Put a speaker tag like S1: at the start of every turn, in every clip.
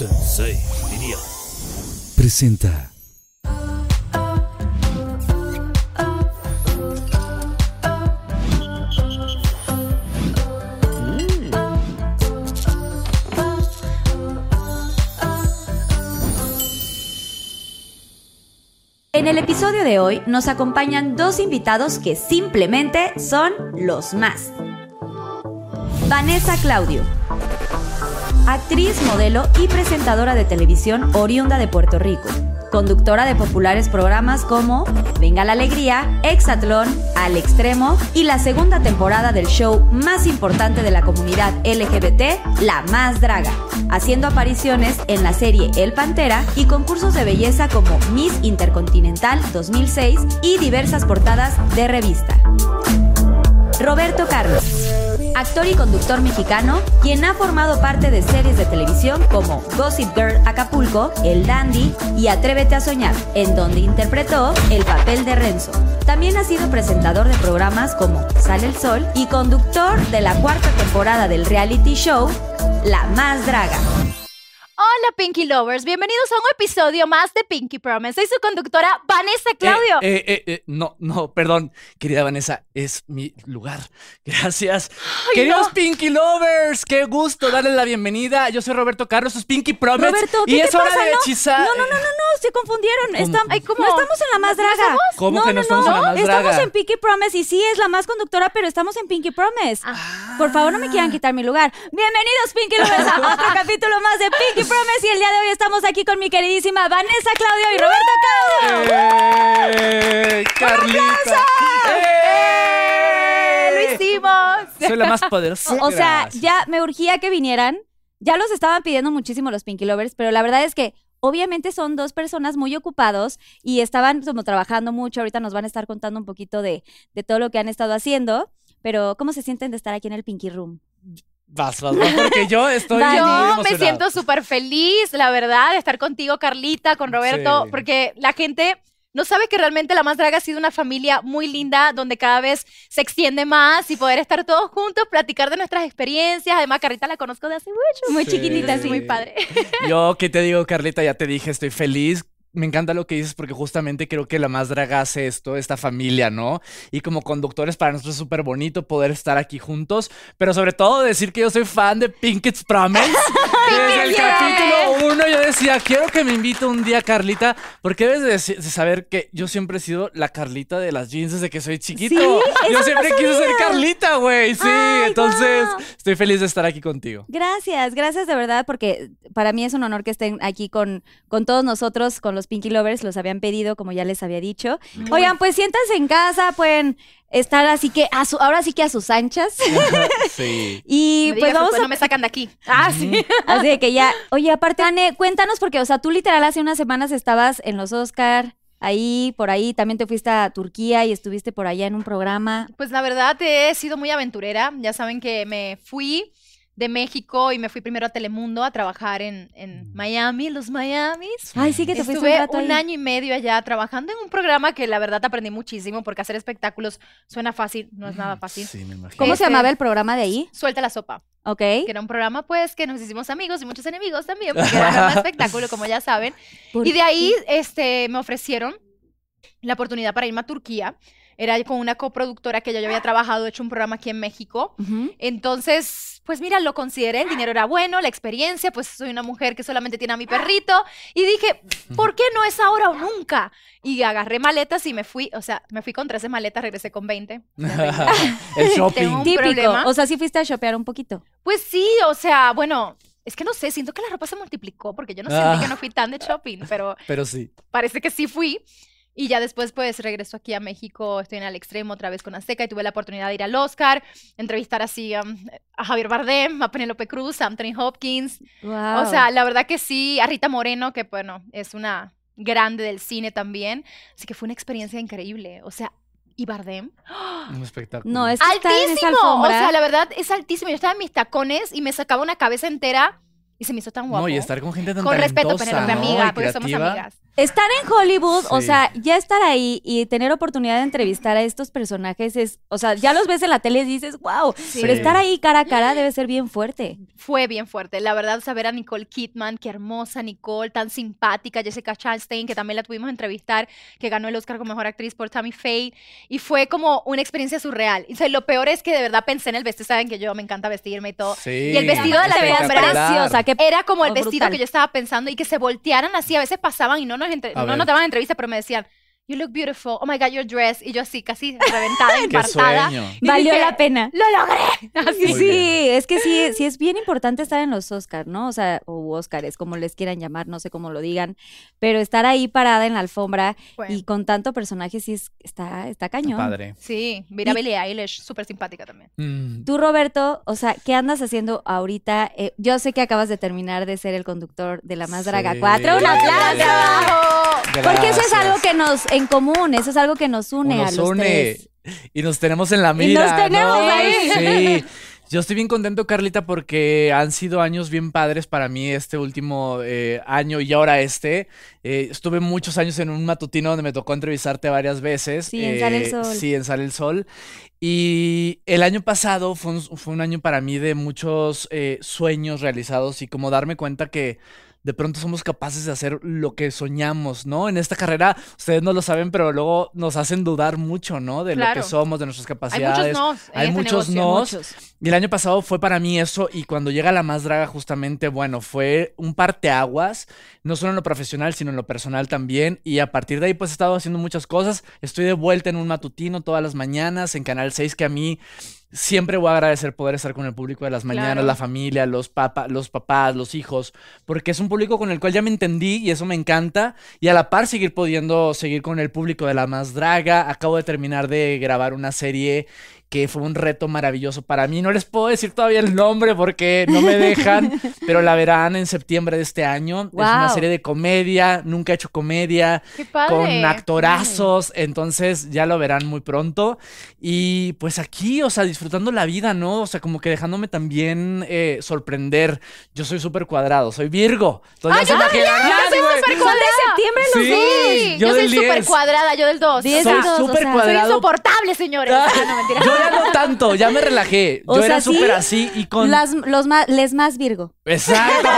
S1: Sensei diría. Presenta.
S2: En el episodio de hoy nos acompañan dos invitados que simplemente son los más. Vanessa Claudio, actriz, modelo y presentadora de televisión oriunda de Puerto Rico, conductora de populares programas como Venga la Alegría, Exatlón, Al Extremo y la segunda temporada del show más importante de la comunidad LGBT, La Más Draga, haciendo apariciones en la serie El Pantera y concursos de belleza como Miss Intercontinental 2006 y diversas portadas de revista. Roberto Carlos, actor y conductor mexicano, quien ha formado parte de series de televisión como Gossip Girl Acapulco, El Dandy y Atrévete a Soñar, en donde interpretó el papel de Renzo. También ha sido presentador de programas como Sale el Sol y conductor de la cuarta temporada del reality show La Más Draga.
S3: Hola Pinky Lovers, bienvenidos a un episodio más de Pinky Promise. Soy su conductora Vanessa Claudio.
S4: Eh, eh, eh, eh, no, no, perdón, querida Vanessa, es mi lugar. Gracias. Queridos
S3: no.
S4: Pinky Lovers, qué gusto darles la bienvenida. Yo soy Roberto Carlos, esto es Pinky Promise.
S2: Roberto, ¿qué
S4: y
S2: te
S4: es hora
S2: pasa?
S4: de
S2: No,
S4: hechizar.
S2: No, no, no, no, no, se confundieron. Estam-
S3: Ay, ¿cómo?
S2: No estamos en la más
S3: ¿No
S2: draga.
S3: estamos?
S4: ¿Cómo que no estamos en La Más
S2: Estamos
S4: Draga?
S2: en Pinky Promise y sí es la más conductora, pero estamos en Pinky Promise. Por favor, no me quieran quitar mi lugar. Bienvenidos, Pinky Lovers, a otro capítulo más de Pinky Promise. Y el día de hoy estamos aquí con mi queridísima Vanessa Claudio y Roberto Claudio.
S4: ¡Eh, Carlita! ¡Eh!
S3: ¡Lo hicimos!
S4: Soy la más poderosa.
S2: O sea,
S4: Gracias.
S2: ya me urgía que vinieran. Ya los estaban pidiendo muchísimo los Pinky Lovers, pero la verdad es que obviamente son dos personas muy ocupados y estaban como trabajando mucho. Ahorita nos van a estar contando un poquito de, de todo lo que han estado haciendo. Pero, ¿cómo se sienten de estar aquí en el Pinky Room?
S4: Vas, vas, vas, porque yo estoy
S2: Yo
S4: muy
S3: Yo me
S4: emocionado.
S3: siento súper feliz, la verdad, de estar contigo, Carlita, con Roberto,
S4: Sí.
S3: porque la gente no sabe que realmente La Más Draga ha sido una familia muy linda, donde cada vez se extiende más y poder estar todos juntos, platicar de nuestras experiencias. Además, Carlita la conozco de hace mucho.
S2: Muy
S4: Sí.
S2: chiquitita,
S3: Es
S2: sí.
S3: muy padre.
S4: Yo, ¿qué te digo, Carlita? Ya te dije, estoy feliz. Me encanta lo que dices porque justamente creo que la más draga hace esto, esta familia, ¿no? Y como conductores para nosotros es súper bonito poder estar aquí juntos, pero sobre todo decir que yo soy fan de Pinkett's Promise. Desde el
S3: Pinkett's
S4: capítulo 1 yo decía, quiero que me invite un día Carlita, porque debes de, deci- de saber que yo siempre he sido la Carlita de las jeans desde que soy chiquito. yo siempre quise ser Carlita, güey. Sí,
S2: Ay,
S4: entonces
S2: guau.
S4: estoy feliz de estar aquí contigo.
S2: Gracias, gracias de verdad, porque para mí es un honor que estén aquí con, con todos nosotros, con los Pinky Lovers, los habían pedido, como ya les había dicho. Oigan, pues siéntanse en casa, pueden estar así que, a su- ahora sí que a sus anchas.
S4: Sí.
S2: Y
S3: No
S2: pues
S3: digas,
S2: vamos
S3: después no me sacan de
S4: Mm.
S3: aquí. Ah, sí.
S2: a... Así de que ya, oye, aparte, Anne, cuéntanos, porque, o sea, tú literal hace unas semanas estabas en los Oscar, ahí, por ahí, también te fuiste a Turquía y estuviste por allá en un programa.
S3: Pues la verdad he sido muy aventurera. Ya saben que me fui de México y me fui primero a Telemundo a trabajar en, en Miami, los Miamis.
S2: Ay, Mm. sí que te fuiste un
S3: Estuve
S2: rato
S3: un,
S2: ahí.
S3: año y medio allá trabajando en un programa que la verdad aprendí muchísimo porque hacer espectáculos suena fácil, no es nada fácil.
S4: Sí, me imagino.
S2: ¿Cómo se
S3: Este-
S2: llamaba el programa de ahí?
S3: Suelta la sopa,
S2: Ok.
S3: que era un programa pues que nos hicimos amigos y muchos enemigos también, porque era un programa de espectáculo, como ya saben.
S2: Por-
S3: Y de ahí este, me ofrecieron la oportunidad para irme a Turquía. Era con una coproductora que ya
S2: ¡Ah!
S3: yo había trabajado, hecho un programa aquí en México.
S2: Ujú.
S3: Entonces, pues mira, lo consideré, el dinero era bueno, la experiencia, pues soy una mujer que solamente tiene a mi perrito. Y dije, ¿por qué no es ahora o nunca? Y agarré maletas y me fui, o sea, me fui con 13 maletas, regresé con 20.
S4: el
S3: Tengo
S4: shopping.
S3: un
S2: Típico.
S3: problema.
S2: O sea, sí fuiste a shopear un poquito.
S3: Pues sí, o sea, bueno, es que no sé, siento que la ropa se multiplicó porque yo no sentí que no fui tan de shopping, pero
S4: Pero sí.
S3: parece que sí fui. Y ya después, pues, regreso aquí a México, estoy en el extremo otra vez con Azteca y tuve la oportunidad de ir al Oscar, entrevistar así um, a Javier Bardem, a Penélope Cruz, a Anthony Hopkins,
S2: Wow.
S3: O sea, la verdad que sí, a Rita Moreno, que bueno, es una grande del cine también. Así que fue una experiencia increíble. O sea, y Bardem.
S4: Un espectáculo.
S2: no, es que está en esa
S3: ¡Altísimo! O
S2: alfombra.
S3: sea, la verdad es altísimo. Yo estaba en mis tacones y me sacaba una cabeza entera y se me hizo tan guapo.
S4: No, y estar con gente tan
S3: Con respeto,
S4: talentosa,
S3: Penélope,
S4: ¿no?
S3: amiga,
S4: Y
S3: porque somos
S4: creativa.
S3: amigas.
S2: Estar en Hollywood, sí. o sea, ya estar ahí y tener oportunidad de entrevistar a estos personajes es, o sea, ya los ves en la tele y dices, wow, sí. pero estar ahí cara a cara debe ser bien fuerte.
S3: Fue bien fuerte, la verdad, saber a Nicole Kidman, qué hermosa Nicole, tan simpática, Jessica Chastain, que también la tuvimos a entrevistar, que ganó el Oscar como Mejor Actriz por Tammy Faye, y fue como una experiencia surreal. Y o sea, lo peor es que de verdad pensé en el vestido, saben que yo me encanta vestirme y todo. Sí, y el vestido de la
S2: preciosa,
S3: que era como el brutal. vestido que yo estaba pensando y que se voltearan así, a veces pasaban y no nos no, no, no daban entrevista, pero me decían, You look beautiful. Oh my God, your dress. Y yo así, casi reventada, empartada.
S2: Valió dije, la pena.
S3: ¡Lo logré!
S2: Así. Sí, es que sí, sí es bien importante estar en los Oscars, ¿no? O sea, o Oscars, como les quieran llamar, no sé cómo lo digan. Pero estar ahí parada en la alfombra bueno. y con tanto personaje, sí es, está, está cañón.
S4: Padre.
S3: Sí, mira Billie Eilish, súper simpática también.
S2: Mm. Tú, Roberto, o sea, ¿qué andas haciendo ahorita? Eh, yo sé que acabas de terminar de ser el conductor de La Más sí. Draga 4. ¡Un aplauso! Porque eso es algo que nos en común, eso es algo que nos une nos a los une. Tres.
S4: Y nos tenemos en la mira.
S2: Y nos tenemos
S4: ¿no?
S2: ahí.
S4: Sí. Yo estoy bien contento, Carlita, porque han sido años bien padres para mí este último eh, año y ahora este. Eh, estuve muchos años en un matutino donde me tocó entrevistarte varias veces.
S2: Sí, en eh, Sale el Sol.
S4: Sí, en Sale el Sol. Y el año pasado fue un, fue un año para mí de muchos eh, sueños realizados y como darme cuenta que de pronto somos capaces de hacer lo que soñamos, ¿no? En esta carrera, ustedes no lo saben, pero luego nos hacen dudar mucho, ¿no? De claro. lo que somos, de nuestras capacidades.
S3: Hay muchos nos.
S4: Hay
S3: este
S4: muchos
S3: negocio,
S4: nos. Muchos. Y el año pasado fue para mí eso, y cuando llega la más draga, justamente, bueno, fue un parteaguas, no solo en lo profesional, sino en lo personal también. Y a partir de ahí, pues he estado haciendo muchas cosas. Estoy de vuelta en un matutino todas las mañanas en Canal 6, que a mí siempre voy a agradecer poder estar con el público de las mañanas, claro. la familia, los, papa, los papás, los hijos, porque es un público con el cual ya me entendí y eso me encanta. Y a la par seguir pudiendo seguir con el público de la más draga. Acabo de terminar de grabar una serie que fue un reto maravilloso para mí. No les puedo decir todavía el nombre porque no me dejan, pero la verán en septiembre de este año. Wow. Es una serie de comedia, nunca he hecho comedia,
S3: Qué padre.
S4: con actorazos, Ay. entonces ya lo verán muy pronto. Y pues aquí, o sea, disfrutando la vida, ¿no? O sea, como que dejándome también eh, sorprender. Yo soy súper cuadrado, soy Virgo.
S3: Entonces, ¡Ay, Ah, yo, también, yo soy súper cuadrada.
S2: de septiembre los
S3: sí, sí. Yo, yo soy súper cuadrada, yo del 2.
S4: Soy súper
S3: o sea,
S4: cuadrado.
S3: Soy insoportable, señores. Ah, no, mentira.
S4: Yo ya no tanto, ya me relajé.
S2: O
S4: Yo
S2: sea,
S4: era súper así y con.
S2: Las, los más, les más Virgo.
S4: Exacto.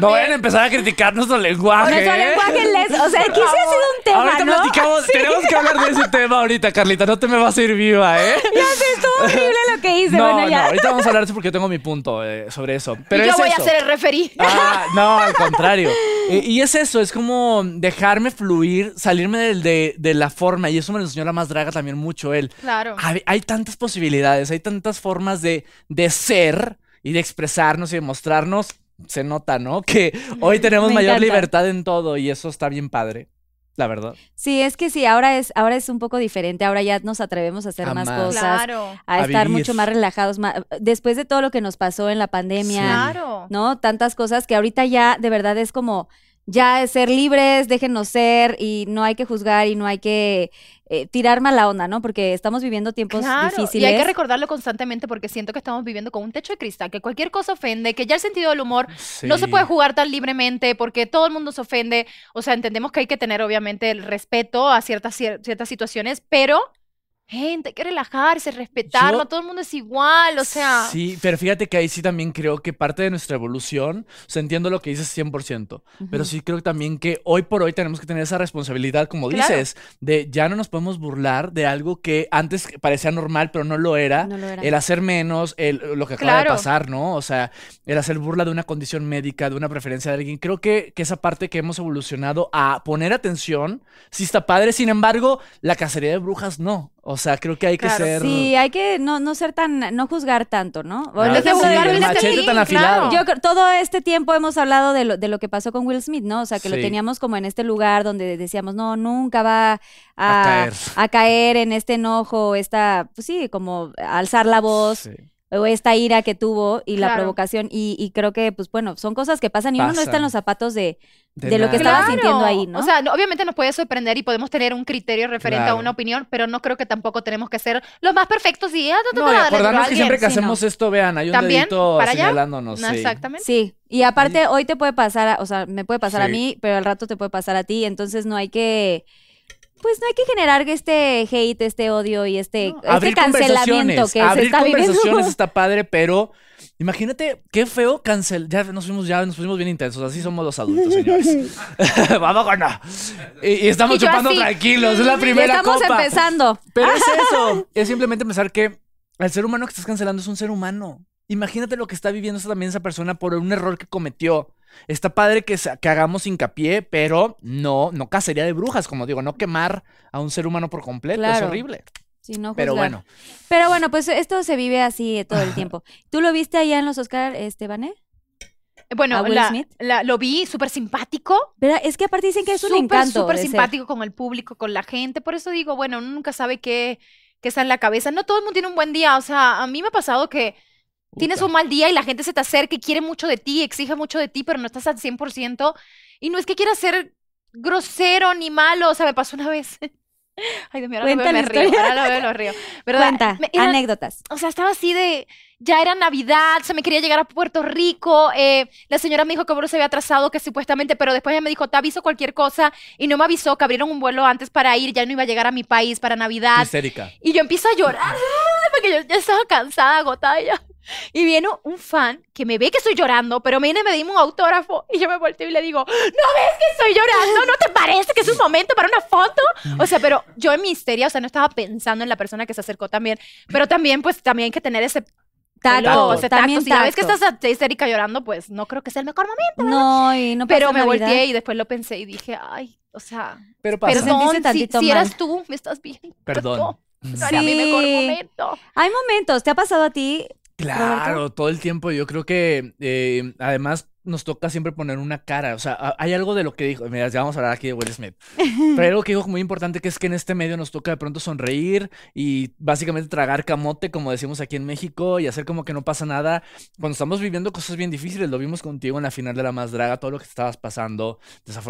S4: no vayan a empezar a criticar nuestro lenguaje.
S2: Nuestro lenguaje les. O sea, que sí ha sido un tema.
S4: Ahorita
S2: ¿no?
S4: platicamos. Sí. Tenemos que hablar de ese tema ahorita, Carlita. No te me vas a ir viva, ¿eh?
S2: Ya sé, estuvo horrible lo que hice.
S4: No,
S2: bueno, ya.
S4: No, ahorita vamos a hablar de eso porque yo tengo mi punto eh, sobre eso. Pero
S3: y yo
S4: es
S3: voy
S4: eso.
S3: a ser el referí.
S4: Ah, no, al contrario. Eh, y es eso, es como dejarme fluir, salirme del, de, de, la forma. Y eso me lo enseñó la más draga también mucho él.
S3: Claro.
S4: Hay, hay tantas posibilidades, hay tantas formas de, de ser y de expresarnos y de mostrarnos. Se nota, ¿no? Que hoy tenemos
S2: Me
S4: mayor
S2: encanta.
S4: libertad en todo y eso está bien padre. La verdad.
S2: Sí, es que sí, ahora es, ahora es un poco diferente, ahora ya nos atrevemos a hacer
S4: A
S2: más
S4: más.
S2: cosas,
S3: Claro.
S2: a,
S4: A
S2: estar
S4: vivir.
S2: mucho más relajados, ma- después de todo lo que nos pasó en la pandemia,
S3: Claro.
S2: ¿no? Tantas cosas que ahorita ya de verdad es como, ya es ser libres, déjenos ser y no hay que juzgar y no hay que eh, tirar mala onda, ¿no? Porque estamos viviendo tiempos
S3: Claro,
S2: difíciles.
S3: Y hay que recordarlo constantemente porque siento que estamos viviendo con un techo de cristal, que cualquier cosa ofende, que ya el sentido del humor no se
S4: Sí.
S3: puede jugar tan libremente porque todo el mundo se ofende. O sea, entendemos que hay que tener obviamente el respeto a ciertas, cier- ciertas situaciones, pero gente, hay que relajarse, respetar,
S4: Yo-
S3: no todo el mundo es igual, o sea.
S4: Sí, pero fíjate que ahí sí también creo que parte de nuestra evolución, o sea, entiendo lo que dices 100%, pero sí creo también que hoy por hoy tenemos que tener esa responsabilidad, como
S3: Claro.
S4: dices, de ya no nos podemos burlar de algo que antes parecía normal, pero no lo era,
S2: No lo era.
S4: el hacer menos, el, lo que acaba
S3: Claro.
S4: de pasar, ¿no? O sea, el hacer burla de una condición médica, de una preferencia de alguien, creo que, que esa parte que hemos evolucionado a poner atención, sí está padre, sin embargo, la cacería de brujas no, o sea, creo que hay que
S3: Claro.
S4: ser...
S2: Sí, hay que no, no ser tan, no juzgar tanto, ¿no?
S4: Claro,
S2: Lo que
S3: de
S2: se-
S3: juzgar,
S4: el
S3: mira este
S4: machete
S3: fin,
S4: tan
S3: claro.
S4: afilado.
S2: Yo creo- todo este tiempo hemos hablado de lo, de lo que pasó con Will Smith, ¿no? O sea, que lo
S4: Sí.
S2: teníamos como en este lugar donde decíamos, no, nunca va a,
S4: A caer.
S2: a caer en este enojo, esta, pues sí, como alzar la voz.
S4: Sí.
S2: o esta ira que tuvo y la
S3: Claro.
S2: provocación y, y creo que pues bueno, son cosas que pasan y uno no está
S4: Pasan.
S2: en los zapatos de,
S4: De
S2: de lo que
S4: nada.
S2: estaba sintiendo ahí, ¿no?
S3: O sea, no- obviamente nos puede sorprender y podemos tener un criterio referente a
S4: Claro.
S3: una opinión, pero no creo que tampoco tenemos que ser los más perfectos y... ah, ta, ta, ta,
S4: No, y
S3: darle duro a
S4: acordarnos que
S3: alguien,
S4: siempre que
S3: sí, no.
S4: hacemos esto, vean, hay un
S3: También,
S4: dedito
S3: para allá.
S4: señalándonos.
S3: No,
S4: sí.
S3: Exactamente.
S2: Sí, y aparte hoy te puede pasar, a- o sea, me puede pasar a
S4: Sí.
S2: mí, pero al rato te puede pasar a ti, entonces no hay que, pues no hay que generar que este hate, este odio y este,
S3: No,
S2: este
S4: abrir
S2: cancelamiento
S4: conversaciones,
S2: que se
S4: abrir
S2: está
S4: conversaciones
S2: viviendo.
S4: está padre, pero imagínate qué feo cancel. Ya nos fuimos, ya nos fuimos bien intensos. Así somos los adultos, señores. Vamos con y, y
S3: Y
S4: estamos
S3: yo
S4: chupando
S3: así.
S4: tranquilos. Es la
S2: Y
S4: primera
S2: estamos
S4: copa.
S2: empezando.
S4: Pero es eso. Es simplemente pensar que el ser humano que estás cancelando es un ser humano. Imagínate lo que está viviendo esa- también esa persona por un error que cometió. Está padre que, sa- que hagamos hincapié, pero no, no cacería de brujas, como digo, no quemar a un ser humano por completo. Es
S2: Claro.
S4: horrible.
S2: Sí, no
S4: Pero
S2: juzgar.
S4: bueno.
S2: Pero bueno, pues esto se vive así todo el tiempo. ¿Tú lo viste allá en los Oscar, este, Estebané? ¿A
S3: Bueno,
S2: Will
S3: la-
S2: Smith?
S3: la- lo vi súper simpático.
S2: ¿Verdad? Es que aparte dicen que es un
S3: súper,
S2: encanto.
S3: Súper
S2: de ser.
S3: simpático con el público, con la gente. Por eso digo, bueno, uno nunca sabe qué, qué está en la cabeza. No todo el mundo tiene un buen día. O sea, a mí me ha pasado que tienes
S4: Puta.
S3: un mal día y la gente se te acerca y quiere mucho de ti, exige mucho de ti, pero no estás al 100%. Y no es que quieras ser grosero ni malo. O sea, me pasó una vez. Ay, Dios mío, ahora lo veo,
S2: Cuenta
S3: y me
S2: la
S3: río.
S2: historia.
S3: Ahora lo veo, y lo río. ¿Verdad?
S2: Cuenta,
S3: Me- era-
S2: anécdotas.
S3: o sea, estaba así de, ya era Navidad, se me quería llegar a Puerto Rico, eh, la señora me dijo que Bruno se había atrasado, que supuestamente, pero después ella me dijo, te aviso cualquier cosa, y no me avisó, que abrieron un vuelo antes para ir, ya no iba a llegar a mi país para Navidad,
S4: Histérica.
S3: y yo empiezo a llorar, porque yo ya estaba cansada, agotada ya. Y viene un fan que me ve que estoy llorando, pero viene y me dime un autógrafo, y yo me volteo y le digo, ¿no ves que estoy llorando? ¿No te parece que es un momento para una foto? O sea, pero yo en mi histeria, o sea, no estaba pensando en la persona que se acercó también, pero también, pues, también hay que tener ese
S2: Tacto,
S3: o sea,
S2: también
S3: tacto. Si la ves que
S2: tacto.
S3: estás histérica llorando, pues no creo que sea el mejor momento.
S2: No, y no
S3: Pero
S2: pasa
S3: me
S2: Navidad.
S3: volteé y después lo pensé y dije, ay, o sea,
S4: Pero pasa.
S2: sentiste
S3: perdón, si,
S2: tantito
S3: si eras
S2: mal.
S3: tú, me estás viendo.
S4: Perdón.
S3: No era mi mejor
S2: Sí.
S3: momento.
S2: Hay momentos, ¿te ha pasado a ti?
S4: Claro, todo el tiempo. Yo creo que eh, además nos toca siempre poner una cara. O sea, a- hay algo de lo que dijo. Mira, ya vamos a hablar aquí de Will Smith. Pero hay algo que dijo muy importante que es que en este medio nos toca de pronto sonreír y básicamente tragar camote, como decimos aquí en México, y hacer como que no pasa nada. Cuando estamos viviendo cosas bien difíciles, lo vimos contigo en la final de La Más Draga, todo lo que estabas pasando,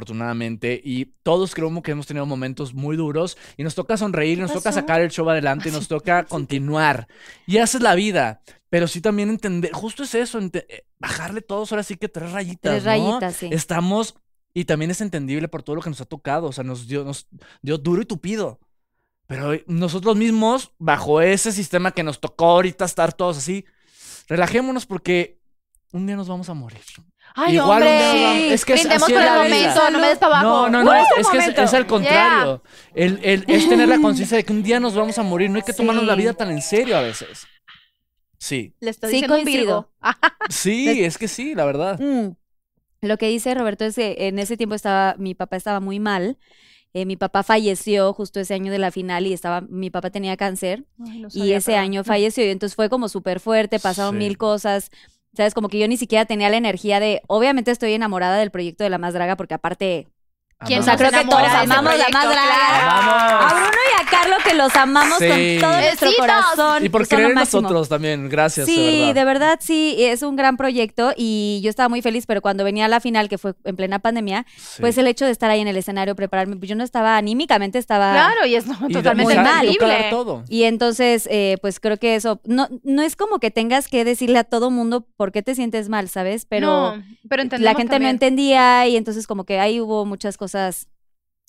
S4: desafortunadamente. Y todos creo que hemos tenido momentos muy duros y nos toca sonreír, y nos toca
S3: pasó?
S4: sacar el show adelante, y nos toca continuar. Y haces la vida. Pero sí también entender, justo es eso, ente- eh, bajarle todos ahora sí que tres rayitas.
S2: Tres
S4: ¿no?
S2: rayitas, sí.
S4: Estamos, y también es entendible por todo lo que nos ha tocado, o sea, nos dio, nos dio duro y tupido. Pero eh, nosotros mismos, bajo ese sistema que nos tocó ahorita estar todos así, relajémonos porque un día nos vamos a morir.
S3: Ay,
S4: Igual
S3: hombre.
S4: un día hablamos. Es que es-
S3: Brindemos
S4: así
S3: por
S4: es
S3: el
S4: la vida.
S3: momento, no me des para abajo.
S4: No, no, no, es, es que es,
S2: momento.
S4: es al contrario. El, el- es tener la conciencia de que un día nos vamos a morir, no hay que tomarnos la
S2: Sí.
S4: vida tan en serio a veces. Sí,
S3: Le estoy
S2: Sí,
S3: diciendo un
S2: coincido.
S3: virgo. Ah,
S4: sí, es que sí, la verdad.
S2: Mm. Lo que dice Roberto es que en ese tiempo estaba, mi papá estaba muy mal. Eh, mi papá falleció justo ese año de la final y estaba, mi papá tenía cáncer
S3: ay, no
S2: y
S3: sabía,
S2: ese
S3: perdón.
S2: año falleció y entonces fue como súper fuerte, pasaron
S4: Sí.
S2: mil cosas, sabes, como que yo ni siquiera tenía la energía de, obviamente estoy enamorada del proyecto de La Más Draga porque aparte,
S3: ¿Quién
S2: o sea,
S3: nos
S2: creo que
S3: enamora
S2: todos
S3: de ese
S2: amamos La Más
S3: proyecto?
S2: Draga.
S3: Claro.
S2: A Bruno y a Carlos que los amamos
S4: Sí.
S2: con todo nuestro
S3: Besitos.
S2: corazón.
S4: Y por
S2: son lo
S4: creer en
S2: máximo.
S4: nosotros también, gracias. de
S2: Sí,
S4: verdad.
S2: de verdad sí, es un gran proyecto y yo estaba muy feliz, pero cuando venía la final, que fue en plena pandemia,
S4: Sí.
S2: pues el hecho de estar ahí en el escenario, prepararme, pues yo no estaba anímicamente, estaba...
S3: Claro, y es no,
S4: Y
S3: totalmente
S4: da-
S2: muy
S4: y toca dar
S3: entendible.
S4: todo.
S2: Y entonces, eh, pues creo que eso, no, no es como que tengas que decirle a todo mundo por qué te sientes mal, ¿sabes? Pero
S3: No, pero
S2: la
S3: entendemos
S2: gente no
S3: también.
S2: entendía y entonces como que ahí hubo muchas cosas,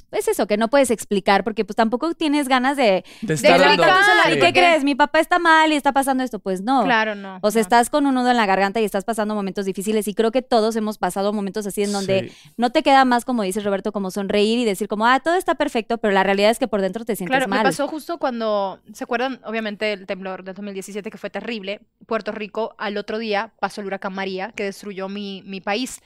S2: pues eso, que no puedes explicar porque pues tampoco tienes ganas de...
S4: Te
S3: Está
S2: de
S3: dando-
S2: explicar tú sola,
S3: Sí.
S2: ¿Y qué crees? Mi papá está mal y está pasando esto, pues no.
S3: Claro, no.
S2: O sea,
S3: no.
S2: estás con un nudo en la garganta y estás pasando momentos difíciles y creo que todos hemos pasado momentos así en donde
S4: Sí.
S2: no te queda más, como dice Roberto, como sonreír y decir como, ah, todo está perfecto, pero la realidad es que por dentro te sientes
S3: Claro,
S2: mal.
S3: me pasó justo cuando, ¿se acuerdan? Obviamente el temblor del 2017 que fue terrible. Puerto Rico al otro día pasó el huracán María que destruyó mi, mi país.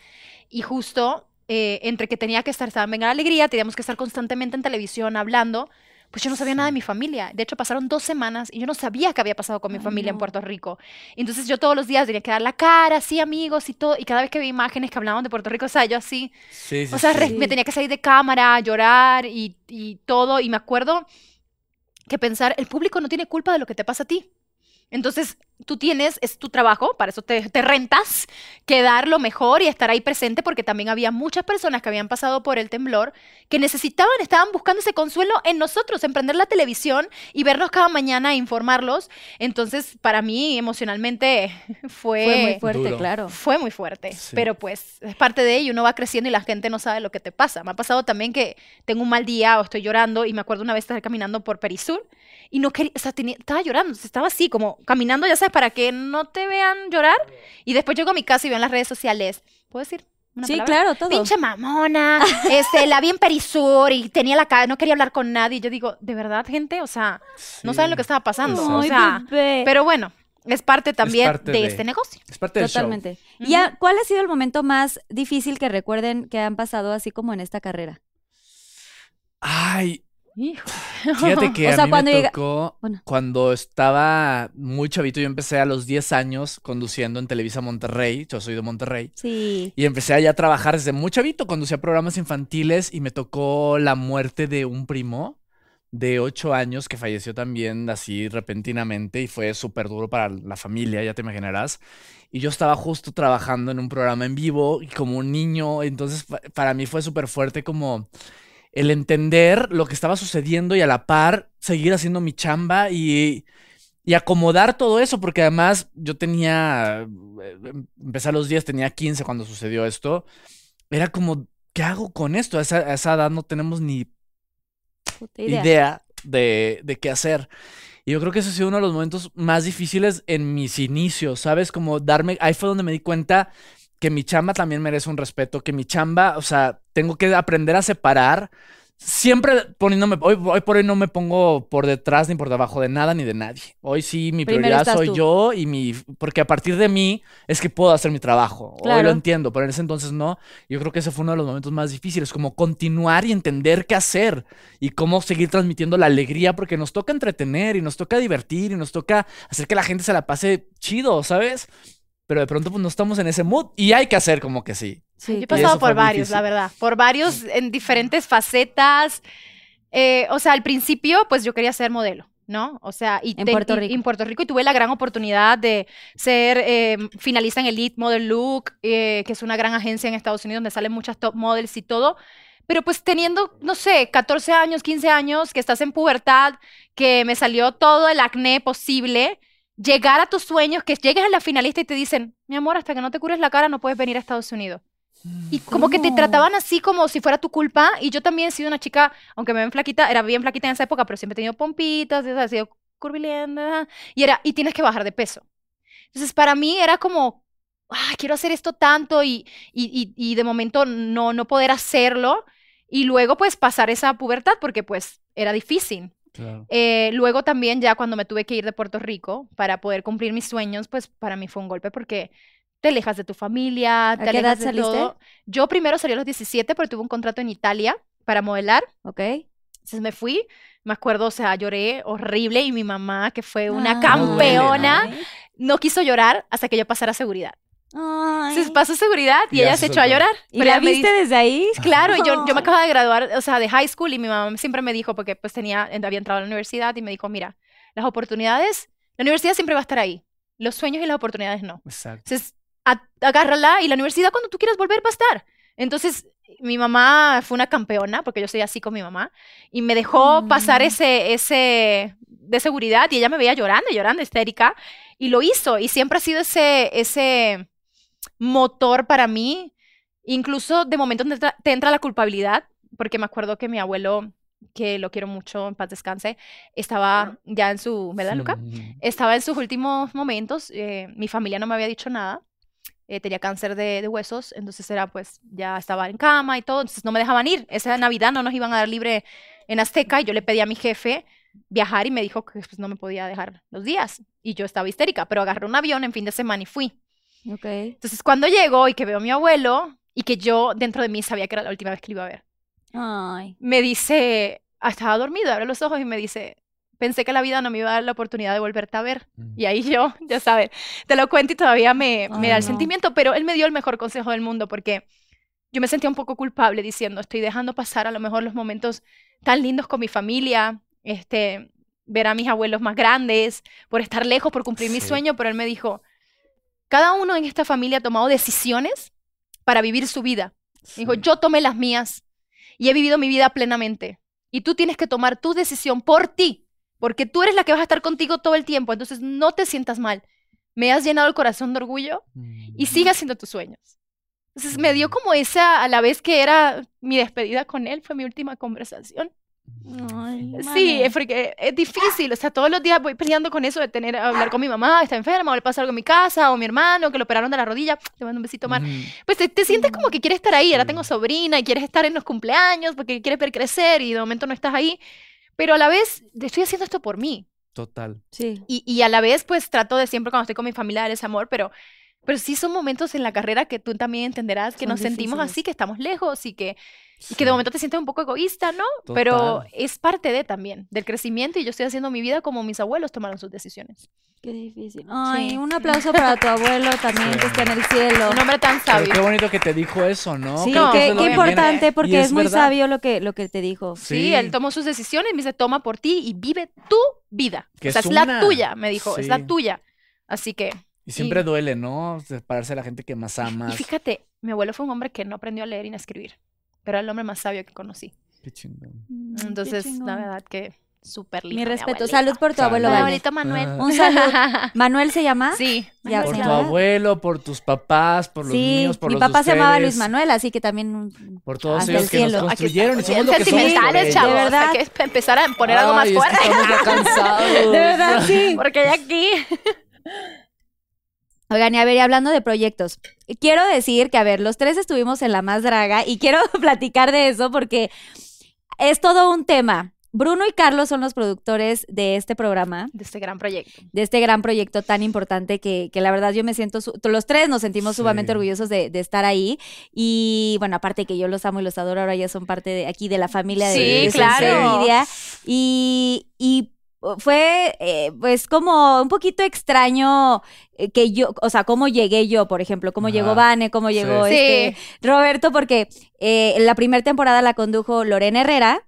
S3: Y justo eh, entre que tenía que estar, estaba en Venga la Alegría, teníamos que estar constantemente en televisión hablando, pues yo no sabía nada de mi familia. De hecho, pasaron dos semanas y yo no sabía qué había pasado con mi
S2: Ay,
S3: familia en
S2: no.
S3: Puerto Rico. Entonces yo todos los días tenía que dar la cara, sí, amigos y todo. Y cada vez que veía imágenes que hablaban de Puerto Rico, o sea, yo así...
S4: Sí, sí,
S3: O sea,
S4: sí.
S3: res-
S2: Sí.
S3: me tenía que salir de cámara, llorar y, y todo. Y me acuerdo que pensar, el público no tiene culpa de lo que te pasa a ti. Entonces, tú tienes, es tu trabajo, para eso te, te, rentas, quedar lo mejor y estar ahí presente, porque también había muchas personas que habían pasado por el temblor que necesitaban, estaban buscando ese consuelo en nosotros, en prender la televisión y vernos cada mañana e informarlos. Entonces, para mí, emocionalmente, fue,
S5: fue muy fuerte, Duro. claro.
S3: Fue muy fuerte, sí. pero pues es parte de ello, uno va creciendo y la gente no sabe lo que te pasa. Me ha pasado también que tengo un mal día o estoy llorando y me acuerdo una vez estar caminando por Perisur y no quería, o sea, tenía, estaba llorando, estaba así, como caminando, ya sabes, para que no te vean llorar. Y después llego a mi casa y veo en las redes sociales, ¿puedo decir? Una
S5: sí,
S3: palabra?
S5: claro, todo.
S3: Pinche mamona, este, la vi en Perisur y tenía la cara, no quería hablar con nadie. Y yo digo, ¿de verdad, gente? O sea, sí. no saben lo que estaba pasando. No, o sea, bebé. pero bueno, es parte también es parte de, de, este negocio.
S4: Es parte del
S5: Totalmente.
S4: Show.
S5: ¿Y uh -huh. cuál ha sido el momento más difícil que recuerden que han pasado así como en esta carrera?
S4: Ay, Hijo. Fíjate que o a sea, mí cuando me llega... tocó bueno. cuando estaba muy chavito. Yo empecé a los 10 años conduciendo en Televisa Monterrey. Yo soy de Monterrey.
S5: Sí.
S4: Y empecé allá a trabajar desde muy chavito. Conducía programas infantiles y me tocó la muerte de un primo de 8 años que falleció también así repentinamente y fue súper duro para la familia, ya te imaginarás. Y yo estaba justo trabajando en un programa en vivo y como un niño. Entonces, para mí fue súper fuerte como el entender lo que estaba sucediendo y a la par seguir haciendo mi chamba y, y acomodar todo eso, porque además yo tenía, eh, empecé a los 10, tenía 15 cuando sucedió esto, era como, ¿qué hago con esto? A esa, a esa edad no tenemos ni idea, idea de, de qué hacer. Y yo creo que ese ha sido uno de los momentos más difíciles en mis inicios, ¿sabes? Como darme, ahí fue donde me di cuenta que mi chamba también merece un respeto, que mi chamba, o sea, tengo que aprender a separar. Siempre poniéndome, hoy, hoy por hoy no me pongo por detrás ni por debajo de nada ni de nadie. Hoy sí, mi
S5: Primero
S4: prioridad soy
S5: tú.
S4: yo y mi, porque a partir de mí es que puedo hacer mi trabajo. Claro. Hoy lo entiendo, pero en ese entonces no. Yo creo que ese fue uno de los momentos más difíciles, como continuar y entender qué hacer y cómo seguir transmitiendo la alegría, porque nos toca entretener y nos toca divertir y nos toca hacer que la gente se la pase chido, ¿sabes? pero de pronto pues no estamos en ese mood y hay que hacer como que sí.
S3: sí yo he pasado por varios, difícil. la verdad, por varios en diferentes facetas. Eh, o sea, al principio pues yo quería ser modelo. ¿No? O sea, y
S5: en, te, Puerto
S3: y,
S5: Rico.
S3: en Puerto Rico y tuve la gran oportunidad de ser eh, finalista en Elite Model Look, eh, que es una gran agencia en Estados Unidos donde salen muchas top models y todo pero pues teniendo, no sé, 14 años, 15 años, que estás en pubertad, que me salió todo el acné posible, llegar a tus sueños, que llegues a la finalista y te dicen, mi amor, hasta que no te cures la cara no puedes venir a Estados Unidos. Y como ¿Cómo? que te trataban así como si fuera tu culpa. Y yo también he sido una chica, aunque me ven flaquita, era bien flaquita en esa época, pero siempre he tenido pompitas, he sido curvilínea, y era, y tienes que bajar de peso. Entonces, para mí era como, ah, quiero hacer esto tanto y, y, y, y de momento no, no poder hacerlo. Y luego, pues, pasar esa pubertad, porque, pues, era difícil. Claro. Eh, luego también ya cuando me tuve que ir de Puerto Rico para poder cumplir mis sueños, pues para mí fue un golpe porque te alejas de tu familia,
S5: ¿A
S3: te
S5: qué
S3: alejas
S5: edad
S3: de
S5: saliste?
S3: todo. Yo primero salí a los 17 porque tuve un contrato en Italia para modelar.
S5: Ok.
S3: Entonces me fui, me acuerdo, o sea, lloré horrible y mi mamá, que fue una
S2: Ah.
S5: Ay.
S3: campeona, no quiso llorar hasta que yo pasara seguridad.
S5: Ay.
S3: Entonces pasó seguridad y,
S4: Y ya
S3: ella se
S4: se
S3: echó a
S4: soltó.
S3: llorar.
S5: ¿Y
S3: Pero
S5: la
S3: ella me
S5: viste
S3: dice-
S5: desde ahí?
S3: Claro, y yo, yo
S5: Ay.
S3: me acababa de graduar, o sea, de high school y mi mamá siempre me dijo, porque pues tenía, había entrado a la universidad y me dijo, mira, las oportunidades, la universidad siempre va a estar ahí, los sueños y las oportunidades no.
S4: Exacto.
S3: Entonces, a- agárrala y la universidad cuando tú quieras volver va a estar. Entonces, mi mamá fue una campeona, porque yo soy así con mi mamá, y me dejó
S5: Mm.
S3: pasar ese, ese de seguridad y ella me veía llorando, llorando, histérica, y lo hizo, y siempre ha sido ese, ese motor para mí, incluso de momento te entra, te entra la culpabilidad, porque me acuerdo que mi abuelo, que lo quiero mucho, en paz descanse, estaba ya en su, ¿verdad, Luca?
S4: Mm,
S3: estaba en sus últimos momentos, eh, mi familia no me había dicho nada, eh, tenía cáncer de, de huesos, entonces era pues, ya estaba en cama y todo, entonces no me dejaban ir, esa Navidad no nos iban a dar libre en Azteca y yo le pedí a mi jefe viajar y me dijo que pues, no me podía dejar los días y yo estaba histérica, pero agarré un avión en fin de semana y fui.
S5: Ok.
S3: Entonces cuando llego y que veo a mi abuelo y que yo dentro de mí sabía que era la última vez que lo iba a ver
S5: Ay.
S3: me dice, ah, estaba dormido, abre los ojos y me dice, pensé que la vida no me iba a dar la oportunidad de volverte a ver.
S4: Mm.
S3: Y ahí yo, ya sabes, te lo cuento y todavía me, me da
S5: Ay,
S3: el
S5: no.
S3: sentimiento, pero él me dio el mejor consejo del mundo porque yo me sentía un poco culpable diciendo, estoy dejando pasar a lo mejor los momentos tan lindos con mi familia, este, ver a mis abuelos más grandes, por estar lejos, por cumplir mi sueño, pero él me dijo, cada uno en esta familia ha tomado decisiones para vivir su vida.
S4: mm,
S3: Me dijo, yo tomé las mías y he vivido mi vida plenamente. Y tú tienes que tomar tu decisión por ti, porque tú eres la que vas a estar contigo todo el tiempo, entonces no te sientas mal. Me has llenado el corazón de orgullo
S4: mm,
S3: y sigue haciendo tus sueños. Entonces me dio como esa, a la vez que era mi despedida con él, fue mi última conversación.
S2: Ay,
S3: Sí,
S2: mane.
S3: es porque es difícil, o sea, todos los días voy peleando con eso de tener hablar con mi mamá, está enferma, o le pasa algo en mi casa, o mi hermano, que lo operaron de la rodilla, le mando un besito, Mar.
S4: mm,
S3: Pues te, te sientes
S2: Mm.
S3: como que quieres estar ahí, ahora tengo sobrina y quieres estar en los cumpleaños porque quieres ver crecer y de momento no estás ahí, pero a la vez estoy haciendo esto por mí
S4: Total.
S2: Sí.
S3: y, y a la vez pues trato de siempre cuando estoy con mi familia dar ese amor, pero, pero sí son momentos en la carrera que tú también entenderás que
S2: Son
S3: nos sentimos
S2: difíciles.
S3: así, que estamos lejos y que, y que de momento te sientes un poco egoísta, ¿no? Pero
S4: Total.
S3: es parte de también, del crecimiento y yo estoy haciendo mi vida como mis abuelos tomaron sus decisiones.
S2: Qué difícil. Ay,
S3: Sí.
S2: un aplauso para tu abuelo también
S4: Sí.
S2: que está en el cielo.
S3: Un hombre tan
S4: Pero
S3: sabio.
S4: qué bonito que te dijo eso, ¿no?
S2: sí,
S4: Creo que
S2: qué,
S4: eso es lo
S2: qué
S4: que viene.
S2: importante porque
S4: Y
S2: es,
S4: es
S2: muy
S4: verdad.
S2: sabio lo que, lo que te dijo.
S3: Sí, él tomó sus decisiones, me dice, toma por ti y vive tu vida.
S4: Que
S3: o sea,
S4: es
S3: es, la
S4: una.
S3: tuya, me dijo, es la
S4: Sí.
S3: tuya. Así que,
S4: Y siempre duele, ¿no? Separarse de la gente que más
S3: y
S4: amas.
S3: fíjate, mi abuelo fue un hombre que no aprendió a leer y a escribir, pero era el hombre más sabio que conocí.
S4: Qué chingón.
S2: Mm, qué
S3: Entonces,
S2: chingón.
S3: la verdad que súper lindo.
S2: Mi respeto. Salud por tu
S4: Salud.
S2: abuelo.
S4: Mi
S2: Vane.
S3: abuelito Manuel.
S4: Ah.
S2: Un saludo. ¿Manuel se llama?
S3: Sí.
S2: Ya,
S3: Manuel
S2: sí,
S4: Por
S3: se
S4: tu
S3: llama.
S4: abuelo, por tus papás, por los
S2: sí,
S4: míos, por
S2: mi
S4: los de
S2: papá se llamaba
S4: ustedes,
S2: Luis Manuel, así que también un-
S4: Por todos
S2: Hasta el
S4: ellos que nos
S2: cielo.
S3: Aquí
S4: construyeron y
S3: estamos
S4: somos lo
S3: bien
S4: que somos. por
S3: sentimentales,
S4: ellos.
S3: chavos.
S2: De verdad.
S3: Hay que empezar a poner algo más
S4: Ay, es que
S3: fuerte.
S4: estamos ya cansados.
S2: De verdad, sí.
S3: Porque ya aquí.
S2: Oigan, y a ver, y hablando de proyectos, quiero decir que, a ver, los tres estuvimos en La Más Draga y quiero platicar de eso porque es todo un tema. Bruno y Carlos son los productores de este programa,
S3: De este gran proyecto.
S2: de este gran proyecto tan importante que, que la verdad yo me siento, su- los tres nos sentimos
S4: Sí.
S2: sumamente orgullosos de, de estar ahí. Y bueno, aparte que yo los amo y los adoro, ahora ya son parte de aquí de la familia de,
S3: Sí,
S2: de
S3: claro.
S2: Sense Media. Y, y fue eh, pues como un poquito extraño eh, que yo, o sea, cómo llegué yo, por ejemplo, cómo
S4: Ajá.
S2: llegó Vane, cómo
S4: Sí.
S2: llegó
S3: Sí.
S2: este Roberto, porque eh, la primera temporada la condujo Lorena Herrera.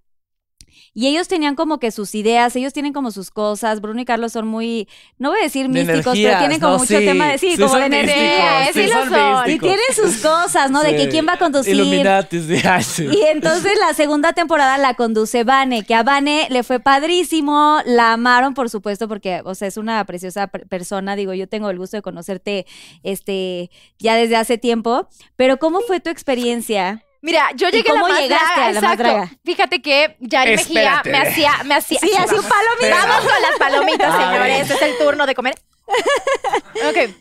S2: Y ellos tenían como que sus ideas, ellos tienen como sus cosas. Bruno y Carlos son muy, no voy a decir
S4: De
S2: místicos, pero
S4: energías,
S2: tienen como
S4: ¿no?
S2: mucho
S4: Sí,
S2: tema de sí,
S4: sí
S2: como
S4: son
S2: de energía. eh,
S4: místicos,
S2: Sí,
S3: sí
S2: lo
S3: son
S2: son. Y
S4: místicos.
S2: tienen sus cosas, ¿no? De que
S4: Sí.
S2: quién va a conducir.
S4: Illuminati, sí, ay, sí.
S2: Y entonces la segunda temporada la conduce Vane, que a Vane le fue padrísimo, la amaron por supuesto porque, o sea, es una preciosa per- persona, digo, yo tengo el gusto de conocerte este ya desde hace tiempo, pero ¿cómo fue tu experiencia?
S3: Mira, yo llegué a la
S2: cómo
S3: más
S2: llegaste
S3: draga,
S2: a la más
S3: exacto.
S2: draga?
S3: Fíjate que Yari Mejía
S4: Espérate.
S3: me hacía, me hacía.
S2: Sí, así un palomita.
S3: Vamos con las palomitas,
S4: A ver.
S3: señores. Es el turno de comer. Ok.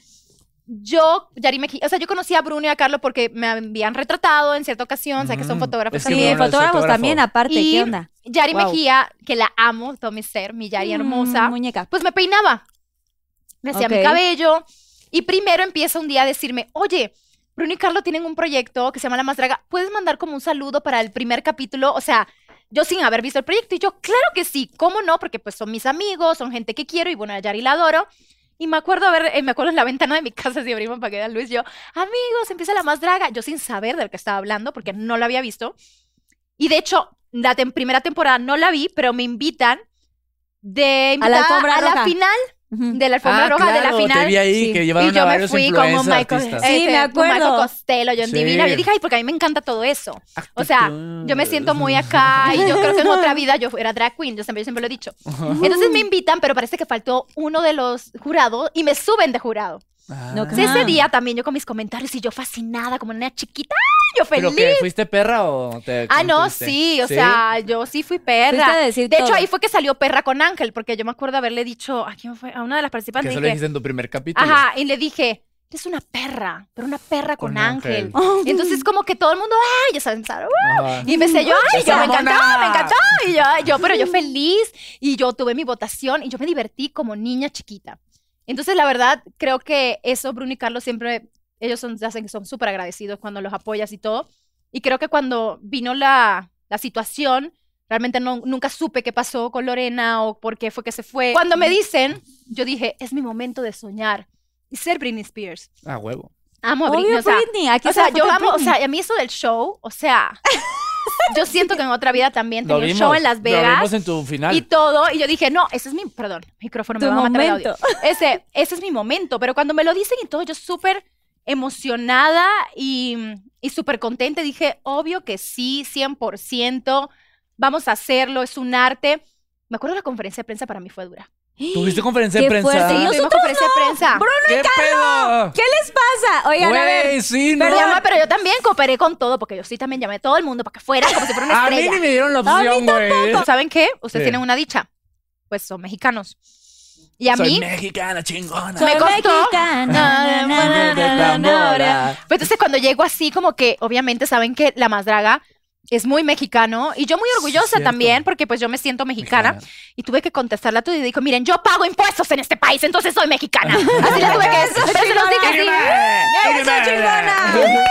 S3: Yo, Yari Mejía, o sea, yo conocí a Bruno y a Carlos porque me habían retratado en cierta ocasión, o sea, que son
S4: Mm,
S3: fotógrafos
S4: es que
S2: Y
S3: también.
S4: Bruno es
S2: Eh, fotógrafos
S4: fotógrafo.
S2: también, aparte,
S3: Y
S2: ¿qué onda?
S3: Yari
S2: Wow.
S3: Mejía, que la amo, todo mi ser, mi Yari hermosa,
S2: Mm, muñeca.
S3: pues me peinaba. Me hacía
S2: Ok.
S3: mi cabello. Y primero empieza un día a decirme, oye, Bruno y Carlos tienen un proyecto que se llama La Más Draga. ¿Puedes mandar como un saludo para el primer capítulo? O sea, yo sin haber visto el proyecto. Y yo, claro que sí, ¿cómo no? Porque pues son mis amigos, son gente que quiero y bueno, a Yari la adoro. Y me acuerdo, a ver, eh, me acuerdo en la ventana de mi casa, si abrimos para que vea Luis, yo, amigos, empieza la más draga. Yo sin saber del que estaba hablando, porque no lo había visto. Y de hecho, la tem- primera temporada no la vi, pero me invitan de
S2: A la
S3: invitada
S2: alfombra
S3: a la
S2: roja.
S3: final
S2: Ujú.
S3: de la alfombra
S4: Ah,
S3: roja de la
S4: claro,
S3: final.
S4: Te vi ahí
S2: sí.
S4: que llevaron
S3: y yo
S4: a
S3: me
S4: varios
S3: fui como
S4: influencers,
S3: Michael,
S4: artistas.
S2: Sí,
S3: este,
S2: me
S3: como Michael
S2: acuerdo.
S3: Costello, John
S4: Sí.
S3: Divina. Yo dije, ay, porque a mí me encanta todo eso.
S4: Ah,
S3: O sea, yo me siento muy acá y yo creo que en otra vida yo era drag queen, yo siempre, yo siempre lo he dicho. Entonces me invitan, pero parece que faltó uno de los jurados y me suben de jurado.
S4: Ah.
S2: No,
S3: Entonces,
S2: Ah.
S3: ese día también yo con mis comentarios y yo fascinada, como una chiquita, ¡ay, yo
S4: ¿Pero
S3: feliz.
S4: qué? ¿Fuiste perra o te
S3: Ah, no,
S4: contiste?
S3: sí, o sea, yo sí fui perra.
S2: Fuiste a decir
S3: de hecho,
S2: todo.
S3: ahí fue que salió perra con Ángel, porque yo me acuerdo haberle dicho, ¿a quién fue? A una de las
S4: Que
S3: participantes.
S4: eso lo
S3: dije,
S4: dijiste en tu primer capítulo.
S3: Ajá, y le dije, eres una perra, pero una perra con,
S4: Con
S3: ángel.
S4: ángel.
S3: Entonces como que todo el mundo, ay, ya saben, ¿sabes?
S4: Ajá.
S3: Y empecé yo, ay, yo,
S4: ¡Esa
S3: me encantó,
S4: mona!
S3: me encantó. Y yo, yo, pero yo feliz. Y yo tuve mi votación y yo me divertí como niña chiquita. Entonces, la verdad, creo que eso, Bruno y Carlos siempre, ellos son, hacen que son súper agradecidos cuando los apoyas y todo. Y creo que cuando vino la, la situación, realmente no, nunca supe qué pasó con Lorena o por qué fue que se fue. Cuando me dicen, yo dije, es mi momento de soñar y ser Britney Spears.
S4: Ah, huevo.
S3: Amo a Britney.
S2: Obvio,
S3: o sea,
S2: Britney, aquí
S3: o sea,
S2: está
S3: yo
S2: foto de
S3: amo, o
S2: Britney.
S3: sea, a mí eso del show, o sea, Yo siento que en otra vida también
S4: Lo
S3: tenía un
S4: vimos,
S3: show en Las
S4: lo
S3: Vegas.
S4: vimos en tu final.
S3: Y todo. Y yo dije, no, ese es mi. Perdón, micrófono, me
S2: Tu
S3: va a matar el audio.
S2: momento.
S3: Ese, ese es mi momento. Pero cuando me lo dicen y todo, yo súper emocionada y, y súper contenta. Dije, obvio que sí, 100%. Vamos a hacerlo, es un arte. Me acuerdo la conferencia de prensa para mí fue dura.
S4: ¿Tuviste conferencia de
S2: Qué
S4: prensa?
S2: fuerte,
S3: Sí,
S2: yo-
S3: tuvimos
S2: nosotros
S3: conferencia de prensa.
S4: ¿Qué pedo?
S2: ¿Qué les pasa? Oigan, a
S4: Güey,
S2: ver.
S4: sí, no.
S3: Pero, llama, pero yo también cooperé con todo, porque yo sí también llamé a todo el mundo para que fuera como si fuera una
S4: A mí
S3: estrella.
S4: ni me dieron la
S3: A mí
S4: opción, güey.
S3: ¿Saben qué? Ustedes
S4: Sí.
S3: tienen una dicha. Pues son mexicanos. Y a
S4: Soy
S3: mí
S4: mexicana, chingona.
S3: me
S2: Soy
S3: costó.
S2: mexicana,
S3: Na, na, na, na,
S4: Ah, de
S3: na, na, na, na.
S4: tambora.
S3: Pero pues, entonces cuando llego así, como que obviamente saben que la más draga es muy mexicano y yo muy orgullosa
S4: Cierto.
S3: también porque pues yo me siento mexicana, y tuve que contestarla todo y dijo, miren, yo pago impuestos en este país, entonces soy mexicana. así la tuve que entonces se los dije así.
S4: ¡Eres
S2: chingona!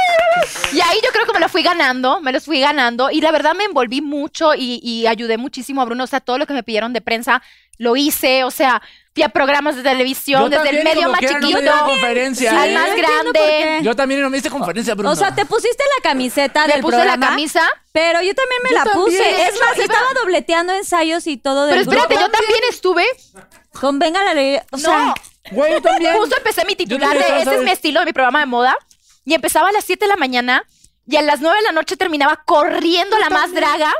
S3: Y ahí yo creo que me lo fui ganando, me los fui ganando y la verdad me envolví mucho y, y ayudé muchísimo a Bruno, o sea, todo lo que me pidieron de prensa lo hice, o sea, fui a programas de televisión, desde el medio más chiquito
S4: conferencia,
S3: al
S4: ¿eh?
S3: más
S2: no entiendo por
S3: grande.
S2: qué.
S4: Yo también no me hice conferencia, Bruno.
S2: O sea, te pusiste la camiseta
S3: Me
S2: del
S3: puse
S2: programa.
S3: la camisa,
S2: Pero yo también me
S4: Yo
S2: la
S4: también.
S2: puse.
S3: De
S2: Es
S3: hecho,
S2: más,
S3: iba-
S2: estaba dobleteando ensayos y todo del
S3: pero espérate, yo
S2: grupo.
S3: también estuve.
S2: Con Venga la Alegría. O sea,
S3: no,
S4: Güey, yo también.
S3: justo empecé mi titular
S4: también estaba
S3: de ese es
S4: sobre-
S3: mi estilo de mi programa de moda y empezaba a las 7 de la mañana y a las 9 de la noche terminaba corriendo la más draga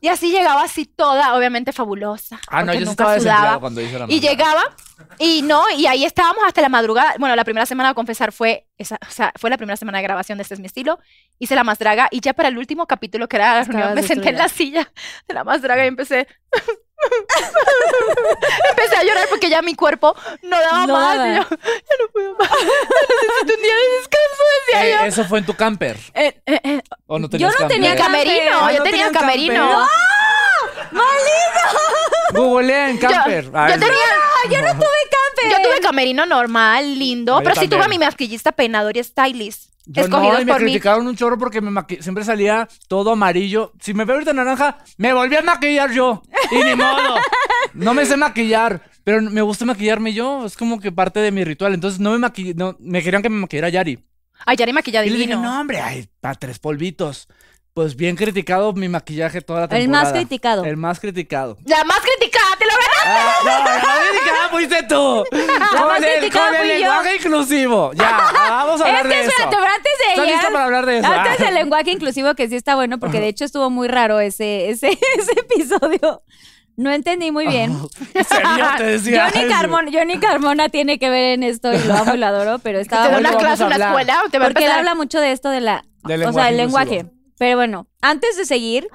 S3: y así llegaba así toda, obviamente fabulosa.
S4: Ah, no,
S3: porque
S4: yo sí
S3: nunca
S4: estaba desempleado
S3: sudaba.
S4: cuando hice la
S3: Y
S4: maldad.
S3: llegaba y no, y ahí estábamos hasta la madrugada. Bueno, la primera semana, a confesar, fue esa, o sea, fue la primera semana de grabación de Este es mi estilo. Hice la más draga y ya para el último capítulo, que era la reunión,
S2: Estabas
S3: me senté en la silla de la más draga y empecé. empecé a llorar porque ya mi cuerpo no daba
S2: No
S3: más.
S2: daba.
S3: y yo, ya no puedo más. Necesito un día de descanso, decía
S4: Eh,
S3: yo.
S4: Eso fue en tu camper.
S3: Eh, eh, eh,
S4: ¿O no
S2: Yo
S4: tenías
S2: no tenía
S3: mi
S4: camper?
S3: camerino,
S2: Ah,
S3: yo
S4: eh,
S3: tenía
S4: no tenían
S3: un camerino.
S4: camper. Googleé en camper. Ah,
S3: Yo,
S4: Ay,
S3: yo tenía.
S2: yo no tuve
S3: Yo
S2: camper.
S3: tuve camerino normal, lindo,
S4: Ah, yo
S3: pero sí tuve a mi
S4: también.
S3: maquillista peinador y stylist.
S4: Yo
S3: escogidos
S4: no, y me
S3: por mí.
S4: criticaron un chorro porque me maqui- siempre salía todo amarillo. Si me veo ahorita naranja, me volví a maquillar yo. Y ni modo. No me sé maquillar, pero me gusta maquillarme yo. Es como que parte de mi ritual. Entonces no me maquillé, no, me querían que me maquillara Yari.
S3: Ay, ya ni maquillada
S4: Y le dije,
S3: divino.
S4: no, hombre, ay, pa' tres polvitos. Pues bien criticado mi maquillaje toda la
S2: El
S4: temporada.
S2: más criticado.
S4: El más criticado.
S3: La más criticada, te lo ganaste.
S4: Ah, no, la más criticada fuiste tú.
S2: más
S4: Con el,
S2: criticada
S4: con el
S2: fui yo.
S4: lenguaje inclusivo. Ya, vamos a hablar
S2: Es que
S4: de eso.
S2: espérate, pero antes de
S4: ¿Estás lista
S2: llegar-
S4: para hablar de eso?
S2: Antes
S4: Ah.
S2: del lenguaje inclusivo, que sí está bueno, porque de hecho estuvo muy raro ese, ese, ese episodio. No entendí muy bien.
S4: ¿En serio te decía
S2: Johnny,
S4: eso? Ah,
S2: Carmona, Johnny Carmona tiene que ver en esto y lo amo y lo adoro, pero
S3: Te
S2: estaba
S3: da
S4: Ahora
S3: una
S4: vamos
S3: clase,
S4: a
S3: una
S4: hablar.
S3: escuela, te va a
S2: Porque él
S3: empezar-
S2: habla mucho de esto de la.
S4: Del
S2: o sea, del
S4: lenguaje
S2: lenguaje. Pero bueno, antes de seguir,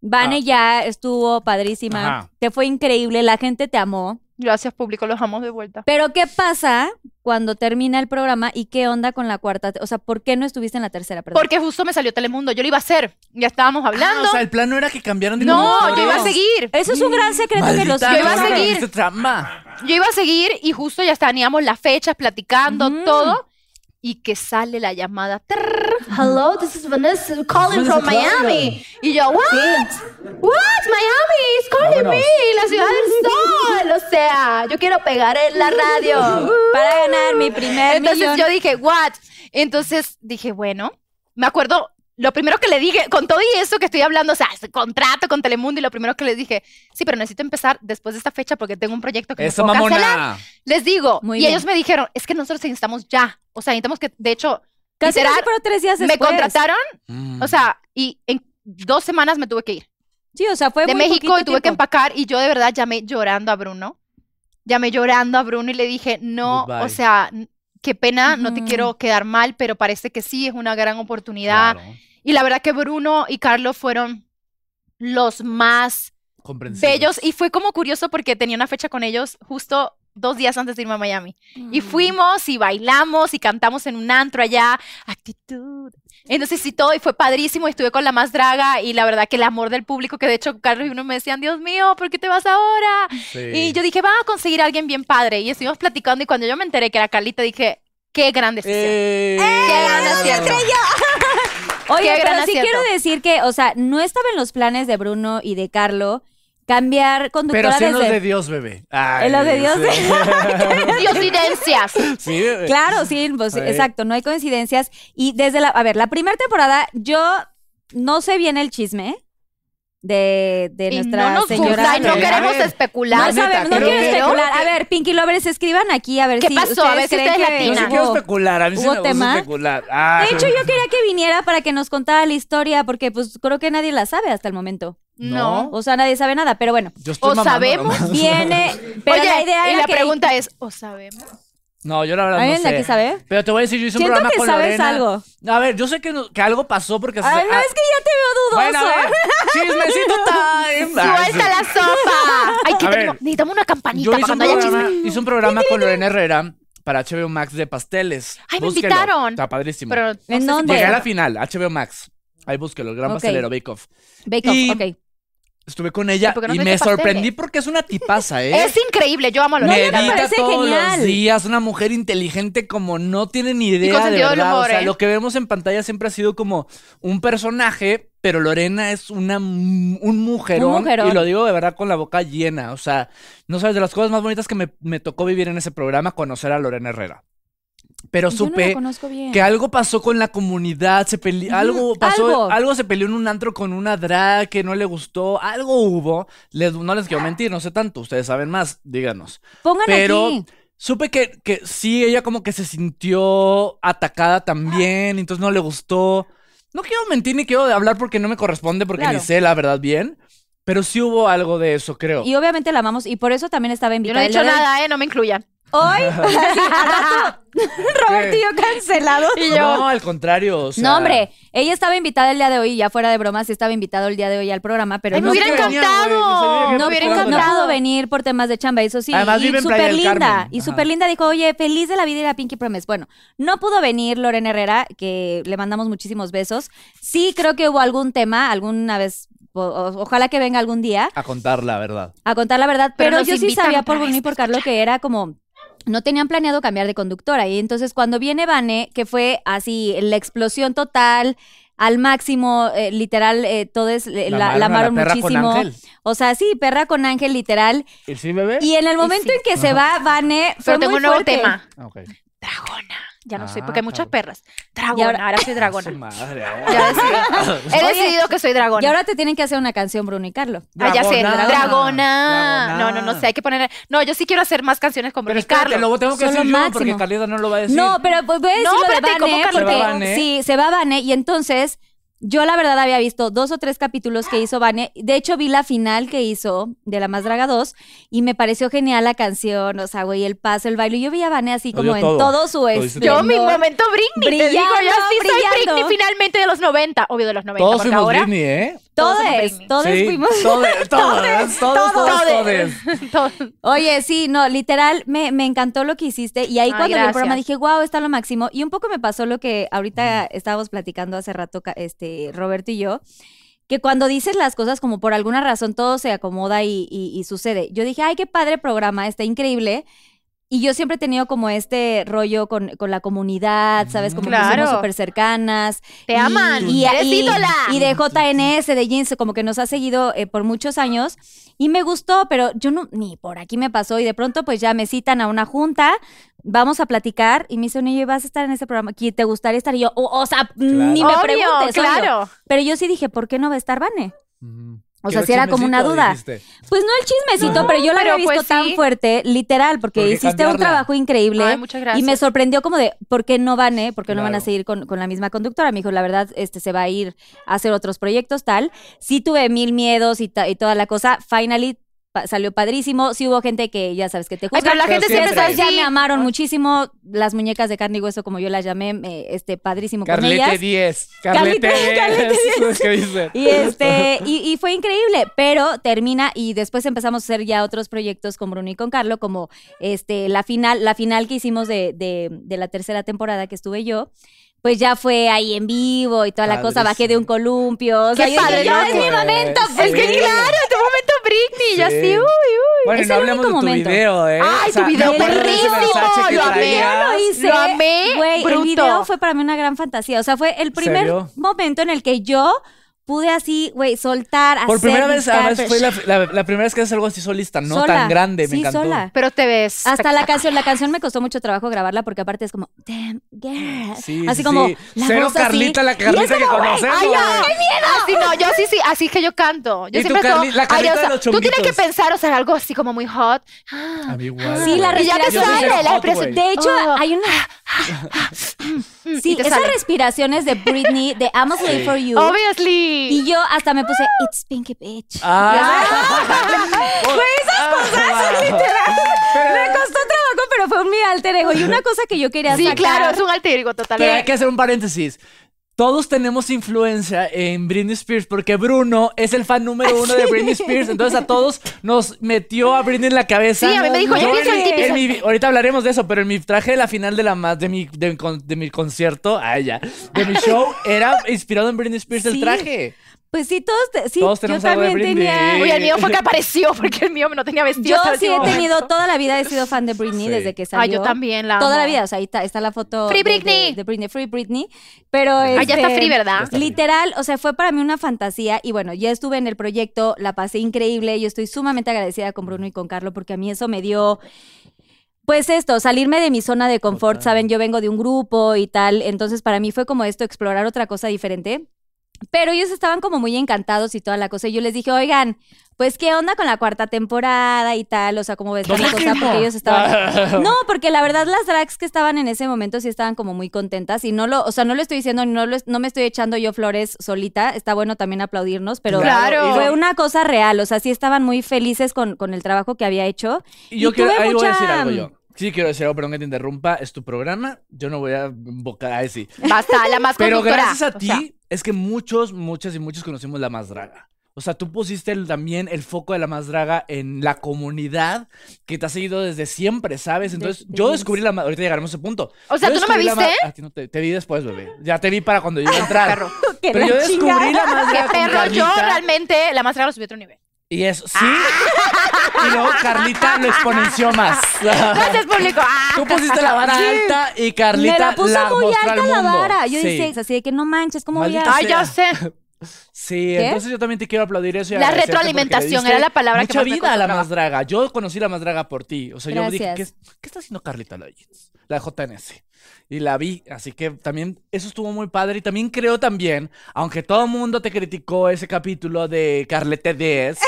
S2: Vane
S4: Ah.
S2: ya estuvo padrísima.
S4: Ajá.
S2: Te fue increíble, la gente te amó.
S3: Gracias, público, los amo de vuelta.
S2: Pero ¿qué pasa cuando termina el programa y qué onda con la cuarta? O sea, ¿por qué no estuviste en la tercera? Perdón.
S3: Porque justo me salió Telemundo, yo lo iba a hacer. Ya estábamos
S4: Ah,
S3: hablando.
S4: o sea, el plan no era que cambiaran de
S3: no,
S4: conductor.
S3: yo iba a seguir.
S2: Eso es un gran secreto que los
S4: Maldita
S3: Yo iba a
S4: sea,
S3: seguir.
S4: hiciste trampa.
S3: Yo iba a seguir y justo ya teníamos las fechas platicando, todo. Y que sale la llamada. Trrr. Hello, this is Vanessa calling
S4: Vanessa
S3: from Miami. Y yo, what? What? Miami is calling
S4: Vámonos.
S3: me, la ciudad del sol. O sea, yo quiero pegar en la radio.
S2: para ganar mi primer
S3: Entonces
S2: millón.
S3: yo dije, what? Entonces dije, bueno, me acuerdo, lo primero que le dije, con todo y eso que estoy hablando, o sea, ese contrato con Telemundo, y lo primero que le dije, sí, pero necesito empezar después de esta fecha porque tengo un proyecto que no
S4: Eso,
S3: puedo cancelar.
S4: mamona.
S3: Les digo,
S2: Muy
S3: y
S2: bien.
S3: ellos me didijeron, es que nosotros necesitamos ya, o sea, necesitamos que, de hecho,
S2: Casi
S3: literal,
S2: no, pero tres días
S3: me
S2: Pues después.
S3: contrataron,
S4: Mm.
S3: o sea, y en dos semanas me tuve que ir
S2: Sí, o sea, fue
S3: de
S2: muy
S3: México
S2: poquito
S3: y tuve que
S2: tiempo.
S3: empacar y yo de verdad llamé llorando a Bruno. Llamé llorando a Bruno y le dije, no, o
S4: Goodbye.
S3: sea, n- qué pena, no te
S2: Ujú.
S3: quiero quedar mal, pero parece que sí, es una gran oportunidad.
S4: Claro,
S3: Y la verdad que Bruno y Carlos fueron los más
S4: comprensible.
S3: bellos y fue como curioso porque tenía una fecha con ellos justo dos días antes de irme a Miami. Y
S2: Mm.
S3: fuimos y bailamos y cantamos en un antro allá, actitud. Entonces sí todo y fue padrísimo, estuve con la más draga y la verdad que el amor del público, que de hecho Carlos y uno me decían, Dios mío, ¿por qué te vas ahora?
S4: Sí.
S3: Y yo dije, va a conseguir a alguien bien padre. Y estuvimos platicando y cuando yo me enteré que era Carlita, dije, qué gran decisión.
S4: ¡Eh!
S3: ¡Qué gran acierto!
S2: Oye,
S3: Qué
S2: pero
S3: gran
S2: sí
S3: acierto.
S2: quiero decir que, o sea, no estaba en los planes de Bruno y de Carlo cambiar
S4: Pero
S2: conductora
S4: sí en los
S2: desde-
S4: de Dios, bebé. Ay,
S2: En los de Dios.
S3: Diosidencias.
S4: Sí, bebé.
S2: Claro, sí, pues,
S4: Sí.
S2: exacto, no hay coincidencias. Y desde la, a ver, la primera temporada yo no sé bien el chisme de, de
S3: Y
S2: nuestra
S3: no nos
S2: señora.
S3: gusta y no
S4: de-
S3: queremos
S4: A ver,
S2: No
S3: especular.
S4: neta,
S2: sabemos, no
S4: creo
S2: quiero
S4: que-
S2: especular. A ver, Pinky Lovers, escriban aquí a ver
S3: ¿Qué
S2: si
S3: pasó?
S2: ustedes
S3: A ver si
S2: creen
S3: ustedes
S2: que
S4: Yo sí
S3: latinan.
S4: quiero
S2: hubo-
S4: especular, a mí sí
S2: ¿Hubo
S4: me gusta
S2: tema?
S4: especular. Ah,
S2: De hecho, yo quería que viniera para que nos contara la historia, porque pues creo que nadie la sabe hasta el momento.
S3: No.
S2: O sea, nadie sabe nada, pero bueno.
S4: yo estoy
S3: o
S4: mamando
S3: sabemos.
S4: nomás.
S2: Viene, pero
S3: Oye,
S2: la idea
S3: y
S2: era
S3: la
S2: que-
S3: pregunta es, ¿o sabemos?
S4: No, yo la verdad no
S2: ¿Alguien
S4: sé.
S2: de aquí sabe?
S4: Pero te voy a decir, yo hice un
S2: Siento
S4: programa
S2: que
S4: con
S2: sabes
S4: Lorena.
S2: algo.
S4: A ver, yo sé que, no- que algo pasó porque...
S2: Ay, no,
S4: ah,
S2: es que ya te veo
S4: bueno,
S2: dudoso. ¿eh?
S4: a ver, chismecito time. Ah, sí.
S3: ¡Suelta la sopa! Ay,
S4: A
S3: quítame,
S4: ver.
S3: necesitamos una campanita
S4: Yo
S3: para
S4: hice un,
S3: cuando haya chisme.
S4: programa, hice un programa con Lorena Herrera para HBO Max de pasteles.
S3: Ay, me
S4: Búsquelo,
S3: invitaron.
S4: Está padrísimo.
S3: Pero
S2: ¿En
S3: no sé si-
S2: dónde?
S4: Llegué a la final, HBO Max. Ahí búsquelo, el gran
S2: Ok.
S4: pastelero, Bake Off.
S2: Bake Off,
S4: Y-
S2: ok.
S4: Estuve con ella
S3: ¿Y por qué no
S4: y
S3: te
S4: me
S3: hizo pasteles?
S4: sorprendí porque es una tipaza, ¿eh?
S3: Es increíble, yo amo a Lorena.
S2: me
S4: Medita
S2: parece
S4: todos
S2: genial.
S4: los días, una mujer inteligente como no tiene ni idea de
S3: sentido del
S4: verdad.
S3: humor,
S4: o sea,
S3: ¿eh?
S4: lo que vemos en pantalla siempre ha sido como un personaje, pero Lorena es una m- un mujerón,
S2: Un mujerón.
S4: y lo digo de verdad con la boca llena. O sea, no sabes de las cosas más bonitas que me, me tocó vivir en ese programa conocer a Lorena Herrera. Pero
S2: Yo no la
S4: supe
S2: conozco bien.
S4: que algo pasó con la comunidad, se pele-
S2: Ujú,
S4: algo pasó,
S2: algo.
S4: algo. se peleó en un antro con una drag que no le gustó, algo hubo, les, no les quiero mentir, no sé tanto, ustedes saben más, díganos.
S2: Pongan
S4: Pero
S2: aquí.
S4: supe que, que sí, ella como que se sintió atacada también, entonces no le gustó. No quiero mentir ni quiero hablar porque no me corresponde, porque
S2: Claro.
S4: ni sé la verdad bien, pero sí hubo algo de eso, creo.
S2: Y obviamente la amamos y por eso también estaba
S3: Yo no
S2: invitada.
S3: he dicho
S2: Lorena-
S3: nada, ¿eh? No me incluyan.
S2: Hoy, así, al rato, Roberto y yo cancelados.
S4: No, al contrario. o sea,
S2: no, hombre, ella estaba invitada el día de hoy, y ya fuera de bromas, sí estaba invitado el día de hoy al programa, pero
S3: Ay, pues me
S2: no,
S4: es
S3: hubiera
S4: que venía,
S3: encantado.
S4: güey, no sabía
S2: no,
S4: que
S3: me hubiera
S2: pudo- no
S3: encantado.
S2: pudo venir por temas de chamba, eso sí.
S4: Además,
S2: y
S4: vive en Playa
S2: súper
S4: del
S2: linda,
S4: Carmen.
S2: y
S4: Ajá.
S2: súper linda dijo, oye, feliz de la vida y la Pinky Promise. Bueno, no pudo venir Lorena Herrera, que le mandamos muchísimos besos. Sí creo que hubo algún tema, alguna vez, o- o- ojalá que venga algún día
S4: A contar la verdad.
S2: a contar la verdad,
S3: Pero
S2: pero,
S3: nos
S2: yo sí
S3: invitan este
S2: sabía
S3: otra
S2: por
S3: vez,
S2: mí por Carlo que era como no tenían planeado cambiar de conductora y entonces cuando viene Vane, que fue así la explosión total al máximo, eh, literal, eh, todos eh, la, la
S4: amaron a
S2: amaron
S4: perra con
S2: muchísimo.
S4: Ángel.
S2: O sea, sí, perra con Ángel, literal.
S4: ¿Y sí, bebé?
S2: Y en el momento en que se va Vane, fue
S3: Pero tengo
S2: muy
S3: un nuevo
S2: fuerte.
S3: tema.
S4: Ah, ok.
S3: Dragona. Ya no
S4: Ah,
S3: soy, porque hay muchas
S4: cabrón.
S3: perras.
S2: Y
S3: Dragona,
S2: ahora-
S3: ahora, soy
S4: Ah, Su
S3: dragona.
S4: madre, oh.
S3: Ya
S4: ahora.
S3: decidí. He
S2: Oye,
S3: decidido que soy dragona.
S2: Y ahora te tienen que hacer una canción, Bruno y Carlo.
S3: Ah, ya sé, dragona.
S4: Dragona. Dragona.
S3: No, no, no sé, hay que poner. No, yo sí quiero hacer más canciones con
S4: Pero
S3: Bruno y
S4: espérate,
S3: Carlos.
S4: lo tengo que
S2: Son
S4: decir
S2: lo
S4: yo
S2: máximo.
S4: porque Carlita no lo va a decir.
S2: No, pero pues, voy a decir
S3: No,
S2: lo de
S3: espérate, ¿cómo
S2: Vane,
S3: Carlos?
S2: porque
S4: ¿Se va Vane?
S2: sí, se va Vane y entonces yo la verdad había visto dos o tres capítulos que hizo Vane. De hecho, vi la final que hizo de La Más Draga 2 y me pareció genial la canción, o sea, güey, el paso, el baile. Yo vi a Vane así
S4: Lo
S2: como
S4: dio
S2: en
S4: todo.
S2: todo su
S4: Lo hizo
S2: esplendor.
S3: Yo, mi momento Britney. Te digo, yo
S2: Brillando,
S3: sí soy
S2: brillando.
S3: Britney finalmente de los 90. Obvio, de los 90.
S4: Todos
S3: porque
S4: fuimos
S3: ahora.
S4: Britney, ¿eh?
S2: Todos,
S3: Todos fuimos Britney.
S2: todos
S4: Sí,
S2: fuimos.
S4: Todos, todos, todos, todos, todos.
S3: Todos.
S2: Oye, sí, no, literal, me, me encantó lo que hiciste. Y ahí
S3: Ay,
S2: cuando vi el
S3: gracias.
S2: programa dije, wow, está lo máximo. Y un poco me pasó lo que ahorita estábamos platicando hace rato, ca- este, Roberto y yo, que cuando dices las cosas como por alguna razón todo se acomoda y, y- y sucede. Yo dije, ay, qué padre programa, está increíble. Y yo siempre he tenido como este rollo con, con la comunidad, ¿sabes? Como que
S3: Claro.
S2: somos súper cercanas.
S3: Te
S2: Y-
S3: aman.
S2: Y,
S3: Eres
S2: y-
S3: ídola.
S2: y de JNS, de Jeans, como que nos ha seguido eh, por muchos años. Y me gustó, pero yo no, ni por aquí me pasó. Y de pronto, pues ya me citan a una junta, vamos a platicar. Y me dicen, oye, vas a estar en este programa. ¿Qui- ¿Te gustaría estar? Y yo, o, o sea, mm, ni me
S3: Obvio,
S2: preguntes. obvio.
S3: claro.
S2: Pero yo sí dije, ¿por qué no va a estar Vane? O sea,
S4: Quiero
S2: sí era como una
S4: chismecito,
S2: duda.
S4: dijiste.
S2: Pues no el chismecito,
S4: No,
S2: pero yo la
S3: pero
S2: había visto
S3: pues
S2: tan
S3: sí.
S2: fuerte, literal, porque,
S4: Porque
S2: hiciste un
S4: cambiarla.
S2: trabajo increíble.
S3: Ay, muchas gracias.
S2: Y me sorprendió como de, ¿por qué no van, eh? ¿Por qué no van a
S4: Claro.
S2: seguir con, con la misma conductora? Me dijo, la verdad, este se va a ir a hacer otros proyectos, tal. Sí tuve mil miedos y, ta- y toda la cosa. Finally pa- salió padrísimo. Sí hubo gente que, ya sabes, que te
S3: Ay,
S2: juzga.
S3: pero la
S4: Pero
S3: gente
S4: siempre
S3: siempre está
S2: Esas
S4: es
S3: así.
S2: ya me amaron
S3: Ah.
S2: muchísimo. Las muñecas de carne y hueso, como yo las llamé, me- este, padrísimo con
S4: Carlete
S2: ellas.
S4: 10.
S2: Carlete-
S4: Carlete 10.
S2: Carlete
S4: ¿Sabes qué dice?
S2: Y este, y, y fue increíble, pero termina y después empezamos a hacer ya otros proyectos con Bruno y con Carlo, como este, la final, la final que hicimos de, de- de la tercera temporada que estuve yo, pues ya fue ahí en vivo y toda la cosa,
S4: Padrísimo.
S2: bajé de un columpio. O sea,
S3: Qué
S2: yo dije,
S3: padre,
S2: "Ya
S3: ¿no?
S2: es mi momento,
S4: Sí.
S2: pues,
S3: Es que
S2: sí".
S3: claro, tu momento Britney. Yo
S4: Sí.
S3: sí, uy, uy.
S4: Bueno,
S2: es
S4: y no
S2: el
S4: hablemos de
S2: único
S4: tu
S2: momento.
S4: video, ¿eh?
S3: Ay, tu video
S4: ¿te acuerdas de ese
S2: perrísimo,
S4: mensaje que
S3: lo amé.
S4: traías?
S2: Yo lo hice.
S3: Lo amé,
S2: Güey, el
S3: bruto.
S2: video fue para mí una gran fantasía. O sea, fue el primer
S4: ¿Serio?
S2: momento en el que yo pude así, güey, soltar,
S4: Por
S2: hacer,
S4: primera vez,
S2: dictar,
S4: además,
S2: pero-
S4: fue la, la- la primera vez que haces algo así solista, no
S2: Sola.
S4: tan grande, me
S2: Sí,
S4: encantó.
S2: sola.
S3: Pero te ves.
S2: Hasta la canción, la canción me costó mucho trabajo grabarla porque aparte es como, damn girl.
S4: Sí,
S2: así
S4: sí,
S2: como,
S4: sí.
S2: la
S4: Cero
S2: voz así.
S4: Carlita, la
S2: Y es
S4: Carlita que
S2: como, güey,
S4: conocemos.
S2: ay, ya,
S4: güey.
S3: Así no, yo Ah, sí, sí, así es que yo canto. Yo
S4: ¿Y tú,
S3: siempre
S4: Carli-
S3: estoy-
S4: la Carlita
S3: o
S4: de
S3: sea,
S4: los
S3: Tú tienes que
S4: chonguitos?
S3: pensar, o sea, algo así como muy hot. Ah,
S2: Ah,
S4: A mí igual,
S2: Sí, la
S4: güey.
S3: Y ya te
S2: respiración.
S3: sale,
S4: Yo soy
S3: la
S4: hot, güey.
S3: respiración.
S2: De hecho,
S3: Oh.
S2: hay una.
S3: y
S2: Sí,
S3: mm, te
S2: esas
S3: sale.
S2: respiraciones de Britney, de I'm a slave for you.
S3: Obviously.
S2: Y yo hasta me puse, it's Pinky Bitch.
S4: Ah.
S2: Güey, esas cosas son literal. Me costó trabajo, pero fue mi alter ego. Y una cosa que yo quería
S3: sí,
S2: sacar-
S3: claro, es un alter ego total.
S4: Pero hay que hacer un paréntesis. Todos tenemos influencia en Britney Spears porque Bruno es el fan número
S3: Ah,
S4: uno de Britney Spears. Entonces a todos nos metió a Britney en la cabeza.
S3: Sí, a mí me dijo, yo pienso en ti,
S4: en
S3: pienso
S4: mi vi- Ahorita hablaremos de eso, pero en mi traje de la final de la más de mi, de mi con- de mi concierto, ay, ya, de mi show, era inspirado en Britney Spears el
S2: Sí.
S4: traje.
S2: Pues sí, todos, te- sí,
S4: Todos
S2: yo
S4: tenemos algo de
S2: también
S4: Britney.
S2: tenía.
S3: Uy, el mío fue que apareció porque el mío no tenía vestido.
S2: Yo
S3: hasta el
S2: sí he
S3: último
S2: tenido
S3: momento.
S2: toda la vida he sido fan de Britney
S4: Sí.
S2: desde que salió.
S3: Ah, yo también la
S2: Toda
S3: amo.
S2: la vida, o sea, ahí está, está la foto
S3: Free
S2: de-
S3: Britney.
S2: De, de Britney, Free Britney, pero
S3: Ah, ya está
S2: este,
S3: free, ¿verdad?
S4: está free.
S2: Literal, o sea, fue para mí una fantasía y bueno, ya estuve en el proyecto, la pasé increíble, yo estoy sumamente agradecida con Bruno y con Carlo porque a mí eso me dio pues esto, salirme de mi zona de confort,
S4: Total.
S2: saben, yo vengo de un grupo y tal, entonces para mí fue como esto, explorar otra cosa diferente. Pero ellos estaban como muy encantados y toda la cosa. Y yo les dije, oigan, pues qué onda con la cuarta temporada y tal, o sea, cómo ves
S4: No,
S2: la
S4: no,
S2: cosa,
S4: no.
S2: porque ellos estaban... No, porque la verdad las drags que estaban en ese momento sí estaban como muy contentas y no lo, o sea, no lo estoy diciendo, no, lo, no me estoy echando yo flores solita, está bueno también aplaudirnos, pero
S3: Claro.
S2: fue una cosa real, o sea, sí estaban muy felices con, con el trabajo que había hecho.
S4: Y yo
S2: Y
S4: quiero,
S2: tuve
S4: ahí voy a decir
S2: mucha-
S4: algo yo. Sí, quiero decir algo, perdón que te interrumpa. Es tu programa. Yo no voy a invocar a decir.
S3: Basta, la más
S4: Pero
S3: conductora.
S4: gracias a
S3: O
S4: ti
S3: sea,
S4: es que muchos, muchas y muchos conocimos La Más Draga. O sea, tú pusiste el- también el foco de La Más Draga en la comunidad que te ha seguido desde siempre, ¿sabes? Entonces,
S2: Desde
S4: yo
S2: siempre.
S4: descubrí La Más... Ahorita llegaremos a ese punto.
S3: O sea,
S4: Yo
S3: ¿tú no me
S4: descubrí La Ma-
S3: viste?
S4: A ti no te, te vi después, bebé. Ya te vi para cuando yo iba a entrar.
S3: perro.
S2: Que
S4: Pero
S2: la
S4: yo descubrí La
S2: chingada.
S4: Más Draga
S3: Qué
S4: con
S3: perro, yo
S4: Carlita,
S3: realmente la más rara lo subí a otro nivel.
S4: Y eso, sí. Y luego Carlita lo exponenció más.
S3: Gracias, público. Ah.
S4: Tú pusiste la vara alta y Carlita
S2: Me la puso muy
S4: mostró
S2: alta
S4: al
S2: la
S4: mundo.
S2: vara. Yo
S4: Sí.
S2: dije, así de que no manches, ¿cómo voy a...?
S4: Maldita
S3: Ay, ya sé.
S4: Sí, entonces yo también te quiero aplaudir eso. y
S3: La
S4: agradecerte porque le
S3: retroalimentación
S4: diste
S3: era la palabra que
S4: mucha
S3: más me
S4: vida a
S3: costó
S4: la
S3: trabajo.
S4: más draga. Yo conocí la más draga por ti. O sea, yo dije,
S2: Gracias.
S4: ¿qué, qué está haciendo Carlita Loyens? La JNS. Y la vi, así que también eso estuvo muy padre. Y también creo también, aunque todo el mundo te criticó ese capítulo de Carlete 10,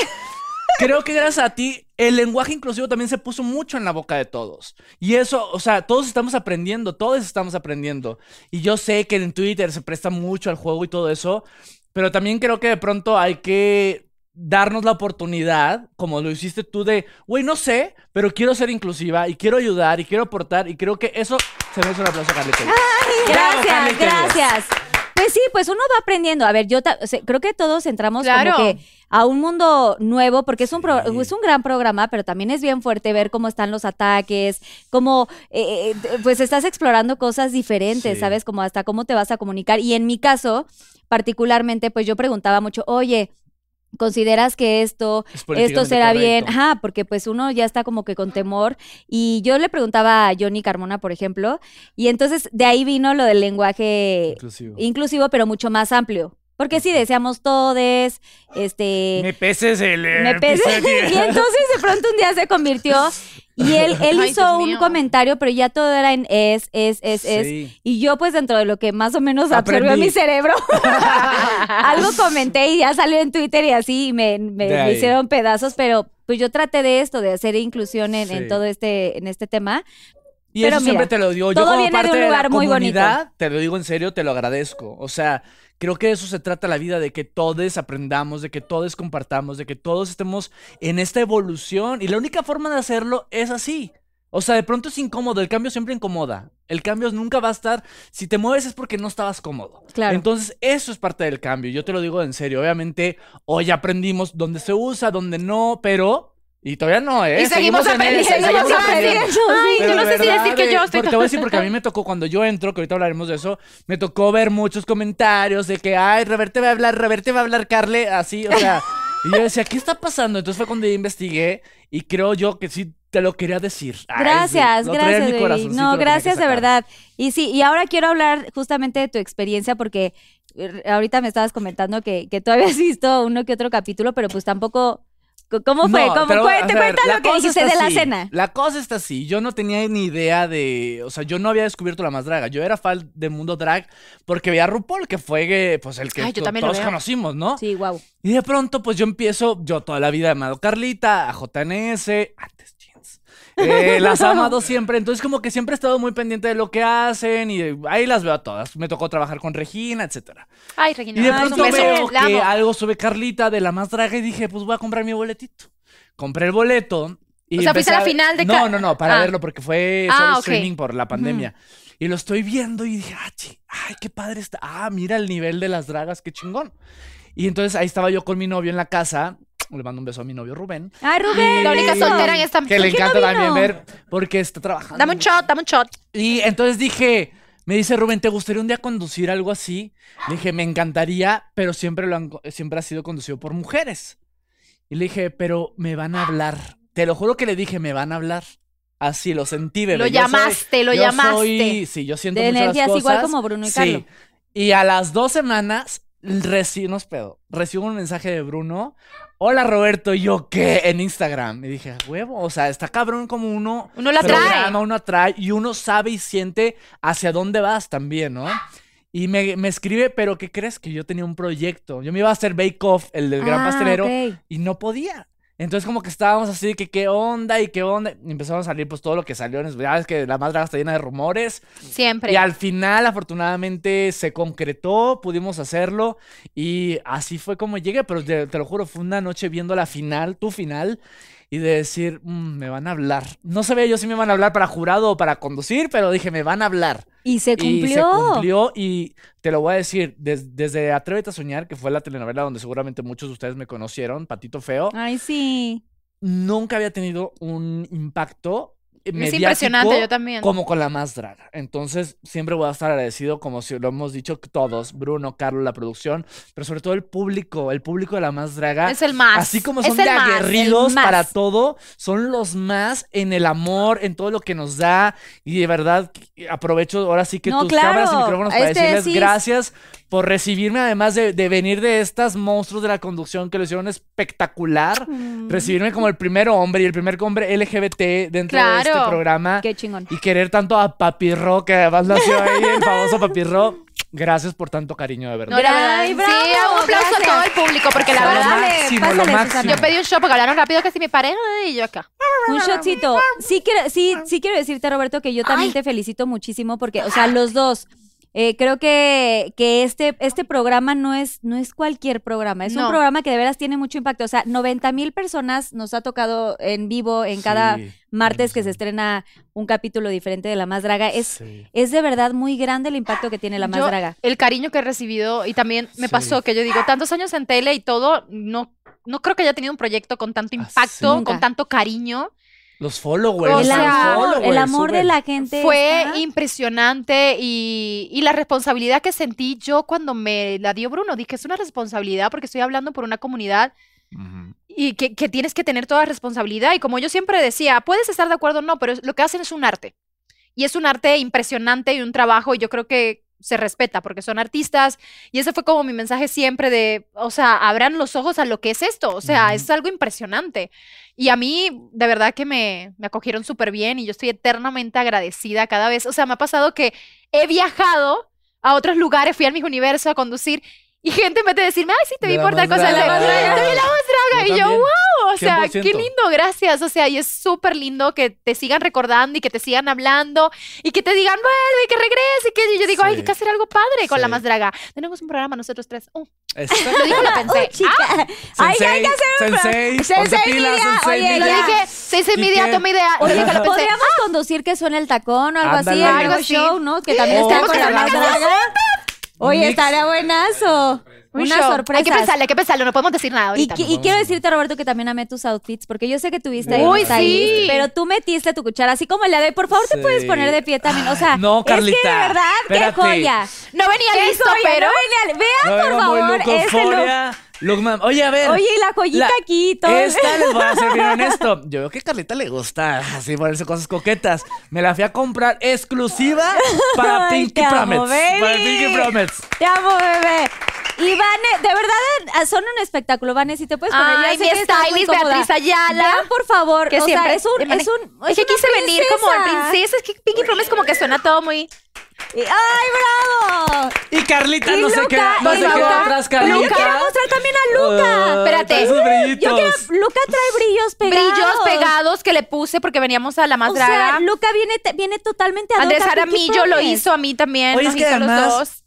S4: creo que gracias a ti el lenguaje inclusivo también se puso mucho en la boca de todos. Y eso, o sea, todos estamos aprendiendo, todos estamos aprendiendo. Y yo sé que en Twitter se presta mucho al juego y todo eso, pero también creo que de pronto hay que darnos la oportunidad, como lo hiciste tú, de, güey, no sé, pero quiero ser inclusiva y quiero ayudar y quiero aportar y creo que eso se merece un aplauso a Carlita.
S2: Ah,
S4: Bravo,
S2: Gracias,
S4: Carlita.
S2: gracias. Pues sí, pues uno va aprendiendo. A ver, yo ta- o sea, creo que todos entramos
S3: Claro.
S2: como que a un mundo nuevo, porque es un, pro-
S4: Sí.
S2: es un gran programa, pero también es bien fuerte ver cómo están los ataques, cómo, eh, eh, pues estás explorando cosas diferentes,
S4: Sí.
S2: ¿sabes? Como hasta cómo te vas a comunicar. Y en mi caso, particularmente, pues yo preguntaba mucho, oye, ¿consideras que esto,
S4: Es
S2: esto
S4: políticamente
S2: será bien.
S4: correcto.
S2: Ajá, porque pues uno ya está como que con temor. Y yo le preguntaba a Johnny Carmona, por ejemplo, y entonces de ahí vino lo del lenguaje
S4: Inclusivo.
S2: inclusivo, pero mucho más amplio. Porque sí, deseamos todes, este...
S4: Me peses el... eh,
S2: Me pese-
S4: episodio.
S2: y entonces de pronto un día se convirtió y él, él
S3: Ay,
S2: hizo
S3: Dios
S2: un
S3: mío.
S2: comentario, pero ya todo era en es, es, es, es.
S4: Sí.
S2: Y yo pues dentro de lo que más o menos absorbió
S4: Aprendí.
S2: mi cerebro, algo comenté y ya salió en Twitter y así y me, me-
S4: De
S2: me
S4: ahí.
S2: hicieron pedazos, pero pues yo traté de esto, de hacer inclusión en, en
S4: Sí.
S2: todo este, en este tema.
S4: Y
S2: Pero
S4: eso siempre
S2: mira,
S4: te lo digo. Yo
S2: todo
S4: como
S2: viene de
S4: parte
S2: un
S4: de, la
S2: lugar muy bonito.
S4: comunidad, te lo digo en serio, te lo agradezco. O sea, creo que de eso se trata la vida, de que todos aprendamos, de que todos compartamos, de que todos estemos en esta evolución. Y la única forma de hacerlo es así. O sea, de pronto es incómodo, el cambio siempre incomoda. El cambio nunca va a estar, si te mueves es porque no estabas cómodo.
S2: Claro.
S4: Entonces, eso es parte del cambio. Yo te lo digo en serio. Obviamente, hoy aprendimos dónde se usa, dónde no, pero... Y todavía no, ¿eh?
S3: Y seguimos
S4: en
S3: aprendiendo,
S4: esa,
S3: seguimos aprendiendo.
S2: Ay,
S3: yo
S4: pero
S3: no
S4: de
S3: sé si decir que
S4: eh,
S3: yo estoy
S4: porque te voy a decir porque a mí me tocó cuando yo entro, que ahorita hablaremos de eso, me tocó ver muchos comentarios de que, ay, Reverte va a hablar, Reverte va a hablar, Carle, así, o sea, y yo decía, ¿qué está pasando? Entonces fue cuando yo investigué y creo yo que sí te lo quería decir. Ay, sí,
S2: Gracias,
S4: lo traía en
S2: gracias,
S4: mi
S2: baby.
S4: corazoncito, lo
S2: No,
S4: tenía que
S2: gracias de
S4: sacar.
S2: verdad. Y sí, y ahora quiero hablar justamente de tu experiencia porque eh, ahorita me estabas comentando que, que tú habías visto uno que otro capítulo, pero pues tampoco... ¿Cómo fue?
S4: No,
S2: ¿Cómo?
S4: pero,
S2: Cuenta-
S4: a ver,
S2: cuenta
S4: la
S2: lo que
S4: cosa
S2: dijiste
S4: está
S2: de la
S4: así.
S2: cena.
S4: La cosa está así. Yo no tenía ni idea de. O sea, yo no había descubierto la más draga. Yo era fan de mundo drag porque veía a RuPaul, que fue eh, pues, el que
S3: Ay, yo
S4: to-
S3: también lo
S4: todos
S3: veo.
S4: conocimos, ¿no?
S2: Sí, wow.
S4: Y de pronto, pues yo empiezo, yo toda la vida he amado a Carlita, a JNS, antes jeans. Eh, las he amado siempre, entonces como que siempre he estado muy pendiente de lo que hacen y eh, ahí las veo a todas. Me tocó trabajar con Regina, etcétera.
S3: Ay,
S4: Y
S3: Regina,
S4: de
S3: un
S4: pronto
S3: beso,
S4: veo
S3: la
S4: que
S3: amo.
S4: algo sube Carlita de la más draga y dije, pues voy a comprar mi boletito. Compré el boleto. Y
S3: O sea, fuiste
S4: empecé
S3: a la final de
S4: No,
S3: Car-
S4: no, no, para
S3: Ah.
S4: verlo porque fue
S3: Ah,
S4: solo
S3: ok.
S4: streaming por la pandemia. Y lo estoy viendo y dije, ah, chi, ay, qué padre está. Ah, mira el nivel de las dragas, qué chingón. Y entonces ahí estaba yo con mi novio en la casa. Le mando un beso a mi novio Rubén.
S2: Ay, Ah, Rubén.
S3: La única
S2: beso.
S3: soltera en esta
S4: Que le
S3: ¿Por qué no
S4: encanta
S3: vino?
S4: también ver porque está trabajando.
S3: Dame un shot, dame un shot.
S4: Y entonces dije, me dice Rubén, ¿te gustaría un día conducir algo así? Le dije, me encantaría, pero siempre, lo han co- siempre ha sido conducido por mujeres. Y le dije, pero me van a hablar. Te lo juro que le dije, me van a hablar. Así lo sentí, bebé.
S3: Lo
S4: Yo soy-
S3: llamaste, lo
S4: yo
S3: llamaste.
S4: soy- sí, yo siento
S2: De
S4: muchas
S2: energías,
S4: cosas.
S2: igual como Bruno y
S4: Sí.
S2: Carlos.
S4: Y a las dos semanas recibo, no es pedo, recibo un mensaje de Bruno. Hola Roberto, ¿Y yo qué en Instagram. Y dije, "A huevo, o sea, está cabrón como uno
S3: Uno la
S4: programa,
S3: trae.
S4: uno atrae y uno sabe y siente hacia dónde vas también, ¿no? Y me, me escribe, pero ¿qué crees? Que yo tenía un proyecto. Yo me iba a hacer Bake Off, el del gran
S2: Ah,
S4: pastelero,
S2: ok.
S4: y no podía. Entonces como que estábamos así de que qué onda y qué onda. Y empezaron a salir pues todo lo que salió. Ya es que la más draga está llena de rumores.
S3: Siempre.
S4: Y al final, afortunadamente, se concretó, pudimos hacerlo y así fue como llegué, pero te, te lo juro, fue una noche viendo la final, tu final, y de decir, "Mm, me van a hablar. No sabía yo si me van a hablar para jurado o para conducir, pero dije, me van a hablar.
S2: Y se cumplió.
S4: Y se cumplió y te lo voy a decir, des- desde Atrévete a Soñar, que fue la telenovela donde seguramente muchos de ustedes me conocieron, Patito Feo,
S3: Ah.
S2: Ay, sí.
S4: nunca había tenido un impacto.
S3: es impresionante, yo
S4: mediático
S3: también.
S4: como con la más draga. Entonces, siempre voy a estar agradecido, como si lo hemos dicho todos, Bruno, Carlos, la producción, pero sobre todo el público, el público de la más draga.
S3: Es el más.
S4: Ah, Así como
S3: Es
S4: son de
S3: el más, el
S4: aguerridos
S3: más.
S4: para todo, son los más en el amor, en todo lo que nos da. Y de verdad, que- aprovecho ahora sí que
S2: No,
S4: tus
S2: claro.
S4: cámaras y micrófonos para
S2: Este
S4: decirles
S2: sí es-
S4: gracias por recibirme, además de, de venir de estas monstruos de la conducción que lo hicieron espectacular.
S3: Mm.
S4: Recibirme como el primer hombre y el primer hombre LGBT dentro de este
S3: Claro.
S4: programa
S2: Qué chingón.
S4: y querer tanto a Papirro, que además nació ahí, el famoso Papirro. Gracias por tanto cariño, de verdad.
S3: No, la verdad.
S2: Ay, bravo,
S3: sí, un aplauso
S2: gracias.
S3: a todo el público, porque la
S4: Son lo
S3: verdad.
S4: máximo, lo
S2: pásale,
S4: máximo.
S2: Susana.
S3: Yo pedí un show porque hablaron rápido que si me paré y yo acá.
S2: Un shotcito. Sí quiero, sí, sí quiero decirte, Roberto, que yo también
S3: Ay.
S2: te felicito muchísimo porque, o sea, los dos. eh, creo que, que este, este programa no es, no es cualquier programa, es un
S3: No.
S2: programa que de veras tiene mucho impacto. O sea, 90 mil personas nos ha tocado en vivo en cada
S4: Sí,
S2: martes que se
S4: sí.
S2: estrena un capítulo diferente de La Más Draga. Es,
S4: Sí.
S2: es de verdad muy grande el impacto que tiene La Más
S3: Yo,
S2: Draga.
S3: El cariño que he recibido y también me
S4: Sí.
S3: pasó que yo digo, tantos años en tele y todo, no, no creo que haya tenido un proyecto con tanto
S4: Así.
S3: impacto,
S2: Nunca.
S3: con tanto cariño.
S4: Los followers.
S3: O
S2: el
S4: los
S3: sea,
S2: amor,
S4: followers,
S2: el amor de
S4: suben.
S2: la gente.
S3: Fue
S2: está-
S3: impresionante y, y la responsabilidad que sentí yo cuando me la dio Bruno, dije, es una responsabilidad porque estoy hablando por una comunidad
S4: Ujú.
S3: y que, que tienes que tener toda responsabilidad. Y como yo siempre decía, puedes estar de acuerdo o no, pero es- lo que hacen es un arte. Y es un arte impresionante y un trabajo, y yo creo que se respeta porque son artistas. Y ese fue como mi mensaje siempre de, o sea, abran los ojos a lo que es esto. O sea,
S4: Ujú.
S3: es algo impresionante. Y a mí, de verdad que me, me acogieron súper bien y yo estoy eternamente agradecida cada vez. O sea, me ha pasado que he viajado a otros lugares, fui al mis universo a conducir. Y gente en vez de decirme, ay, sí, te
S4: De
S3: vi
S4: la
S3: por tal
S4: más
S3: cosa.
S4: draga.
S3: te- te vi la más draga. Y yo,
S4: también.
S3: o sea, qué
S4: 100%.
S3: lindo, gracias. O sea, y es súper lindo que te sigan recordando y que te sigan hablando y que te digan, vuelve, y que regrese. Y que y yo digo, ay, hay
S4: Sí.
S3: que hacer algo padre con la
S4: Sí.
S3: más draga. Tenemos un programa nosotros tres. Uh,
S4: Exacto.
S3: lo dije, lo pensé.
S2: Ay,
S4: Sensei, Sensei, ponte
S2: Sensei,
S4: pilas,
S2: mira,
S4: sensei,
S2: oye,
S3: Ah, Lo
S4: mira.
S2: ya.
S3: dije, se hizo
S4: ¿Y
S3: mi idea,
S4: qué?
S3: toma idea. Lo dije, lo pensé.
S2: Podríamos conducir que suena el tacón o algo así,
S4: "Ah". Ándale. pues
S2: algo
S3: Algo así.
S2: show, ¿no? Que también
S4: Oh,
S2: está con
S4: tenemos
S2: la
S4: que
S2: más
S4: hacer
S2: draga. Oye,
S4: Mix.
S2: estaría buenazo.
S3: Un
S2: Una
S3: show.
S2: sorpresa.
S3: Hay que pensarlo, hay que pensarlo, no podemos decir nada
S2: Y,
S3: ahorita.
S2: qui- y quiero decirte, Roberto, que también amé tus outfits, porque yo sé que tuviste
S4: Uy,
S2: unos ahí,
S3: sí.
S2: pero tú metiste tu cuchara, así como la de, por favor, te
S4: Sí.
S2: puedes poner de pie también, o sea,
S4: Ay, no,
S2: es que de
S4: Carlita,
S2: verdad, qué
S4: espérate.
S2: joya,
S3: No venía
S2: qué
S3: listo,
S2: joya,
S3: pero
S2: no, Vean,
S4: Lo
S2: vean,
S3: "Ah,
S4: veo
S2: por
S4: muy
S2: favor,
S4: loco,
S2: este look,
S4: euforia. Lookman, oye, a ver.
S2: Oye, y la joyita
S4: la-
S2: aquí y todo.
S4: Esta les voy a ser bien honesto. Yo veo que a Carlita le gusta así ponerse cosas coquetas. Me la fui a comprar exclusiva para
S2: Ay,
S4: Pinky
S2: te amo,
S4: Promise. Para
S2: baby.
S4: Pinky Promise.
S2: Te amo, bebé. Y Vane, de verdad, eh, son un espectáculo, Vane, si te puedes poner. ya
S3: Ay,
S2: sé
S3: mi
S2: que estás muy
S3: stylist
S2: cómoda.
S3: Beatriz Ayala.
S2: Vean, por favor,
S3: que
S2: o
S3: siempre
S2: sea, es un,
S3: le
S2: es un,
S3: mane- es que
S2: una
S3: quise venir como a
S2: princesa.
S3: princesa, es que Pinky Promise como que suena todo muy
S2: Y- ¡Ay, bravo!
S4: Y Carlita
S2: Y
S4: Ah, no se
S2: Luca,
S4: queda, no
S2: y
S4: se queda
S2: Luca.
S4: atrás,
S2: Pero
S4: Carlita.
S2: yo quiero mostrar también a
S4: Ay,
S2: Luca.
S3: Espérate.
S4: esos brillitos.
S2: Yo quiero, Luca trae brillos pegados.
S3: brillos pegados que le puse porque veníamos a la más
S2: O sea,
S3: draga.
S2: Luca viene, te- viene totalmente a
S3: Andrés
S2: Doca, Pinky
S3: Aramillo lo
S2: Promise.
S3: hizo a mí también,
S4: Oye,
S3: nos
S4: es que
S3: hizo a
S4: además-
S3: los dos.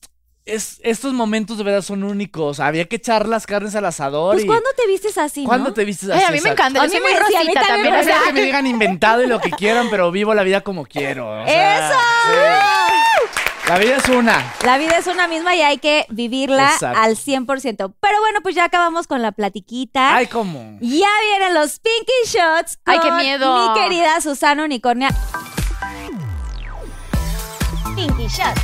S4: Es- estos momentos de verdad son únicos. Había que echar las carnes al asador.
S2: Pues,
S4: y-
S2: ¿cuándo te vistes así,
S4: ¿Cuándo
S2: no?
S4: te viste así?
S3: Ay, a mí me
S4: exacto?
S3: encanta,
S2: A
S3: yo
S2: mí
S3: soy
S2: me
S3: muy
S2: decía, a mí
S3: rosita
S2: también
S3: también,
S2: me
S3: o
S4: O sea,
S3: sea,
S4: que me digan inventado y lo que quieran, pero vivo la vida como quiero. o sea,
S2: ¡Eso!
S4: sí. La vida es una.
S2: La vida es una misma y hay que vivirla
S4: Exacto.
S2: al 100%. Pero bueno, pues ya acabamos con la platiquita.
S4: Ay, cómo.
S2: Ya vienen los Pinky Shots.
S3: Ay, qué
S2: con
S3: miedo.
S2: Mi querida Susana Unicornia.
S5: Pinky Shot.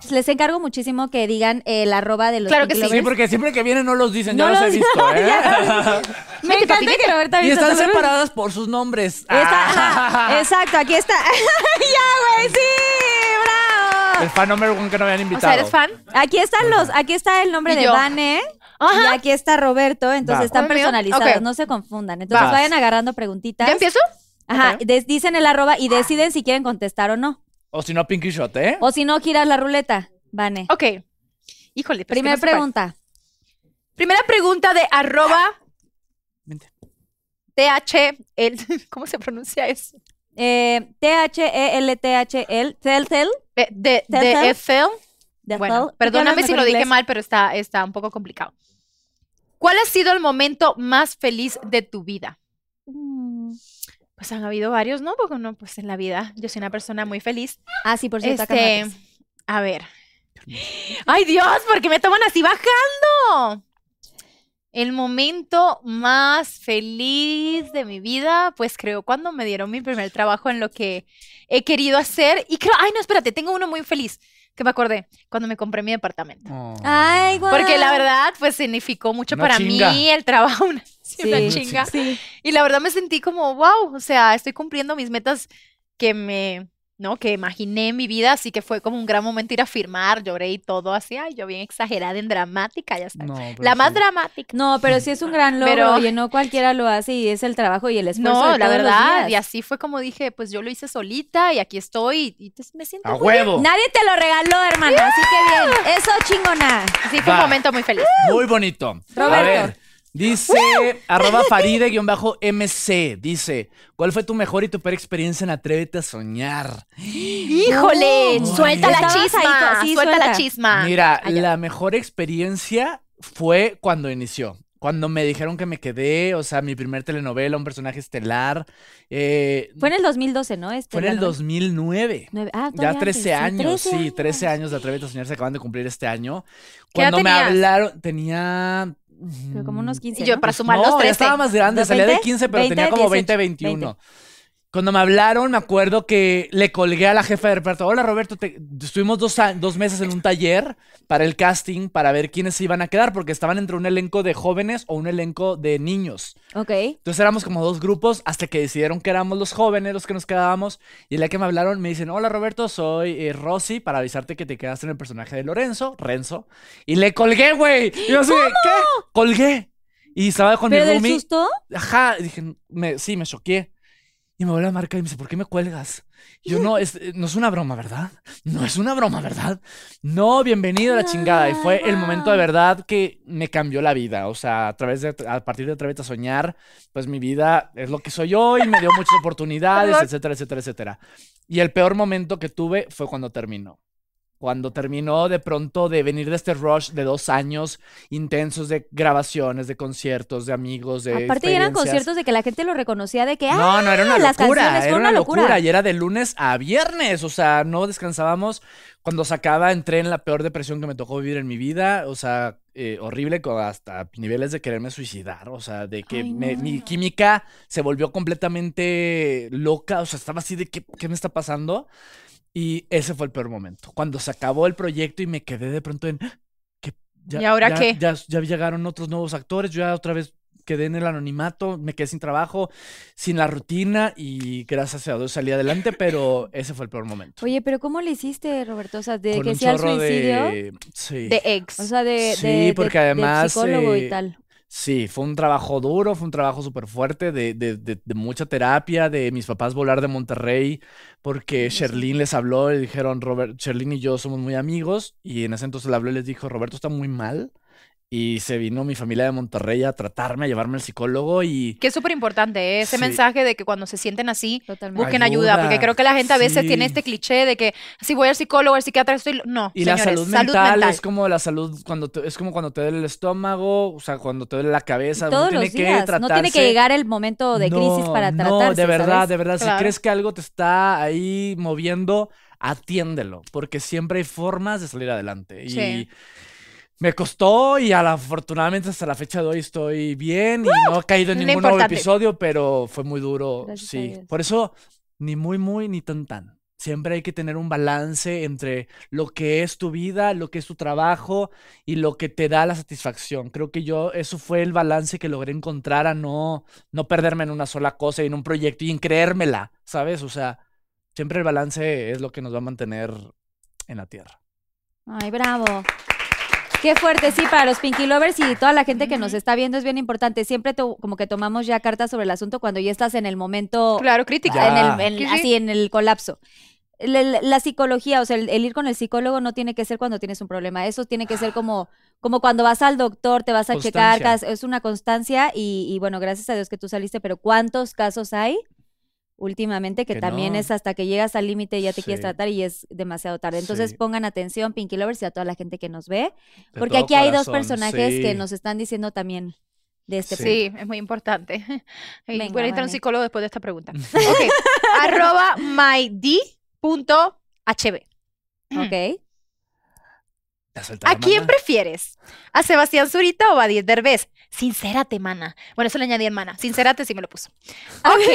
S2: Pues Les encargo muchísimo que digan el arroba de los
S3: Claro que
S2: Pinky
S3: sí.
S4: Sí,
S2: Lovers.
S4: porque siempre que vienen no los dicen, ya
S2: No
S4: los,
S2: los-
S4: he visto, ¿eh?
S2: Me
S3: Vete, papi,
S2: encanta que
S3: vete.
S2: Roberta
S4: y
S2: Villa
S4: están
S2: Santa Cruz-
S4: separadas por sus nombres.
S2: Está-
S4: Ah.
S2: ajá, exacto, aquí está. ya, güey, sí,
S4: El
S2: bravo.
S4: fan number one que no habían
S3: O sea,
S4: invitado.
S3: ¿eres fan?
S2: Aquí están los, aquí está el nombre
S3: Y
S2: de
S3: yo.
S2: Vane y
S3: Ajá.
S2: aquí está Roberto, entonces
S4: Va.
S2: están
S3: ¿Fue mío?
S2: personalizados,
S3: Ok.
S2: no se confundan. Entonces
S4: Vas.
S2: vayan agarrando preguntitas.
S3: ¿Ya empiezo?
S2: Ajá,
S3: Ok. Ah.
S2: des- dicen el arroba y deciden si quieren contestar o no.
S4: O si no, Pinky Shot, ¿eh?
S2: O si no, giras la ruleta, Vane.
S3: Ok. Híjole, pues,
S2: Primera
S3: que no sé cuál.
S2: pregunta.
S3: Primera pregunta de arroba
S4: Vente.
S3: TH, el- ¿cómo se pronuncia eso?
S2: Eh, T-H-E-L-T-H-L. Telltale.
S3: De, Eh, de,
S2: ¿Tel,
S3: de
S2: tel?
S3: Eiffel.
S2: Telltale.
S3: Bueno,
S2: ¿Tú que
S3: perdóname
S2: hablas
S3: si
S2: mejor
S3: lo dije
S2: inglés?
S3: mal, pero está, está un poco complicado. ¿Cuál ha sido el momento más feliz de tu vida?
S2: Mm.
S3: Pues han habido varios, ¿no? Porque uno, pues en la vida, yo soy una persona muy feliz.
S2: Ah, sí, por cierto, acá no
S3: Este,
S2: hablas.
S3: a ver. Ay, Dios, ¿por qué me toman así bajando? El momento más feliz de mi vida, pues creo cuando me dieron mi primer trabajo en lo que he querido hacer. Y creo, ay, no, espérate, tengo uno muy feliz que me acordé cuando me compré mi departamento.
S4: Oh.
S2: Ay, guau.
S3: Porque la verdad, pues significó mucho
S4: Una
S3: para
S4: chinga.
S3: mí el trabajo, una, sí, una
S2: Sí.
S3: chinga.
S2: Sí.
S3: Y la verdad me sentí como, wow, o sea, estoy cumpliendo mis metas que me, ¿no? Que imaginé en mi vida, así que fue como un gran momento ir a firmar, lloré y todo así, ay, yo bien exagerada en dramática, ya sabes.
S4: No, pero
S3: la más
S4: sí.
S3: dramática.
S2: pues No, pero sí es un gran logro,
S3: Pero-
S2: oye, no cualquiera lo hace y es el trabajo y el esfuerzo
S3: No,
S2: de
S3: la
S2: todos los
S3: verdad,
S2: días.
S3: y así fue como dije, pues yo lo hice solita y aquí estoy y, y pues, me siento
S4: A
S3: muy bien.
S4: huevo.
S2: Nadie te lo regaló, hermana, así que bien. Eso, chingona.
S3: Sí, fue un
S4: Va.
S3: momento muy feliz.
S4: Muy bonito. A
S2: Roberto.
S4: ver, dice arroba faride-mc. Dice, ¿cuál fue tu mejor y tu peor experiencia en Atrévete a Soñar?
S3: ¡Híjole!
S4: No,
S3: suelta la
S2: estabas ahí,
S3: chisma,
S2: sí,
S3: suelta la
S2: suelta.
S3: chisma.
S4: Mira,
S2: ah,
S3: Allá.
S4: la mejor experiencia fue cuando inició. Cuando me dijeron que me quedé, o sea, mi primer telenovela, un personaje estelar. eh,
S2: Fue en el 2012, ¿no? Este,
S4: fue en el
S2: la novela.
S4: 2009.
S2: Nueve- Ah,
S4: Ya
S2: todavía
S4: 13
S2: antes,
S4: años, sí, 13
S2: años.
S4: años de Atrévete a Soñar se acaban de cumplir este año.
S3: ¿Qué edad
S4: Cuando me
S3: tenías?
S4: hablaron, tenía...
S2: Pero como
S4: mm,
S2: unos 15.
S3: Y yo
S2: ¿no?
S3: para sumar
S4: no,
S3: los
S4: ya
S3: 13.
S4: estaba más grande,
S2: ¿De
S4: salía de
S2: 20?
S4: 15, pero
S2: 20,
S4: tenía como 20,
S2: 18,
S4: 21. Cuando me hablaron, me acuerdo que le colgué a la jefa de reparto. Hola Roberto, te- estuvimos dos, a- dos meses en un taller para el casting, para ver quiénes se iban a quedar, porque estaban entre un elenco de jóvenes o un elenco de niños.
S2: Ok.
S4: Entonces éramos como dos grupos hasta que decidieron que éramos los jóvenes los que nos quedábamos. Y el día que me hablaron me dicen, hola Roberto, soy eh, Rosy para avisarte que te quedaste en el personaje de Lorenzo, Renzo. Y le colgué, güey. Y yo así, de, ¿qué? Colgué. Y estaba con
S2: ¿Pero
S4: mi
S2: del
S4: roomie.
S2: susto?
S4: Ajá, y dije, me- sí, me choqué. Y me volvió a marcar y me dice, ¿por qué me cuelgas? Y yo, no, es, eh, no es una broma, ¿verdad? No es una broma, ¿verdad? No, bienvenido a la chingada. Y fue el momento de
S2: Wow.
S4: verdad que me cambió la vida. O sea, a, través de, a partir de Atrévete a Soñar, pues mi vida es lo que soy hoy, me dio muchas oportunidades,
S3: Perdón.
S4: etcétera, etcétera, etcétera. Y el peor momento que tuve fue cuando terminó. Cuando terminó de pronto de venir de este rush de dos años intensos de grabaciones, de conciertos, de amigos, de
S2: Aparte, ya eran
S4: experiencias.
S2: conciertos de que la gente lo reconocía de que, ah,
S4: No, no, era una
S2: las
S4: locura,
S2: canciones,
S4: era
S2: fue
S4: una
S2: una
S4: locura.
S2: locura.
S4: y era de lunes a viernes, o sea, no descansábamos. Cuando sacaba, entré en la peor depresión que me tocó vivir en mi vida, o sea, eh, horrible, con hasta niveles de quererme suicidar, o sea, de que
S2: Ay,
S4: me-
S2: no.
S4: mi química se volvió completamente loca, o sea, estaba así de, ¿qué, qué me está pasando? Y ese fue el peor momento, cuando se acabó el proyecto y me quedé de pronto en, ¿qué, "Ah, ya-
S3: ¿Y ahora
S4: ya-
S3: qué?
S4: Ya, ya llegaron otros nuevos actores, yo ya otra vez quedé en el anonimato, me quedé sin trabajo, sin la rutina y gracias a Dios salí adelante, pero ese fue el peor momento.
S2: Oye, pero ¿cómo le hiciste, Roberto? O sea, de
S4: Con
S2: que
S4: un
S2: sea el
S4: chorro
S2: suicidio.
S4: de... Sí.
S3: De ex.
S2: O sea, de,
S4: Sí,
S2: de- de-
S4: porque
S2: del
S4: además,
S2: psicólogo y
S4: eh,
S2: tal.
S4: Sí, fue un trabajo duro, fue un trabajo súper fuerte de, de- de- de mucha terapia, de mis papás volar de Monterrey,
S2: Mm,
S4: porque Sherlyn les habló y dijeron, Robert, Sherlyn y yo somos muy amigos, y en ese entonces le habló y les dijo, Roberto está muy mal, y se vino mi familia de Monterrey a tratarme, a llevarme al psicólogo, y
S3: Que es súper importante ¿eh? ese
S4: Sí.
S3: mensaje de que cuando se sienten así,
S2: Totalmente.
S3: busquen ayuda, porque
S4: Ayuda,
S3: creo que la gente a veces tiene
S4: sí.
S3: este cliché de que si voy al psicólogo, al psiquiatra, estoy... No,
S4: y
S3: señores,
S4: la salud mental es como la salud cuando te- es como cuando te duele el estómago, o sea, cuando te duele la
S2: Y
S4: cabeza, uno
S2: todos
S4: tiene
S2: los
S4: que
S2: días. No tiene que
S4: tratarse.
S2: llegar el momento de crisis para tratarse.
S4: No, de verdad,
S2: ¿sabes?
S4: de verdad.
S3: Claro.
S4: Si crees que algo te está ahí moviendo, atiéndelo, porque siempre hay formas de salir adelante. Y
S3: Sí.
S4: me costó y a la- afortunadamente hasta la fecha de hoy estoy bien y no he caído en
S3: Lo
S4: ningún nuevo
S3: importante.
S4: episodio, pero fue muy duro.
S2: Gracias a
S4: sí,
S2: Dios.
S4: por eso ni muy, muy, ni tan, tan. Siempre hay que tener un balance entre lo que es tu vida, lo que es tu trabajo y lo que te da la satisfacción. Creo que yo, eso fue el balance que logré encontrar a no, no perderme en una sola cosa y en un proyecto y en creérmela, ¿sabes? O sea, siempre el balance es lo que nos va a mantener en la tierra.
S2: Ay, bravo. Qué fuerte, sí, para los Pinky Lovers y toda la gente que nos está viendo es bien importante. Siempre to- como que tomamos ya cartas sobre el asunto cuando ya estás en el momento,
S3: Claro, crítica.
S4: Ya.
S2: en el- en-
S3: Sí, sí.
S2: así, en el colapso. La, la- la psicología, o sea, el, el ir con el psicólogo no tiene que ser cuando tienes un problema. Eso tiene que ser como, como cuando vas al doctor, te vas a checar,
S4: Constancia.
S2: cas- es una constancia y, y bueno, gracias a Dios que tú saliste, pero ¿cuántos casos hay? últimamente, que,
S4: Que
S2: también
S4: no.
S2: es hasta que llegas al límite y ya te quieres
S4: Sí.
S2: tratar y es demasiado tarde. Entonces
S4: Sí.
S2: pongan atención, Pinky Lovers, y a toda la gente que nos ve,
S4: De
S2: porque
S4: todo
S2: aquí hay dos
S4: corazón,
S2: personajes que
S4: sí.
S2: nos están diciendo también de este
S4: Sí.
S2: punto.
S3: Sí, es muy importante. Y
S2: Venga,
S3: voy a necesitar un
S2: Vane.
S3: psicólogo después de esta pregunta. Ok. Arroba myd.hb.
S2: ¿Ok?
S4: La suelta
S3: ¿A
S4: la
S3: quién
S4: mano.
S3: prefieres? ¿A Sebastián Zurita o a Diez Derbez? Sincérate, mana. Bueno, eso le añadí hermana. Sincérate sí me lo puso. Ok.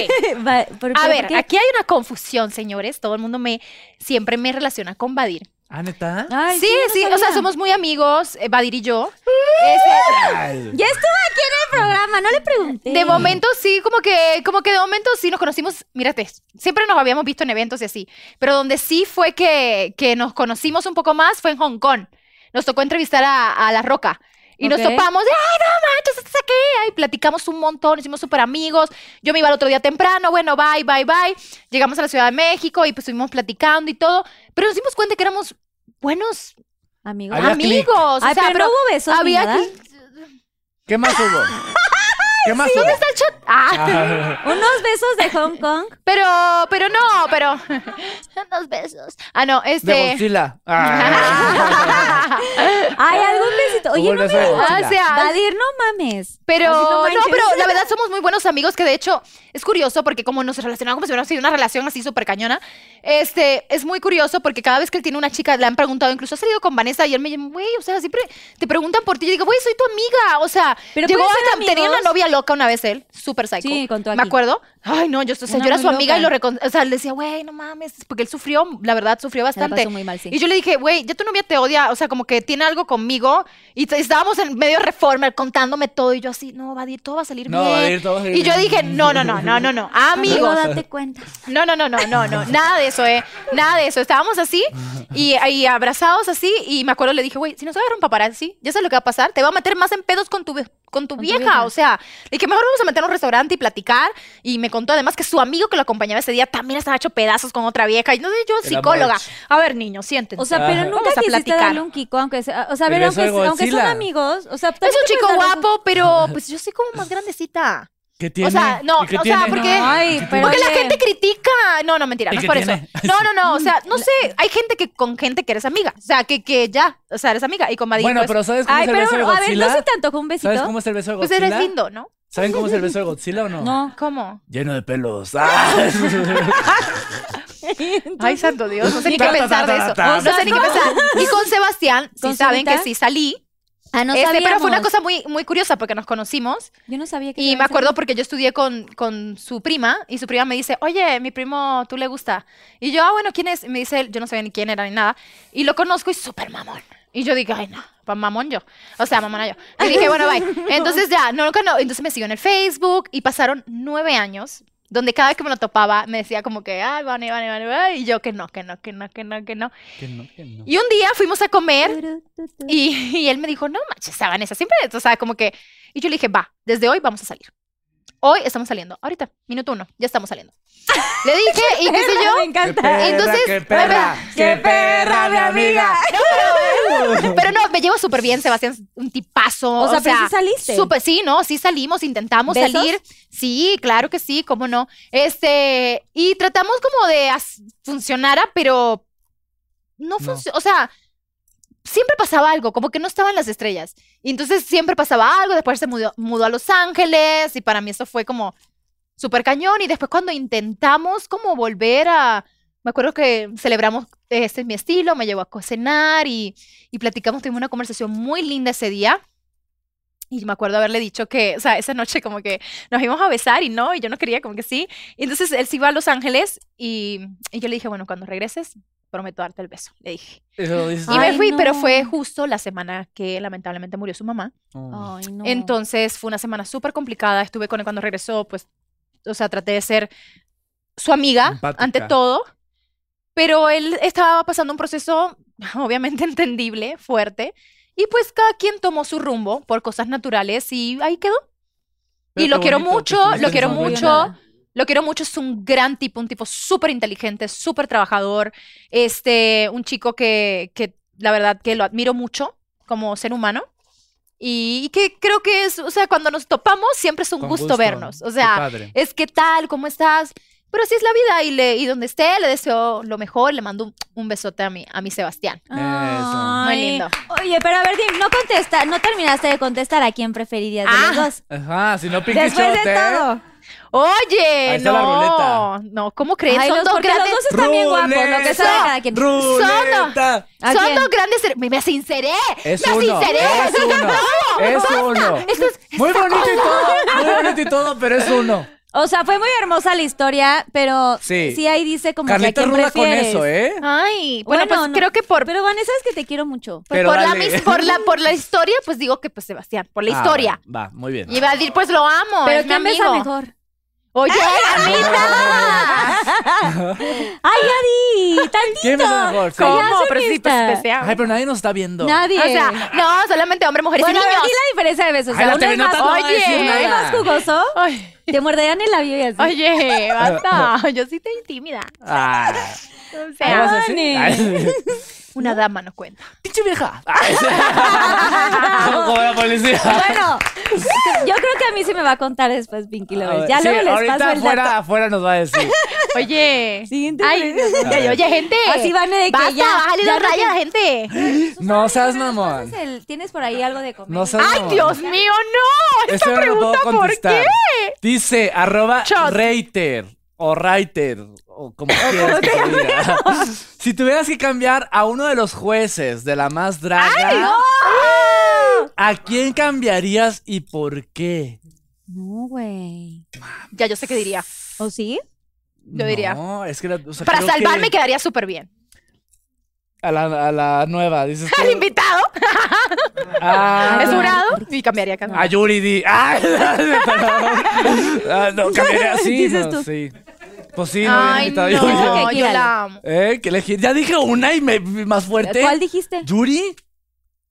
S2: Va- pero-
S3: A
S2: pero
S3: ver,
S2: ¿qué?
S3: aquí hay una confusión, señores. Todo el mundo me siempre me relaciona con Badir.
S4: Ah, neta.
S2: Ay,
S3: sí,
S2: yo no
S3: sí, o sea,
S2: sabía. Mm.
S3: somos muy amigos, eh, Badir y yo. Este,
S4: Ay.
S2: Ya estuvo aquí en el programa, no le pregunté.
S3: de momento sí, como que, como que de momento sí nos conocimos, mírate, siempre nos habíamos visto en eventos y así, pero donde sí fue que, que nos conocimos un poco más fue en Hong Kong. Nos tocó entrevistar a, a La Roca y nos
S2: Ok.
S3: topamos, de, ay, no manches, estás aquí, ay, platicamos un montón, hicimos súper amigos, yo me iba al otro día temprano, bueno, bye, bye, bye, llegamos a la Ciudad de México y pues estuvimos platicando y todo, pero nos dimos cuenta que éramos buenos
S2: Amigo.
S4: Había clic.
S3: amigos, o
S2: Ay,
S3: sea,
S2: pero, no hubo besos, ni
S3: había
S2: nada.
S3: clic.
S4: ¿Qué más hubo? ¿Qué más hubo?
S3: Está el shot. Ah,
S4: Ah.
S2: Unos besos de Hong Kong.
S3: Pero, pero no, pero. Dos besos. Ah, no,
S4: De
S3: este.
S4: Godzilla. Ah.
S2: Ay, algún besito.
S4: Hubo
S2: Oye,
S4: el
S2: no
S4: beso de
S2: me...
S4: Godzilla.
S3: Ah, o sea,
S2: Vadir, no mames.
S3: pero.
S2: Así no
S3: No,
S2: manches.
S3: pero la verdad somos muy buenos amigos, que de hecho es curioso porque como nos relacionamos como si hubiéramos sido una relación así súper cañona, este, es muy curioso porque cada vez que él tiene una chica, le han preguntado, incluso ha salido con Vanessa y él me llama, güey, o sea, siempre te preguntan por ti. Yo digo, güey, soy tu amiga. O sea,
S2: Pero
S3: llegó
S2: pueden ser
S3: hasta tenía una
S2: amigos.
S3: novia loca una vez él, súper psycho.
S2: Sí, contó
S3: Me
S2: aquí.
S3: acuerdo. Ay, no, yo, o sea,
S2: Una
S3: yo era
S2: muy
S3: su amiga y lo
S2: loca.
S3: recon o sea, le decía, güey, no mames, porque él sufrió, la verdad, sufrió
S2: Se la
S3: bastante.
S2: pasó muy mal, sí.
S3: Y yo le dije, güey, ya tu novia te odia, o sea, como que tiene algo conmigo. Y t- estábamos en medio de reforma contándome todo. Y yo así, no, Vadir, todo va a salir
S4: No,
S3: bien.
S4: Vadir, todo va a salir
S3: y yo
S4: bien.
S3: dije, no, no, no, no, no, no. Amigos.
S2: date cuenta.
S3: No, no, no, no, no, no. Nada de eso, eh. Nada de eso. Estábamos así y, y abrazados así. Y me acuerdo, le dije, güey, si nos agarra un paparazzi, ya sabes lo que va a pasar. Te va a meter más en pedos con tu, ve-
S2: Con
S3: con tu
S2: tu
S3: vieja.
S2: vieja.
S3: O sea, le dije, mejor vamos a meter a un restaurante y platicar. Y me contó además que su amigo que lo acompañaba ese día también estaba hecho pedazos con otra vieja. Y no sé, yo,
S4: El
S3: psicóloga.
S4: amor.
S3: A ver, niño, siéntense.
S2: O sea, pero
S4: Ajá.
S2: nunca
S3: Vamos a
S2: quisiste
S3: platicar.
S2: darle un kiko, aunque sea, o sea, a
S4: El
S2: ver,
S4: beso
S2: aunque,
S4: Ah. de
S2: aunque son
S4: Godzilla.
S2: amigos, o sea,
S3: Es
S2: también
S3: un
S2: te
S3: chico
S2: puedes dar besos.
S3: guapo, pero pues yo soy como más grandecita.
S4: ¿Qué tiene?
S3: O sea, no,
S4: ¿Y qué
S3: o sea,
S4: tiene?
S3: porque-
S2: Ay, pero
S3: Porque la
S2: oye,
S3: gente critica. No, no, mentira,
S4: ¿Y
S3: no es
S4: qué
S3: por
S4: tiene?
S3: eso. No, no, no, o sea, no sé, hay gente que con gente que eres amiga, o sea, que, que ya, o sea, eres amiga y con Madrid,
S4: Bueno,
S3: pues,
S4: pero ¿sabes cómo
S2: Ay,
S4: es el
S2: pero
S4: beso de
S2: a ver, ¿no
S4: Godzilla?
S2: se te antojó un besito?
S4: ¿Sabes cómo es el beso de
S3: pues
S4: Godzilla?
S3: eres lindo, ¿no?
S4: ¿Saben cómo es el beso de Godzilla o no?
S2: No.
S3: ¿Cómo?
S4: Lleno de pelos. Ah.
S3: Ay, santo Dios, no sé ni qué
S4: Ta, ta,
S3: pensar de
S4: ta, ta,
S3: eso.
S4: ta.
S3: No sé ni qué pensar. Y con Sebastián, si
S2: ¿Con
S3: saben que
S2: Zurita?
S3: sí salí.
S2: Ah, no
S3: este,
S2: sabíamos.
S3: pero fue una cosa muy, muy curiosa porque nos conocimos
S2: Yo no sabía que
S3: Y
S2: se
S3: me
S2: había
S3: acuerdo porque yo estudié con, con su prima y su prima me dice, oye, mi primo, ¿tú le gusta? Y yo, ah, bueno, ¿quién es? Y me dice, él, yo no sabía ni quién era ni nada. Y lo conozco y súper mamón. Y yo digo, ay, no. pa- mamón yo. O sea, mamona yo. Y dije, bueno, bye. Entonces ya, no, nunca no. Entonces me siguió en el Facebook y pasaron nueve años donde cada vez que me lo topaba me decía como que, ay, Vane, Vane, Vane, Vane", y yo que no, que no, que no, que no, que no.
S4: Que no, que no.
S3: Y un día fuimos a comer y, y él me dijo, no manches, esa Vanessa, siempre, o sea, como que... Y yo le dije, va, desde hoy vamos a salir. Hoy estamos saliendo, ahorita, minuto uno, ya estamos saliendo. Le dije, y qué sé yo,
S2: Me encanta.
S3: Entonces,
S4: ¡Qué perra!
S2: ¡Qué perra, mi amiga!
S3: Pero no, me llevo súper bien, Sebastián, es un tipazo.
S2: O sea, pero sí saliste.
S3: súper- sí, no, sí salimos, intentamos
S2: ¿Besos?
S3: salir. Sí, claro que sí, cómo no. Este, y tratamos como de as- funcionara, pero no
S4: No.
S3: funcionó. O sea, siempre pasaba algo, como que no estaban las estrellas. Y entonces siempre pasaba algo, después se mudó, mudó a Los Ángeles y para mí eso fue como súper cañón. Y después cuando intentamos como volver a... Me acuerdo que celebramos, eh, este es mi estilo, me llevó a cocinar y, y platicamos, tuvimos una conversación muy linda ese día. Y me acuerdo haberle dicho que, o sea, esa noche como que nos íbamos a besar y no, y yo no quería, como que sí. Y entonces él se iba a Los Ángeles y, y yo le dije, bueno, cuando regreses, prometo darte el beso, le dije.
S4: Eso lo dices.
S3: Y me
S2: Ay,
S3: fui, pero
S2: no.
S3: fue justo la semana que lamentablemente murió su mamá.
S4: Oh.
S2: Ay, no.
S3: Entonces fue una semana súper complicada. Estuve con él cuando regresó, pues, o sea, traté de ser su amiga
S4: Empática.
S3: ante todo. Pero él estaba pasando un proceso, obviamente entendible, fuerte. Y pues cada quien tomó su rumbo por cosas naturales y ahí quedó.
S4: Pero
S3: y lo
S4: qué
S3: quiero
S4: bonito,
S3: mucho,
S4: que
S3: lo
S4: estuviste
S3: quiero
S4: en su
S3: mucho.
S4: vida.
S3: Lo quiero mucho, es un gran tipo, un tipo súper inteligente, súper trabajador, este, un chico que, que la verdad que lo admiro mucho como ser humano y, y que creo que es, o sea, cuando nos topamos siempre es un
S4: Con
S3: gusto, vernos, o sea,
S4: Qué padre.
S3: es que tal, cómo estás, pero así es la vida y, le, y donde esté le deseo lo mejor, le mando un, un besote a mi, a mi Sebastián.
S2: Ay.
S3: Muy lindo.
S2: Oye, pero a ver, Dim, no contesta, no terminaste de contestar a quién preferirías de los
S3: Ah.
S2: dos.
S4: Ajá, si no Pinky
S2: Después
S4: Shot,
S2: de
S4: ¿eh?
S2: todo.
S3: Oye,
S4: está la
S3: no, no, ¿cómo crees?
S2: Ay,
S3: Son
S2: los,
S3: dos
S2: porque los
S3: grandes-
S2: dos están bien guapos, lo que sea de cada quien.
S4: Ruleta.
S2: ¿A
S3: Son
S2: quién?
S3: dos grandes. ser- Me, me sinceré.
S4: Es
S3: me
S4: uno,
S3: sinceré.
S4: es uno, es uno.
S3: Esto es-
S4: Muy bonito y todo, muy bonito y todo, pero es uno.
S2: O sea, fue muy hermosa la historia, pero sí,
S4: Sí.
S2: ahí dice como que a
S4: Carlita
S2: quién
S4: ruda con
S2: prefieres. Ah,
S4: eso, ¿eh?
S3: Ay, bueno, pues
S2: no.
S3: creo que por,
S2: Pero Vanessa, es que te quiero mucho.
S3: pues,
S4: Pero
S3: por, la,
S4: dale.
S3: mis- por, la, por la historia, pues digo que pues Sebastián, por la
S4: Ah,
S3: historia.
S4: Va, va, muy bien.
S3: Y iba a decir, pues lo amo.
S2: Pero
S3: es mi Ah,
S2: ¿quién besa
S3: amigo.
S2: mejor?
S3: Oye, Anita.
S2: ¡Ay, Adi!
S4: ¿Quién
S2: ¡Tantito!
S4: besa mejor? Sí.
S3: ¿Cómo? Pero sí, pues
S2: feminista.
S3: especial.
S4: Ay, pero nadie nos está viendo.
S2: Nadie.
S3: O sea, no, solamente hombre, mujeres
S2: bueno, a
S3: y
S2: ver,
S3: niños.
S2: di la diferencia de besos. O
S4: Ay,
S2: sea,
S4: la
S2: uno es
S4: TV
S2: más,
S4: Nota no va a
S2: oye,
S4: decir
S2: uno es
S4: nada.
S2: más jugoso,
S3: Ay,
S2: te morderían el labio y así.
S3: Oye, basta. Yo sí te intimida.
S4: Ah,
S3: O
S4: ¿no
S3: sea,
S4: vas a decir?
S2: Dani.
S4: Ay,
S3: una dama no cuenta.
S4: ¡Pinche vieja! Ay, sí. Como como la policía.
S2: Bueno, yo creo que a mí sí me va a contar después Pinky Lovers. Ya
S4: Sí,
S2: luego les
S4: ahorita
S2: paso el
S4: afuera,
S2: dato.
S4: afuera nos va a decir.
S3: Oye.
S2: Siguiente
S3: Ay,
S2: pregunta.
S3: oye, oye, gente.
S2: Así van de que
S3: Basta,
S2: ya,
S3: bájale
S2: ya
S3: la
S2: no
S3: raya a la gente.
S4: No seas
S2: Pero nos
S4: mamón.
S2: pasas el- ¿Tienes por ahí algo de comer?
S4: No seas
S3: ¡Ay,
S4: mamón.
S3: Dios mío, no! Esta
S4: Eso no lo puedo
S3: pregunta, ¿por
S4: contestar.
S3: qué?
S4: Dice arroba
S3: Shot.
S4: Reiter o Reiter o como quieras que se diga. Si tuvieras que cambiar a uno de los jueces de la más draga,
S3: ¡Ah!
S4: ¿a quién cambiarías y por qué?
S2: No, güey.
S3: Ya yo sé qué diría.
S2: ¿O sí?
S3: Yo diría.
S4: No, es que la- o sea,
S3: Para
S4: creo que
S3: salvarme quedaría súper bien.
S4: a la, a la nueva, dices tú.
S3: Al invitado
S4: Ah,
S3: es jurado y cambiaría canal.
S4: a Yuri di. Ah, Ah, no, cambiaría sí,
S2: Dices
S4: no,
S2: tú.
S4: sí. Pues sí, no hubiera
S3: Ay,
S4: invitado
S3: no,
S4: a Yuri.
S2: Yo creo que
S3: yo
S2: Kira.
S3: la amo.
S4: Eh, que elegir. Ya dije una y me me- más fuerte.
S2: ¿Cuál dijiste?
S4: ¿Yuri?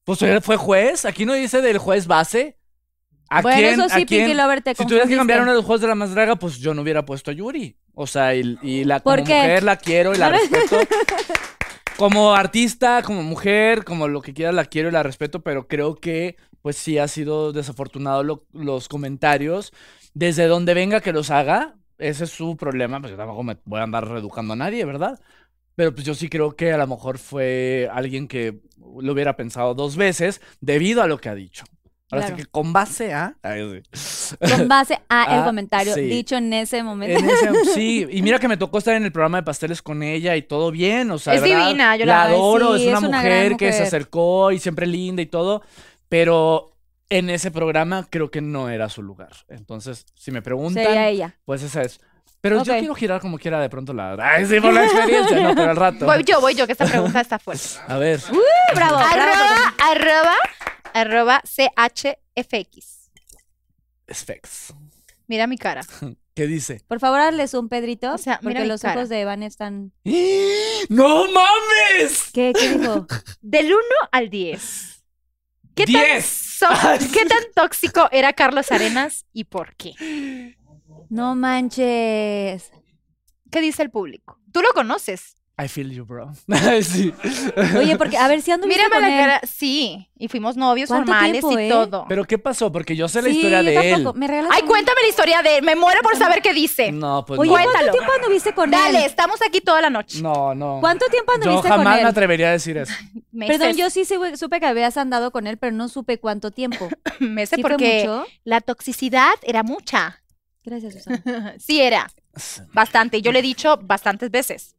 S4: Pues él fue juez. Aquí no dice del juez base. ¿A
S2: bueno,
S4: quién?
S2: eso
S4: ¿A
S2: sí,
S4: quién?
S2: Pinky Lover, te
S4: Si tuvieras que cambiar
S2: confundiste.
S4: uno de los juegos de la más draga, pues yo no hubiera puesto a Yuri. O sea, y, y la
S2: ¿Por
S4: como
S2: qué?
S4: mujer la quiero y la respeto. Como artista, como mujer, como lo que quiera la quiero y la respeto, pero creo que pues sí ha sido desafortunado lo- los comentarios. Desde donde venga que los haga, ese es su problema, pues yo tampoco me voy a andar reeducando a nadie, ¿verdad? Pero pues yo sí creo que a lo mejor fue alguien que lo hubiera pensado dos veces debido a lo que ha dicho. Ahora sí
S2: Claro.
S4: que con base a... Ay, sí.
S2: Con base a el
S4: Ah,
S2: comentario
S4: sí.
S2: dicho en ese momento.
S4: En ese- sí, y mira que me tocó estar en el programa de pasteles con ella y todo bien, o sea, de
S3: Es
S4: verdad,
S3: divina, yo la
S4: la
S2: amo.
S4: adoro,
S2: Sí,
S4: es una,
S2: es una gran
S4: mujer que se
S2: mujer.
S4: acercó y siempre linda y todo, pero en ese programa creo que no era su lugar. Entonces, si me preguntan,
S2: Sería ella.
S4: pues esa es. Pero yo
S2: Ok.
S4: quiero girar como quiera de pronto la. Ay, sí, por la experiencia, no, pero al rato.
S3: Voy yo, voy yo, que esta pregunta está fuerte.
S4: A ver.
S2: Bravo, bravo.
S3: arroba, arroba, arroba CHFX.
S4: Specs.
S3: Mira mi cara.
S4: ¿Qué dice?
S2: Por favor, hazles un Pedrito,
S3: O sea, mira
S2: porque
S3: mi
S2: los
S3: cara.
S2: ojos de Evan están...
S4: ¡No mames!
S2: ¿Qué, qué dijo?
S3: Del 1 al 10. ¿Qué tan,
S4: ¡Diez!
S3: so- ¿Qué tan tóxico era Carlos Arenas y por qué?
S2: No manches.
S3: ¿Qué dice el público? Tú lo conoces.
S4: I feel you, bro. Ay, sí.
S2: Oye, porque a ver si ando
S3: Mírame la
S2: con él.
S3: cara. Sí, y fuimos novios
S2: ¿Cuánto
S3: formales
S2: tiempo,
S3: y
S2: eh?
S3: todo.
S4: Pero ¿qué pasó? Porque yo sé la
S2: Sí,
S4: historia
S2: yo
S4: de
S2: tampoco.
S4: él.
S2: ¿Me regalas
S3: Ay,
S2: un-
S3: cuéntame la historia de él. Me muero por saber qué dice.
S4: No, pues
S2: Oye,
S4: no.
S2: ¿cuánto
S3: Cuéntalo.
S2: tiempo anduviste con él?
S3: Dale, estamos aquí toda la noche.
S4: No, no.
S2: ¿Cuánto tiempo
S4: Yo
S2: anduviste con
S4: jamás me
S2: él?
S4: atrevería a decir eso.
S3: Me
S2: Perdón,
S3: estresé.
S2: yo sí sé- supe que habías andado con él, pero no supe cuánto tiempo.
S3: me sé
S2: ¿Sí fue
S3: porque
S2: mucho?
S3: la toxicidad era mucha.
S2: Gracias, Susana.
S3: Sí era, bastante. Yo le he dicho bastantes veces.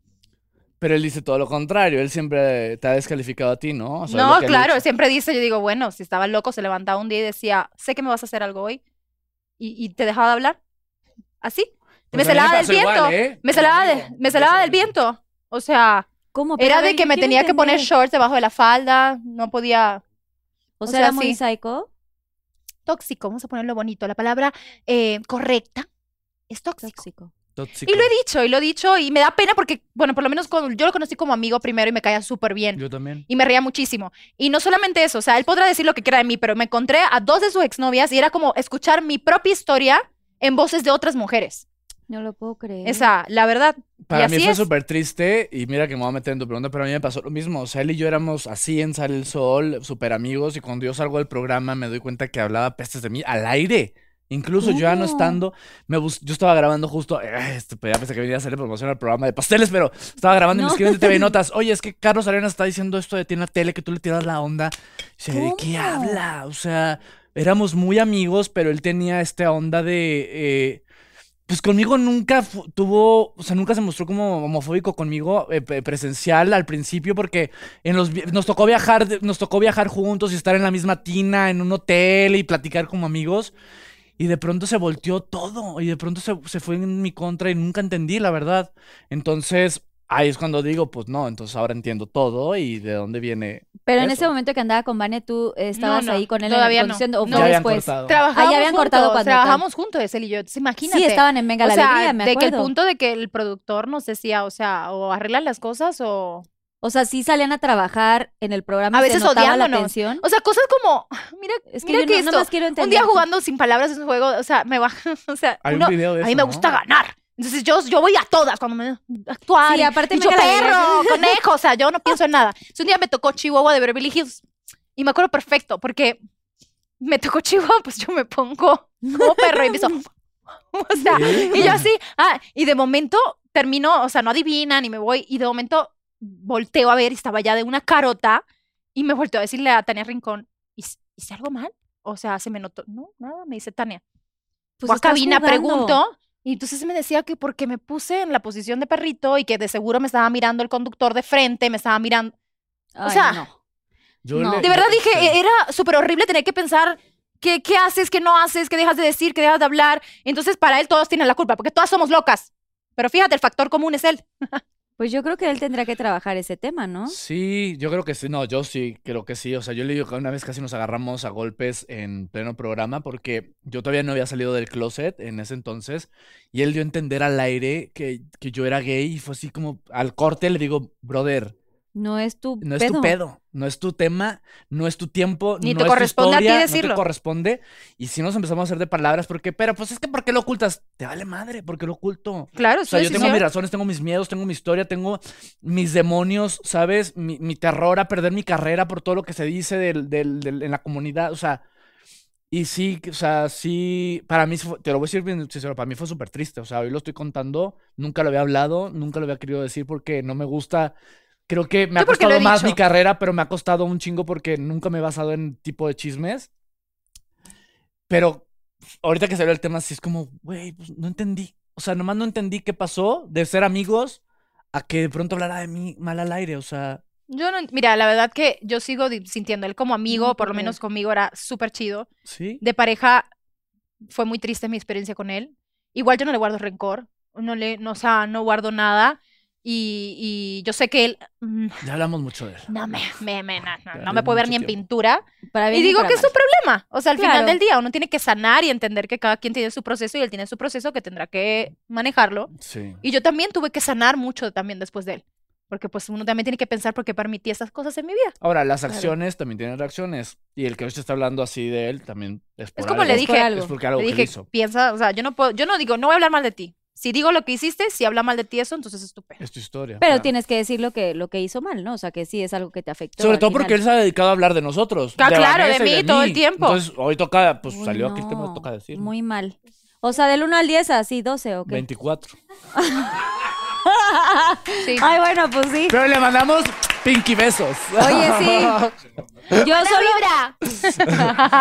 S4: Pero él dice todo lo contrario. Él siempre te ha descalificado a ti, ¿no? O sea, es lo
S3: no,
S4: que él
S3: claro,
S4: dice.
S3: siempre dice, yo digo, bueno, si estaba loco, se levantaba un día y decía, sé que me vas a hacer algo hoy. Y, y te dejaba de hablar. ¿Así?
S4: Pues
S3: me
S4: a mí
S3: salaba del
S4: pasó igual,
S3: viento.
S4: ¿eh?
S3: Me
S4: Con lo
S3: salaba, de-
S4: mismo.
S3: me salaba del viento. O sea,
S2: ¿Cómo? Pero, a
S3: era
S2: ver,
S3: de que
S2: yo
S3: me
S2: quiero
S3: tenía que poner
S2: entender.
S3: shorts debajo de la falda, no podía...
S2: O
S3: o
S2: sea,
S3: sea,
S2: era muy
S3: sí.
S2: psycho.
S3: Tóxico, vamos a ponerlo bonito. La palabra eh, correcta es tóxico.
S2: Tóxico.
S4: Tóxico.
S3: Y lo he dicho, y lo he dicho, y me da pena porque, bueno, por lo menos con- yo lo conocí como amigo primero y me caía súper bien.
S4: Yo también.
S3: Y me reía muchísimo. Y no solamente eso, o sea, él podrá decir lo que quiera de mí, pero me encontré a dos de sus exnovias y era como escuchar mi propia historia en voces de otras mujeres.
S2: No lo puedo creer.
S3: Esa, la verdad.
S4: Para mí
S3: así
S4: fue
S3: es.
S4: súper triste y mira que me voy a meter en tu pregunta, pero a mí me pasó lo mismo. O sea, él y yo éramos así en Sale el Sol, súper amigos y cuando yo salgo del programa me doy cuenta que hablaba pestes de mí al aire. Incluso yo ya no
S3: Oh.
S2: ¿Cómo?
S4: estando, me bus- yo estaba grabando justo, eh, este, pues ya pensé que venía a hacerle promoción al programa de pasteles, pero estaba grabando y me
S2: No.
S4: escriben de TV Notas, oye, es que Carlos Arenas está diciendo esto de ti en la tele, que tú le tiras la onda. Y yo, ¿de qué
S2: ¿Cómo?
S4: habla? O sea, éramos muy amigos, pero él tenía esta onda de... eh, pues conmigo nunca fu- tuvo, o sea, nunca se mostró como homofóbico conmigo eh, pe- presencial al principio porque en los vi- nos tocó viajar, de- nos tocó viajar juntos y estar en la misma tina, en un hotel y platicar como amigos y de pronto se volteó todo y de pronto se, se fue en mi contra y nunca entendí la verdad. Entonces, ahí es cuando digo, pues no, entonces ahora entiendo todo y de dónde viene.
S2: Pero en
S4: Eso.
S2: ese momento que andaba con Vane, tú eh, estabas
S3: no,
S2: ahí con él
S3: todavía
S2: en
S3: no.
S2: la condición de- o
S3: No.
S2: fue
S4: Ya habían
S2: después.
S4: cortado.
S3: Trabajamos
S2: habían cortado
S3: juntos,
S2: cuando tal.
S3: Trabajamos juntos, él y yo. Entonces, imagínate.
S2: Sí, estaban en Venga
S3: o
S2: la
S3: sea,
S2: Alegría, me
S3: de que el
S2: acuerdo.
S3: punto de que el productor nos decía, o sea, o arreglan las cosas o...
S2: O sea, sí salían a trabajar en el programa.
S3: A
S2: y
S3: veces
S2: se notaba la
S3: odiándonos.
S2: tensión.
S3: O sea, cosas como, ah, mira,
S2: Es que
S3: mira
S2: yo
S3: que
S2: no,
S3: esto,
S2: más quiero entender.
S3: un día jugando sin palabras es un juego, o sea, me baja, o sea,
S4: Hay
S3: uno-
S4: un video de
S3: a mí
S4: eso,
S3: me
S4: ¿no?
S3: gusta ganar. Entonces yo, yo voy a todas cuando me actuar.
S2: Sí,
S3: y-
S2: aparte
S3: y
S2: me
S3: yo,
S2: cae la
S3: perro, conejo, o sea, yo no pienso en nada. Entonces, un día me tocó Chihuahua de Beverly Hills y me acuerdo perfecto porque me tocó Chihuahua, pues yo me pongo como perro y empiezo, o sea, y yo así, ah, y de momento termino, o sea, no adivinan y me voy, y de momento volteo a ver y estaba ya de una carota y me volteo a decirle a Tania Rincón, "¿Hic- ¿hice algo mal? O sea, se me notó, no, nada, me dice Tania.
S2: Pues
S3: Fue a
S2: estás
S3: cabina,
S2: jugando.
S3: pregunto, y entonces me decía que porque me puse en la posición de perrito y que de seguro me estaba mirando el conductor de frente, me estaba mirando.
S2: Ay,
S3: sea,
S2: no.
S4: Yo
S2: No.
S4: le-
S3: De verdad
S4: yo-
S3: dije,
S4: sí.
S3: e- era súper horrible tener que pensar que, qué haces, qué no haces, qué dejas de decir, qué dejas de hablar. Entonces, para él todos tienen la culpa, porque todas somos locas. Pero fíjate, el factor común es él.
S2: Pues yo creo que él tendrá que trabajar ese tema, ¿no?
S4: Sí, yo creo que sí. No, yo sí, creo que sí. O sea, yo le digo que una vez casi nos agarramos a golpes en pleno programa porque yo todavía no había salido del closet en ese entonces y él dio a entender al aire que, que yo era gay y fue así como al corte le digo, brother,
S2: No es tu
S4: no es
S2: pedo.
S4: tu pedo, no es tu tema, no es tu tiempo,
S3: Ni
S4: no
S3: te
S4: es tu
S3: corresponde a ti
S4: historia, no
S3: decirlo.
S4: te corresponde. Y si nos empezamos a hacer de palabras porque, pero pues es que ¿por qué lo ocultas? Te vale madre, ¿por qué lo oculto?
S3: Claro,
S4: O sea, yo tengo mis razones, tengo mis miedos, tengo mi historia, tengo mis demonios, ¿sabes? Mi, mi terror a perder mi carrera por todo lo que se dice del, del- del- en la comunidad, o sea. Y sí, o sea, sí, para mí, fue- te lo voy a decir bien sincero, para mí fue súper triste, o sea, hoy lo estoy contando, nunca lo había hablado, nunca lo había querido decir porque no me gusta, creo que me
S3: Yo
S4: ha
S3: porque lo he
S4: costado más
S3: dicho.
S4: mi carrera, pero me ha costado un chingo porque nunca me he basado en tipo de chismes, pero ahorita que salió el tema, sí es como, güey, pues no entendí. O sea, nomás no entendí qué pasó de ser amigos a que de pronto hablara de mí mal al aire. O sea,
S3: Yo no, mira, la verdad que yo sigo di- sintiendo él como amigo,
S2: No
S3: por lo
S2: puedo
S3: menos
S2: creer.
S3: conmigo era súper chido.
S4: sí.
S3: De pareja fue muy triste mi experiencia con él. Igual yo no le guardo rencor. no le, no, o sea, no guardo nada. Y, y yo sé que él mm,
S4: Ya hablamos mucho de él.
S3: no me, me- me- no, no,
S4: Ya,
S3: no me
S4: de
S3: puede ver
S4: mucho
S3: ni en
S4: tiempo.
S3: pintura.
S2: Para bien
S3: Y digo
S2: para
S3: que es su
S2: mal.
S3: problema. O sea, al final
S2: Claro.
S3: del día uno tiene que sanar y entender que cada quien tiene su proceso y él tiene su proceso que tendrá que manejarlo.
S4: Sí.
S3: Y yo también tuve que sanar mucho también después de él. Porque pues uno también tiene que pensar por qué permití esas cosas en mi vida.
S4: Ahora, las
S3: Claro.
S4: acciones también tienen reacciones. Y el que ahorita está hablando así de él también es por
S3: Es como
S4: algo.
S3: le dije,
S4: Es porque algo
S3: le
S4: que
S3: dije,
S4: le hizo.
S3: piensa, o sea, yo no puedo, yo no digo, no voy a hablar mal de ti. Si digo lo que hiciste, si habla mal de ti eso, entonces es tu pena.
S4: Es tu historia.
S2: Pero
S4: claro.
S2: tienes que decir lo que, lo que hizo mal, ¿no? O sea, que sí es algo que te afectó.
S4: Sobre
S2: al
S4: todo
S2: final.
S4: porque él se ha dedicado a hablar de nosotros.
S3: Ah, claro, de
S4: Vanessa y
S3: mí todo el tiempo.
S4: Entonces, hoy toca, pues
S2: Uy,
S4: salió aquí el
S2: no,
S4: tema, toca decir. ¿no?
S2: Muy mal. O sea, del 1 al 10, así, 12, ¿ok?
S4: 24.
S3: Sí.
S2: Ay, bueno, pues sí.
S4: Pero le mandamos pinky besos.
S2: Oye, sí. Yo solo,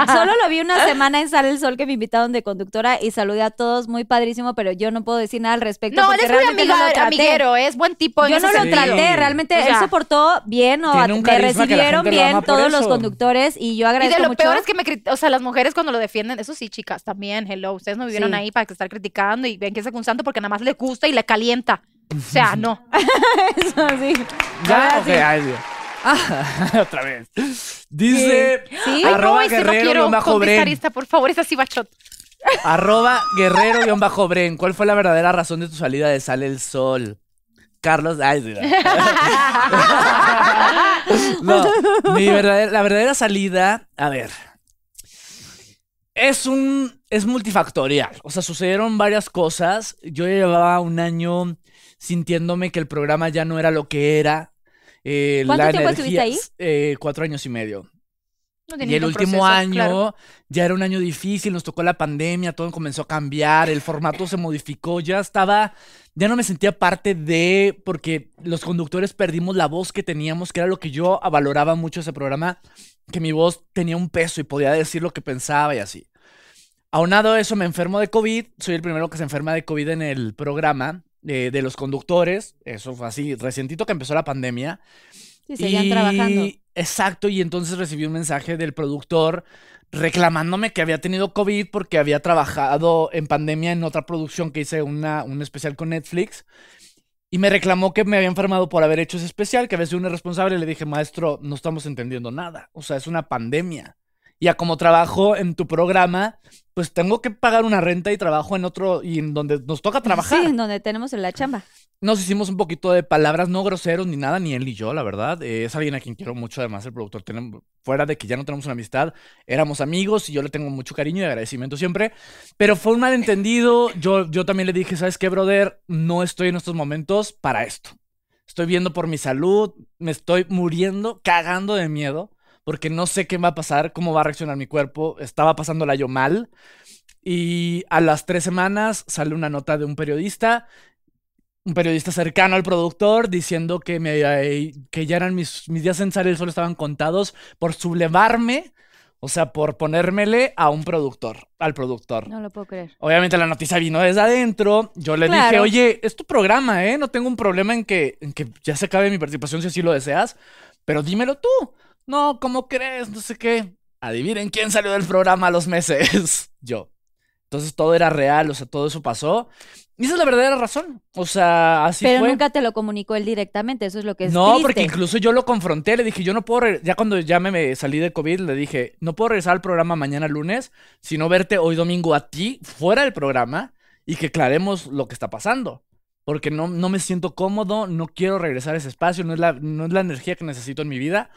S2: solo lo vi una semana en Sale el Sol que me invitaron de conductora y saludé a todos, muy padrísimo, pero yo no puedo decir nada al respecto.
S3: No, él
S2: porque
S3: es muy
S2: realmente no
S3: amiga-
S2: lo traté.
S3: amiguero, es buen tipo. en
S2: Yo
S3: ese
S2: no lo
S3: sentido.
S4: sentido.
S2: traté, realmente
S3: O sea,
S2: él se portó bien o
S4: tiene
S2: me
S4: un carisma que la
S2: recibieron
S4: gente lo
S2: bien
S4: ama por
S2: todos los
S4: eso.
S2: conductores y yo
S3: Y
S2: agradezco
S3: de lo
S2: mucho.
S3: peor es que me crit- o sea, las mujeres cuando lo defienden, eso sí, chicas, también, hello, ustedes no vivieron
S2: Sí.
S3: ahí para que estar criticando y ven que es un santo porque nada más le gusta y le calienta. O sea, no.
S2: Eso, sí.
S4: Ya,
S2: Ah,
S4: ok,
S2: sí.
S4: ay, Dios. Otra vez. Dice
S2: Sí.
S3: Ah. Ay, no,
S4: arroba
S3: ese no
S4: guerrero
S3: quiero
S4: guión bajo
S3: contestar
S4: bren.
S3: esta, por favor, esa sí bachot.
S4: Arroba guerrero guión bajo bren. ¿Cuál fue la verdadera razón de tu salida de Sale el Sol? Carlos, ay, mira. No, mi verdadera- la verdadera salida, a ver. Es un. Es multifactorial. O sea, sucedieron varias cosas. Yo ya llevaba un año sintiéndome que el programa ya no era lo que era. Eh,
S2: ¿Cuánto
S4: la
S2: tiempo
S4: energía-
S2: estuviste ahí?
S4: eh, cuatro años y medio.
S3: No tiene
S4: Y el
S3: ningún
S4: último
S3: proceso,
S4: año
S3: claro.
S4: ya era un año difícil, nos tocó la pandemia, todo comenzó a cambiar, el formato se modificó, ya estaba, ya no me sentía parte de, porque los conductores perdimos la voz que teníamos, que era lo que yo valoraba mucho ese programa, que mi voz tenía un peso y podía decir lo que pensaba y así. Aunado a eso, me enfermo de COVID. Soy el primero que se enferma de COVID en el programa eh, de los conductores. Eso fue así, recientito que empezó la pandemia.
S2: Sí, seguían trabajando.
S4: Exacto, y entonces recibí un mensaje del productor reclamándome que había tenido COVID porque había trabajado en pandemia en otra producción que hice una, un especial con Netflix. Y me reclamó que me había enfermado por haber hecho ese especial, que había sido un irresponsable. Le dije, maestro, no estamos entendiendo nada. O sea, es una pandemia. Y a como trabajo en tu programa, pues tengo que pagar una renta y trabajo en otro, y en donde nos toca trabajar
S2: Pues Sí, en donde tenemos la chamba.
S4: nos hicimos un poquito de palabras no groseros ni nada, ni él ni yo, la verdad. Eh, es alguien a quien quiero mucho, además el productor, tenemos- fuera de que ya no tenemos una amistad, éramos amigos y yo le tengo mucho cariño y agradecimiento siempre. Pero fue un malentendido, yo, yo también le dije, ¿sabes qué, brother? No estoy en estos momentos para esto. Estoy viendo por mi salud, me estoy muriendo, cagando de miedo, porque no sé qué va a pasar, cómo va a reaccionar mi cuerpo. Estaba pasándola yo mal. Y a las tres semanas sale una nota de un periodista un periodista cercano al productor diciendo que, me, eh, que ya eran mis, mis días en Sale el Sol estaban contados por sublevarme, o sea, por ponérmele a un productor, al productor.
S2: No lo puedo creer.
S4: Obviamente la noticia vino desde adentro. Yo le dije,
S2: Claro.
S4: oye, es tu programa, ¿eh? No tengo un problema en que, en que ya se acabe mi participación si así lo deseas, pero dímelo tú. No, ¿cómo crees? No sé qué. Adivinen quién salió del programa a los meses. Yo. Entonces todo era real, o sea, todo eso pasó. Y esa es la verdadera razón. O sea, así
S2: pero
S4: fue.
S2: nunca te lo comunicó él directamente, eso es lo que es
S4: No,
S2: triste.
S4: porque incluso yo lo confronté, le dije, yo no puedo, re- ya cuando ya me, me salí de COVID, le dije, no puedo regresar al programa mañana lunes, sino verte hoy domingo a ti, fuera del programa, y que aclaremos lo que está pasando. Porque no, no me siento cómodo, no quiero regresar a ese espacio, no es, la, no es la energía que necesito en mi vida.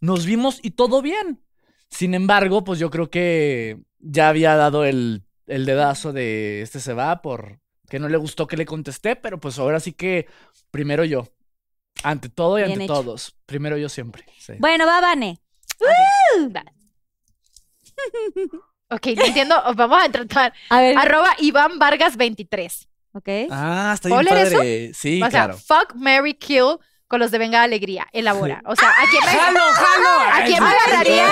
S4: Nos vimos y todo bien. Sin embargo, pues yo creo que ya había dado el, el dedazo de este se va por que no le gustó que le contesté, pero pues ahora sí que primero yo. Ante todo y
S2: Bien
S4: ante
S2: hecho.
S4: todos. Primero yo siempre. sí.
S2: Bueno, va, Vane.
S3: Ok, no entiendo, vamos a tratar.
S2: A ver,
S3: Arroba Iván Vargas 23.
S2: ok.
S4: Ah, está
S3: ¿Puedo
S4: bien
S3: leer eso?
S4: padre. Sí,
S3: o sea,
S4: claro.
S3: fuck, Mary kill con los de Venga Alegría. Elabora. O sea, ¿a quién me,
S4: ¡Jalo, jalo!
S3: ¿A pues, quién me agarraría?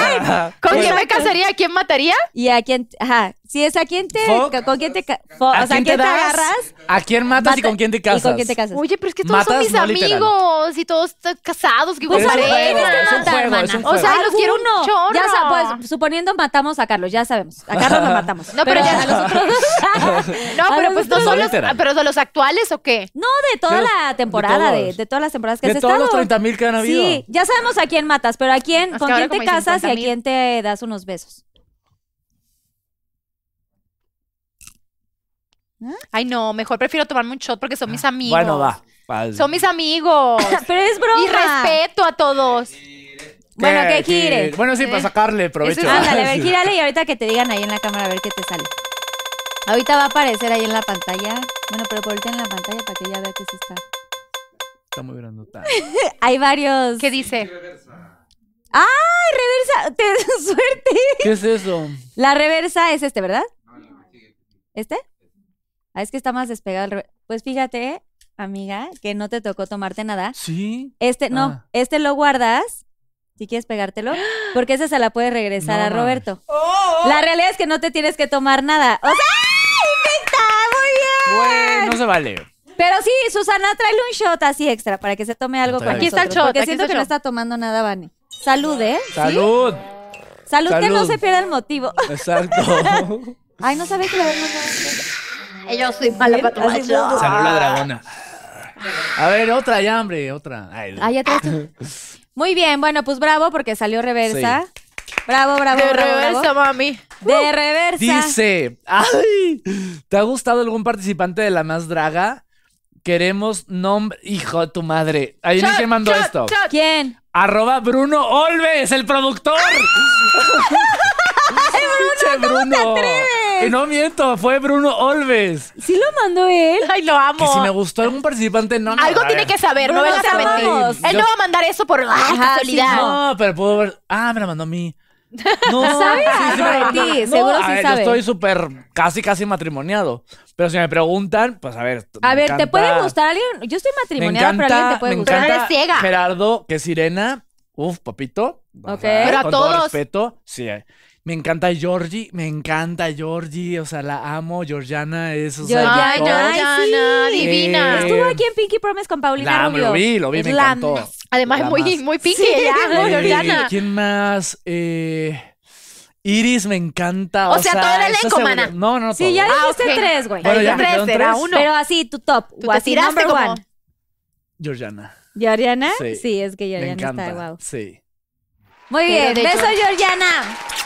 S4: Ah,
S3: ¿con
S4: bueno,
S3: quién me casaría? ¿A quién mataría?
S2: ¿Y a quién? Ajá, Si es a quién te.
S4: Fuck.
S2: ca- ¿Con quién te. ca- fo-
S4: ¿A
S2: o sea,
S4: quién te das?
S2: agarras?
S4: ¿A quién matas y
S2: mata-
S4: con quién te casas?
S2: ¿Y con quién te casas?
S3: Oye, pero es que todos son
S4: Matas,
S3: mis
S4: no literal.
S3: amigos y todos están casados. Que
S2: Pues
S4: Es un
S2: algo
S4: juego,
S2: tienes que
S4: es un
S2: matar,
S4: juego, es
S2: mana.
S4: un
S3: O sea,
S4: juego.
S3: los quiero un chorro.
S2: Ya sa- pues, suponiendo matamos a Carlos, ya sabemos. A Carlos lo matamos.
S3: No, pero ya-
S2: a los otros.
S3: No,
S2: a
S3: pero
S2: los
S3: pues no
S2: otros-
S4: no
S3: son los,
S4: literal.
S3: pero son los actuales o qué?
S2: No, de toda
S4: De los-
S2: la temporada, de,
S4: todos.
S2: de todas las temporadas que
S4: De
S2: has
S4: todos
S2: estado.
S4: los 30.000 que han habido.
S2: Sí, ya sabemos a quién matas, pero a quién,
S3: que
S2: con
S3: ahora
S2: quién te
S3: como hay
S2: casas y a
S3: 50.000.
S2: quién te das unos besos.
S3: Ay, no, mejor prefiero tomarme un shot porque son mis amigos.
S4: Bueno, va. Vale.
S3: Son mis amigos.
S2: Pero es broma.
S3: y respeto a todos.
S2: Bueno, que
S4: Que-
S2: gire.
S4: que- Eh, Bueno, sí, para sacarle provecho.
S3: Eso Este es-
S2: Ándale, a ver, gírale y ahorita que te digan ahí en la cámara a ver qué te sale. Ahorita va a aparecer ahí en la pantalla. Bueno, pero voltea en la pantalla para que ella vea que sí está.
S4: Está muy grandota.
S2: Hay varios.
S3: ¿Qué dice?
S2: ¡Ay, reversa! ¡Te suerte!
S4: ¿Qué es eso?
S2: La reversa es este, ¿verdad? ¿Este? Ah, es que está más despegado el rever- Pues fíjate, amiga, que no te tocó tomarte nada.
S4: Sí.
S2: Este, no,
S4: Ah.
S2: este lo guardas. Si quieres pegártelo, porque ese se la puede regresar
S4: No
S2: a
S4: mames.
S2: Roberto.
S3: Oh,
S2: La realidad es que no te tienes que tomar nada. O sea, ¡ay, invicta! ¡Muy bien!
S4: Güey, no se vale.
S2: Pero sí, Susana, tráele un shot así extra para que se tome algo con
S4: Aquí
S3: está el
S2: nosotros,
S3: shot,
S2: Porque
S3: aquí
S2: siento
S3: está
S2: que
S3: el
S2: no
S3: shot.
S2: está tomando nada, Vane. Salud, ¿eh?
S4: Salud.
S2: Salud, que no
S4: Salud.
S2: se pierda el motivo.
S4: Exacto. Salud
S2: Ay, no sabes que la verdad
S6: Yo soy mala para tomar shots.
S4: la dragona. A ver, otra ya, hombre, otra. Ay,
S2: Ah, ya traes tú. Muy bien, bueno, pues bravo porque salió reversa. Bravo, bravo,
S3: De
S2: bravo,
S3: reversa,
S2: bravo.
S3: mami.
S2: De reversa.
S4: Dice, ay, ¿te ha gustado algún participante de La Más Draga? Queremos nombre, hijo de tu madre. Ahí
S3: Shot,
S4: quién mandó
S3: shot,
S4: esto.
S3: shot.
S2: ¿Quién?
S4: Arroba Bruno Olves, el productor. Pinche Bruno! Y no miento, fue Bruno Olves.
S2: Sí lo mandó él.
S3: Ay, lo
S4: Que si me
S3: amo.
S4: gustó algún participante, no me
S3: Algo
S4: a
S3: tiene
S4: ver.
S3: que saber, no
S2: Bruno,
S3: vengas a
S2: te
S3: mentir.
S2: amamos.
S3: Él
S4: Yo-
S3: no va a mandar eso por ah,
S2: Ajá,
S3: casualidad.
S2: sí,
S4: No, pero pudo ver. Ah, me la mandó a mí. No,
S2: ¿Sabe
S4: me
S2: algo
S4: la
S2: de
S4: mandó.
S2: ti? Seguro
S4: a
S2: sí
S4: ver,
S2: sabe.
S4: Yo estoy súper casi, casi matrimoniado. Pero si me preguntan, pues a ver.
S2: A
S4: me
S2: ver, ¿te
S4: encanta-
S2: puede gustar alguien? Yo estoy
S4: Me
S2: matrimoniada,
S4: encanta,
S2: pero alguien te puede
S4: me
S2: gustar.
S4: encanta.
S3: Pero eres ciega.
S4: Gerardo, que es Irena. Uf, papito. O
S2: Ok.
S4: sea,
S3: Pero a
S4: con todo
S3: todos.
S4: respeto, sí. eh. Me encanta Georgie, me encanta Georgie, o sea, la amo. Georgiana es. o sea,
S2: Georgiana,
S4: mi
S3: Ay,
S4: top.
S2: Ay,
S3: Georgiana,
S2: sí.
S3: divina.
S4: Eh,
S2: Estuvo aquí en Pinky Promise con Paulina
S4: La amo,
S2: Rubio.
S4: lo vi, lo vi, me
S2: Es la
S4: encantó.
S2: más-
S3: Además, es
S4: la
S3: muy,
S4: más.
S3: muy pinky ella, ¿no,
S4: Eh,
S3: Georgiana.
S4: ¿Quién más? Eh, Iris me encanta.
S3: O sea, todo el
S4: eso
S3: elenco,
S4: seguro-
S3: mana.
S4: No, no, no.
S2: Sí, ya
S4: todo.
S3: Ah,
S2: dijiste
S3: ok.
S2: tres, güey.
S4: Bueno, ya
S3: Ay,
S4: me
S3: tres,
S4: quedan
S3: era
S4: tres.
S3: uno.
S2: Pero así, tu top.
S3: Tú
S2: o
S3: te
S2: así,
S3: tiraste
S2: number
S3: como...
S2: one.
S4: Georgiana.
S2: ¿Georgiana? Sí.
S4: Sí.
S2: es que
S4: Me
S2: Georgiana
S4: encanta.
S2: está guau.
S4: Sí.
S2: Muy
S3: Pero
S2: bien,
S3: de
S2: beso
S3: Georg-
S2: Georgiana.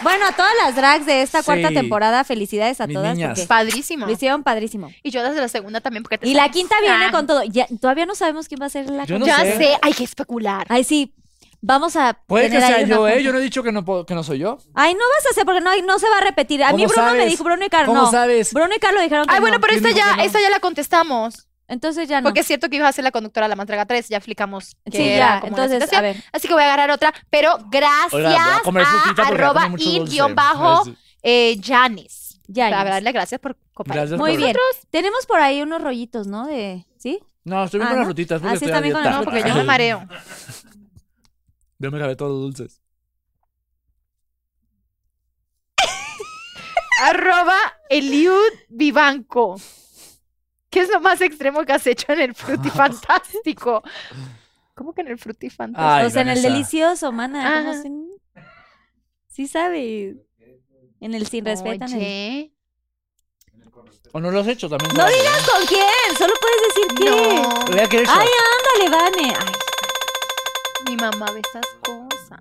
S2: Bueno, a todas las drags de esta cuarta
S4: Sí.
S2: temporada, felicidades a
S4: Mis
S2: todas
S4: niñas.
S2: porque
S3: Padrísimo.
S2: lo hicieron padrísimo.
S3: Y yo desde la segunda también porque te
S2: Y la
S3: sabes.
S2: quinta viene
S3: Ah.
S2: con todo. Ya, todavía no sabemos quién va a ser la
S4: Yo no
S2: quinta.
S3: Ya
S4: sé.
S3: sé, hay que especular.
S2: Ay, sí. Vamos a.
S4: Puede que
S2: tener ahí
S4: sea
S2: una
S4: yo, ¿eh?
S2: junta.
S4: Yo no he dicho que no, puedo- que no soy yo.
S2: Ay, no vas a hacer porque no, hay- no se va a repetir. A mí
S4: ¿Cómo
S2: Bruno me
S4: sabes?
S2: dijo, Bruno y Carlos.
S4: ¿Cómo
S2: Ah, no.
S4: sabes?
S2: Bruno y Carlos dijeron que
S3: Ay, bueno,
S2: no.
S3: pero esta
S4: ¿Quién dijo
S3: ya,
S4: que no?
S3: esta ya la contestamos.
S2: Entonces ya Ah, no.
S3: Porque es cierto que ibas a ser la conductora de la Mantraga 3, ya explicamos. Que
S2: sí,
S3: era
S2: ya.
S3: como una
S2: Entonces,
S3: situación.
S2: a ver.
S3: Así que voy a agarrar otra, pero gracias
S4: Oiga, voy a comer frutita
S3: a
S4: porque
S3: arroba
S4: hace mucho
S3: in
S4: dulce.
S3: guión bajo
S4: Gracias.
S3: eh, Janis.
S2: Ya.
S3: Para
S2: Inés.
S3: darle gracias por compartir.
S4: Gracias
S2: Muy
S4: por-
S2: bien. Tenemos por ahí unos rollitos, ¿no? De. ¿Sí?
S4: No, estoy bien
S2: Ah,
S4: con las
S2: ¿no?
S4: frutitas.
S2: Ah,
S4: porque
S2: sí,
S4: estoy a
S2: también con
S4: dieta.
S2: las
S3: No, porque yo me mareo.
S4: Yo me acabé todos los dulces.
S3: Arroba Eliud Vivanco. ¿Qué es lo más extremo que has hecho en el Frutifantástico? ¿Cómo que en el Frutifantástico?
S4: Ay,
S2: o sea, en el
S4: Vanessa.
S2: delicioso, mana. ¿cómo
S3: Ajá.
S2: se- Sí sabe. En el sin respeto. en el-
S3: Oye,
S4: O no lo has hecho también.
S2: No
S4: sabes.
S2: digas con quién. Solo puedes decir quién.
S3: No,
S4: Voy a querer
S2: Ay,
S4: shot.
S2: ándale, Vane. Ay,
S3: mi mamá ve estas cosas.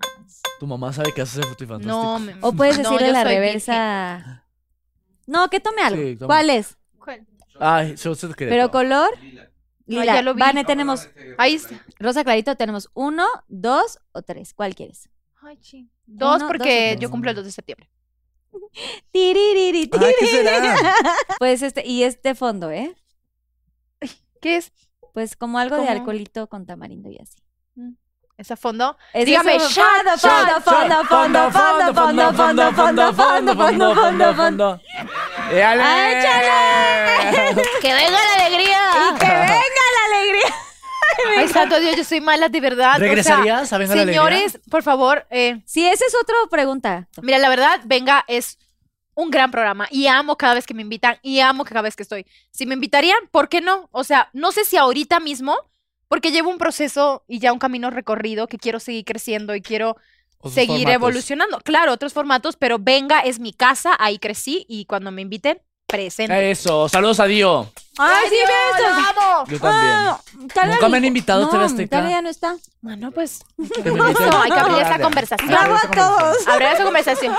S4: Tu mamá sabe que haces el frutifantástico.
S3: No, me-
S2: O puedes
S3: No,
S2: decirle
S3: yo
S2: la
S3: soy
S2: reversa. No, que tome algo.
S4: Sí, toma.
S2: ¿Cuál es?
S3: virgen.
S4: Ay, yo sé que...
S2: ¿Pero color? Lila.
S3: ya lo vi.
S2: Vane, tenemos
S3: Ahí está.
S2: rosa clarito, tenemos uno, dos o tres. ¿Cuál quieres?
S3: Ay, ching. Dos,
S2: Uno,
S3: porque
S2: dos y
S3: yo
S4: tres.
S3: cumplo el 2 de septiembre.
S2: Tiririri,
S4: Ay, ¿qué
S2: tiriri.
S4: será?
S2: Pues este, y este fondo, ¿eh?
S3: ¿Qué es?
S2: Pues como algo de
S3: ¿Cómo?
S2: alcoholito con tamarindo y así.
S3: ¿Es a fondo?
S2: Es
S3: Dígame,
S2: eso,
S3: shot,
S2: fondo, fondo,
S4: Shot, shot,
S2: fondo, fondo, fondo, fondo, fondo, fondo, fondo, fondo, fondo.
S4: ¡Y ¡Eh, ale!
S2: ¡Ay, chale!
S3: ¡Que venga la alegría!
S2: ¡Y que venga la alegría!
S3: Ay, santo Dios, yo soy mala de verdad. o sea,
S4: ¿Regresarías a Venga la Alegría?
S3: Señores, por favor, eh,
S2: Sí, esa es otra pregunta.
S3: mira, la verdad, venga, es un gran programa y amo cada vez que me invitan y amo cada vez que estoy. Si me invitarían, ¿por qué no? O sea, no sé si ahorita mismo, porque llevo un proceso y ya un camino recorrido que quiero seguir creciendo y quiero
S4: Otros
S3: seguir
S4: formatos.
S3: evolucionando. Claro, otros formatos, pero venga, es mi casa, ahí crecí y cuando me inviten, presente.
S4: Eso, saludos a Dio.
S2: ¡Ay, sí, besos!
S3: ¡Bravo!
S4: Yo también.
S2: Ah. Tal vez-
S4: Nunca me han invitado a TV Azteca.
S2: Tal vez ya no está.
S3: Bueno, pues
S4: Que me inviten.
S3: eso, hay que abrir esa conversación.
S4: Claro.
S6: ¡Bravo a todos!
S3: Abrir esa conversación.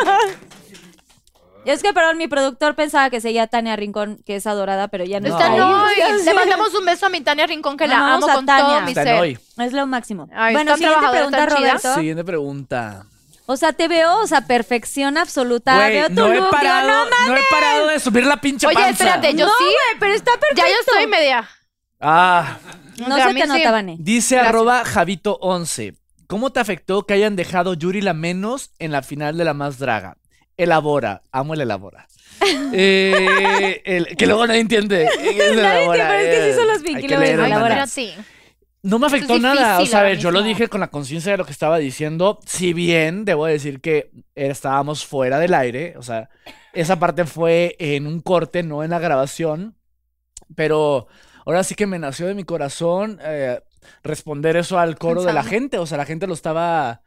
S2: Es que, perdón, mi productor pensaba que seguía Tania Rincón, que es adorada, pero ya no,
S4: No.
S2: está ahí.
S3: Tan hoy.
S2: Ya sé.
S3: Le mandamos un beso a mi Tania Rincón, que la
S2: Amamos
S3: amo
S2: a
S3: con
S2: Tania.
S3: todo mi
S4: Hasta en
S3: ser.
S4: hoy.
S2: Es lo máximo.
S3: Ay,
S2: bueno,
S3: tan
S2: siguiente
S3: trabajadora,
S2: pregunta,
S3: tan chida.
S2: Roberto.
S4: Siguiente pregunta.
S2: O sea, te veo, o sea, perfección absoluta.
S4: Güey,
S2: veo tu
S4: no, he
S2: look,
S4: parado,
S2: yo, no mames.
S4: no he parado de subir la pinche
S3: Oye,
S4: panza.
S3: espérate, yo
S2: No,
S3: sí.
S2: güey, pero está perfecto.
S3: Ya yo estoy media.
S4: Ah,
S2: No
S3: O sea, a
S2: se
S3: mí
S2: te
S3: sí.
S2: nota, Vane.
S4: dice
S3: Gracias.
S4: arroba Javito11. ¿Cómo te afectó que hayan dejado Yuri la menos en la final de la más draga? Elabora, amo el elabora. Eh, el- que luego nadie entiende. Eh,
S2: Nadie entiende, pero es que sí son los Pinky Lovers,
S3: Ay,
S2: elabora.
S3: pero
S4: elabora.
S3: sí.
S4: No me
S3: Esto
S4: afectó
S3: es
S4: nada. O
S3: difícil
S4: sea, a
S3: ahora
S4: ver, yo lo
S3: mismo.
S4: dije con la conciencia de lo que estaba diciendo. Si bien debo decir que estábamos fuera del aire, o sea, esa parte fue en un corte, no en la grabación. Pero ahora sí que me nació de mi corazón eh, responder eso al coro de la
S3: Pensando.
S4: gente. O sea, la gente lo estaba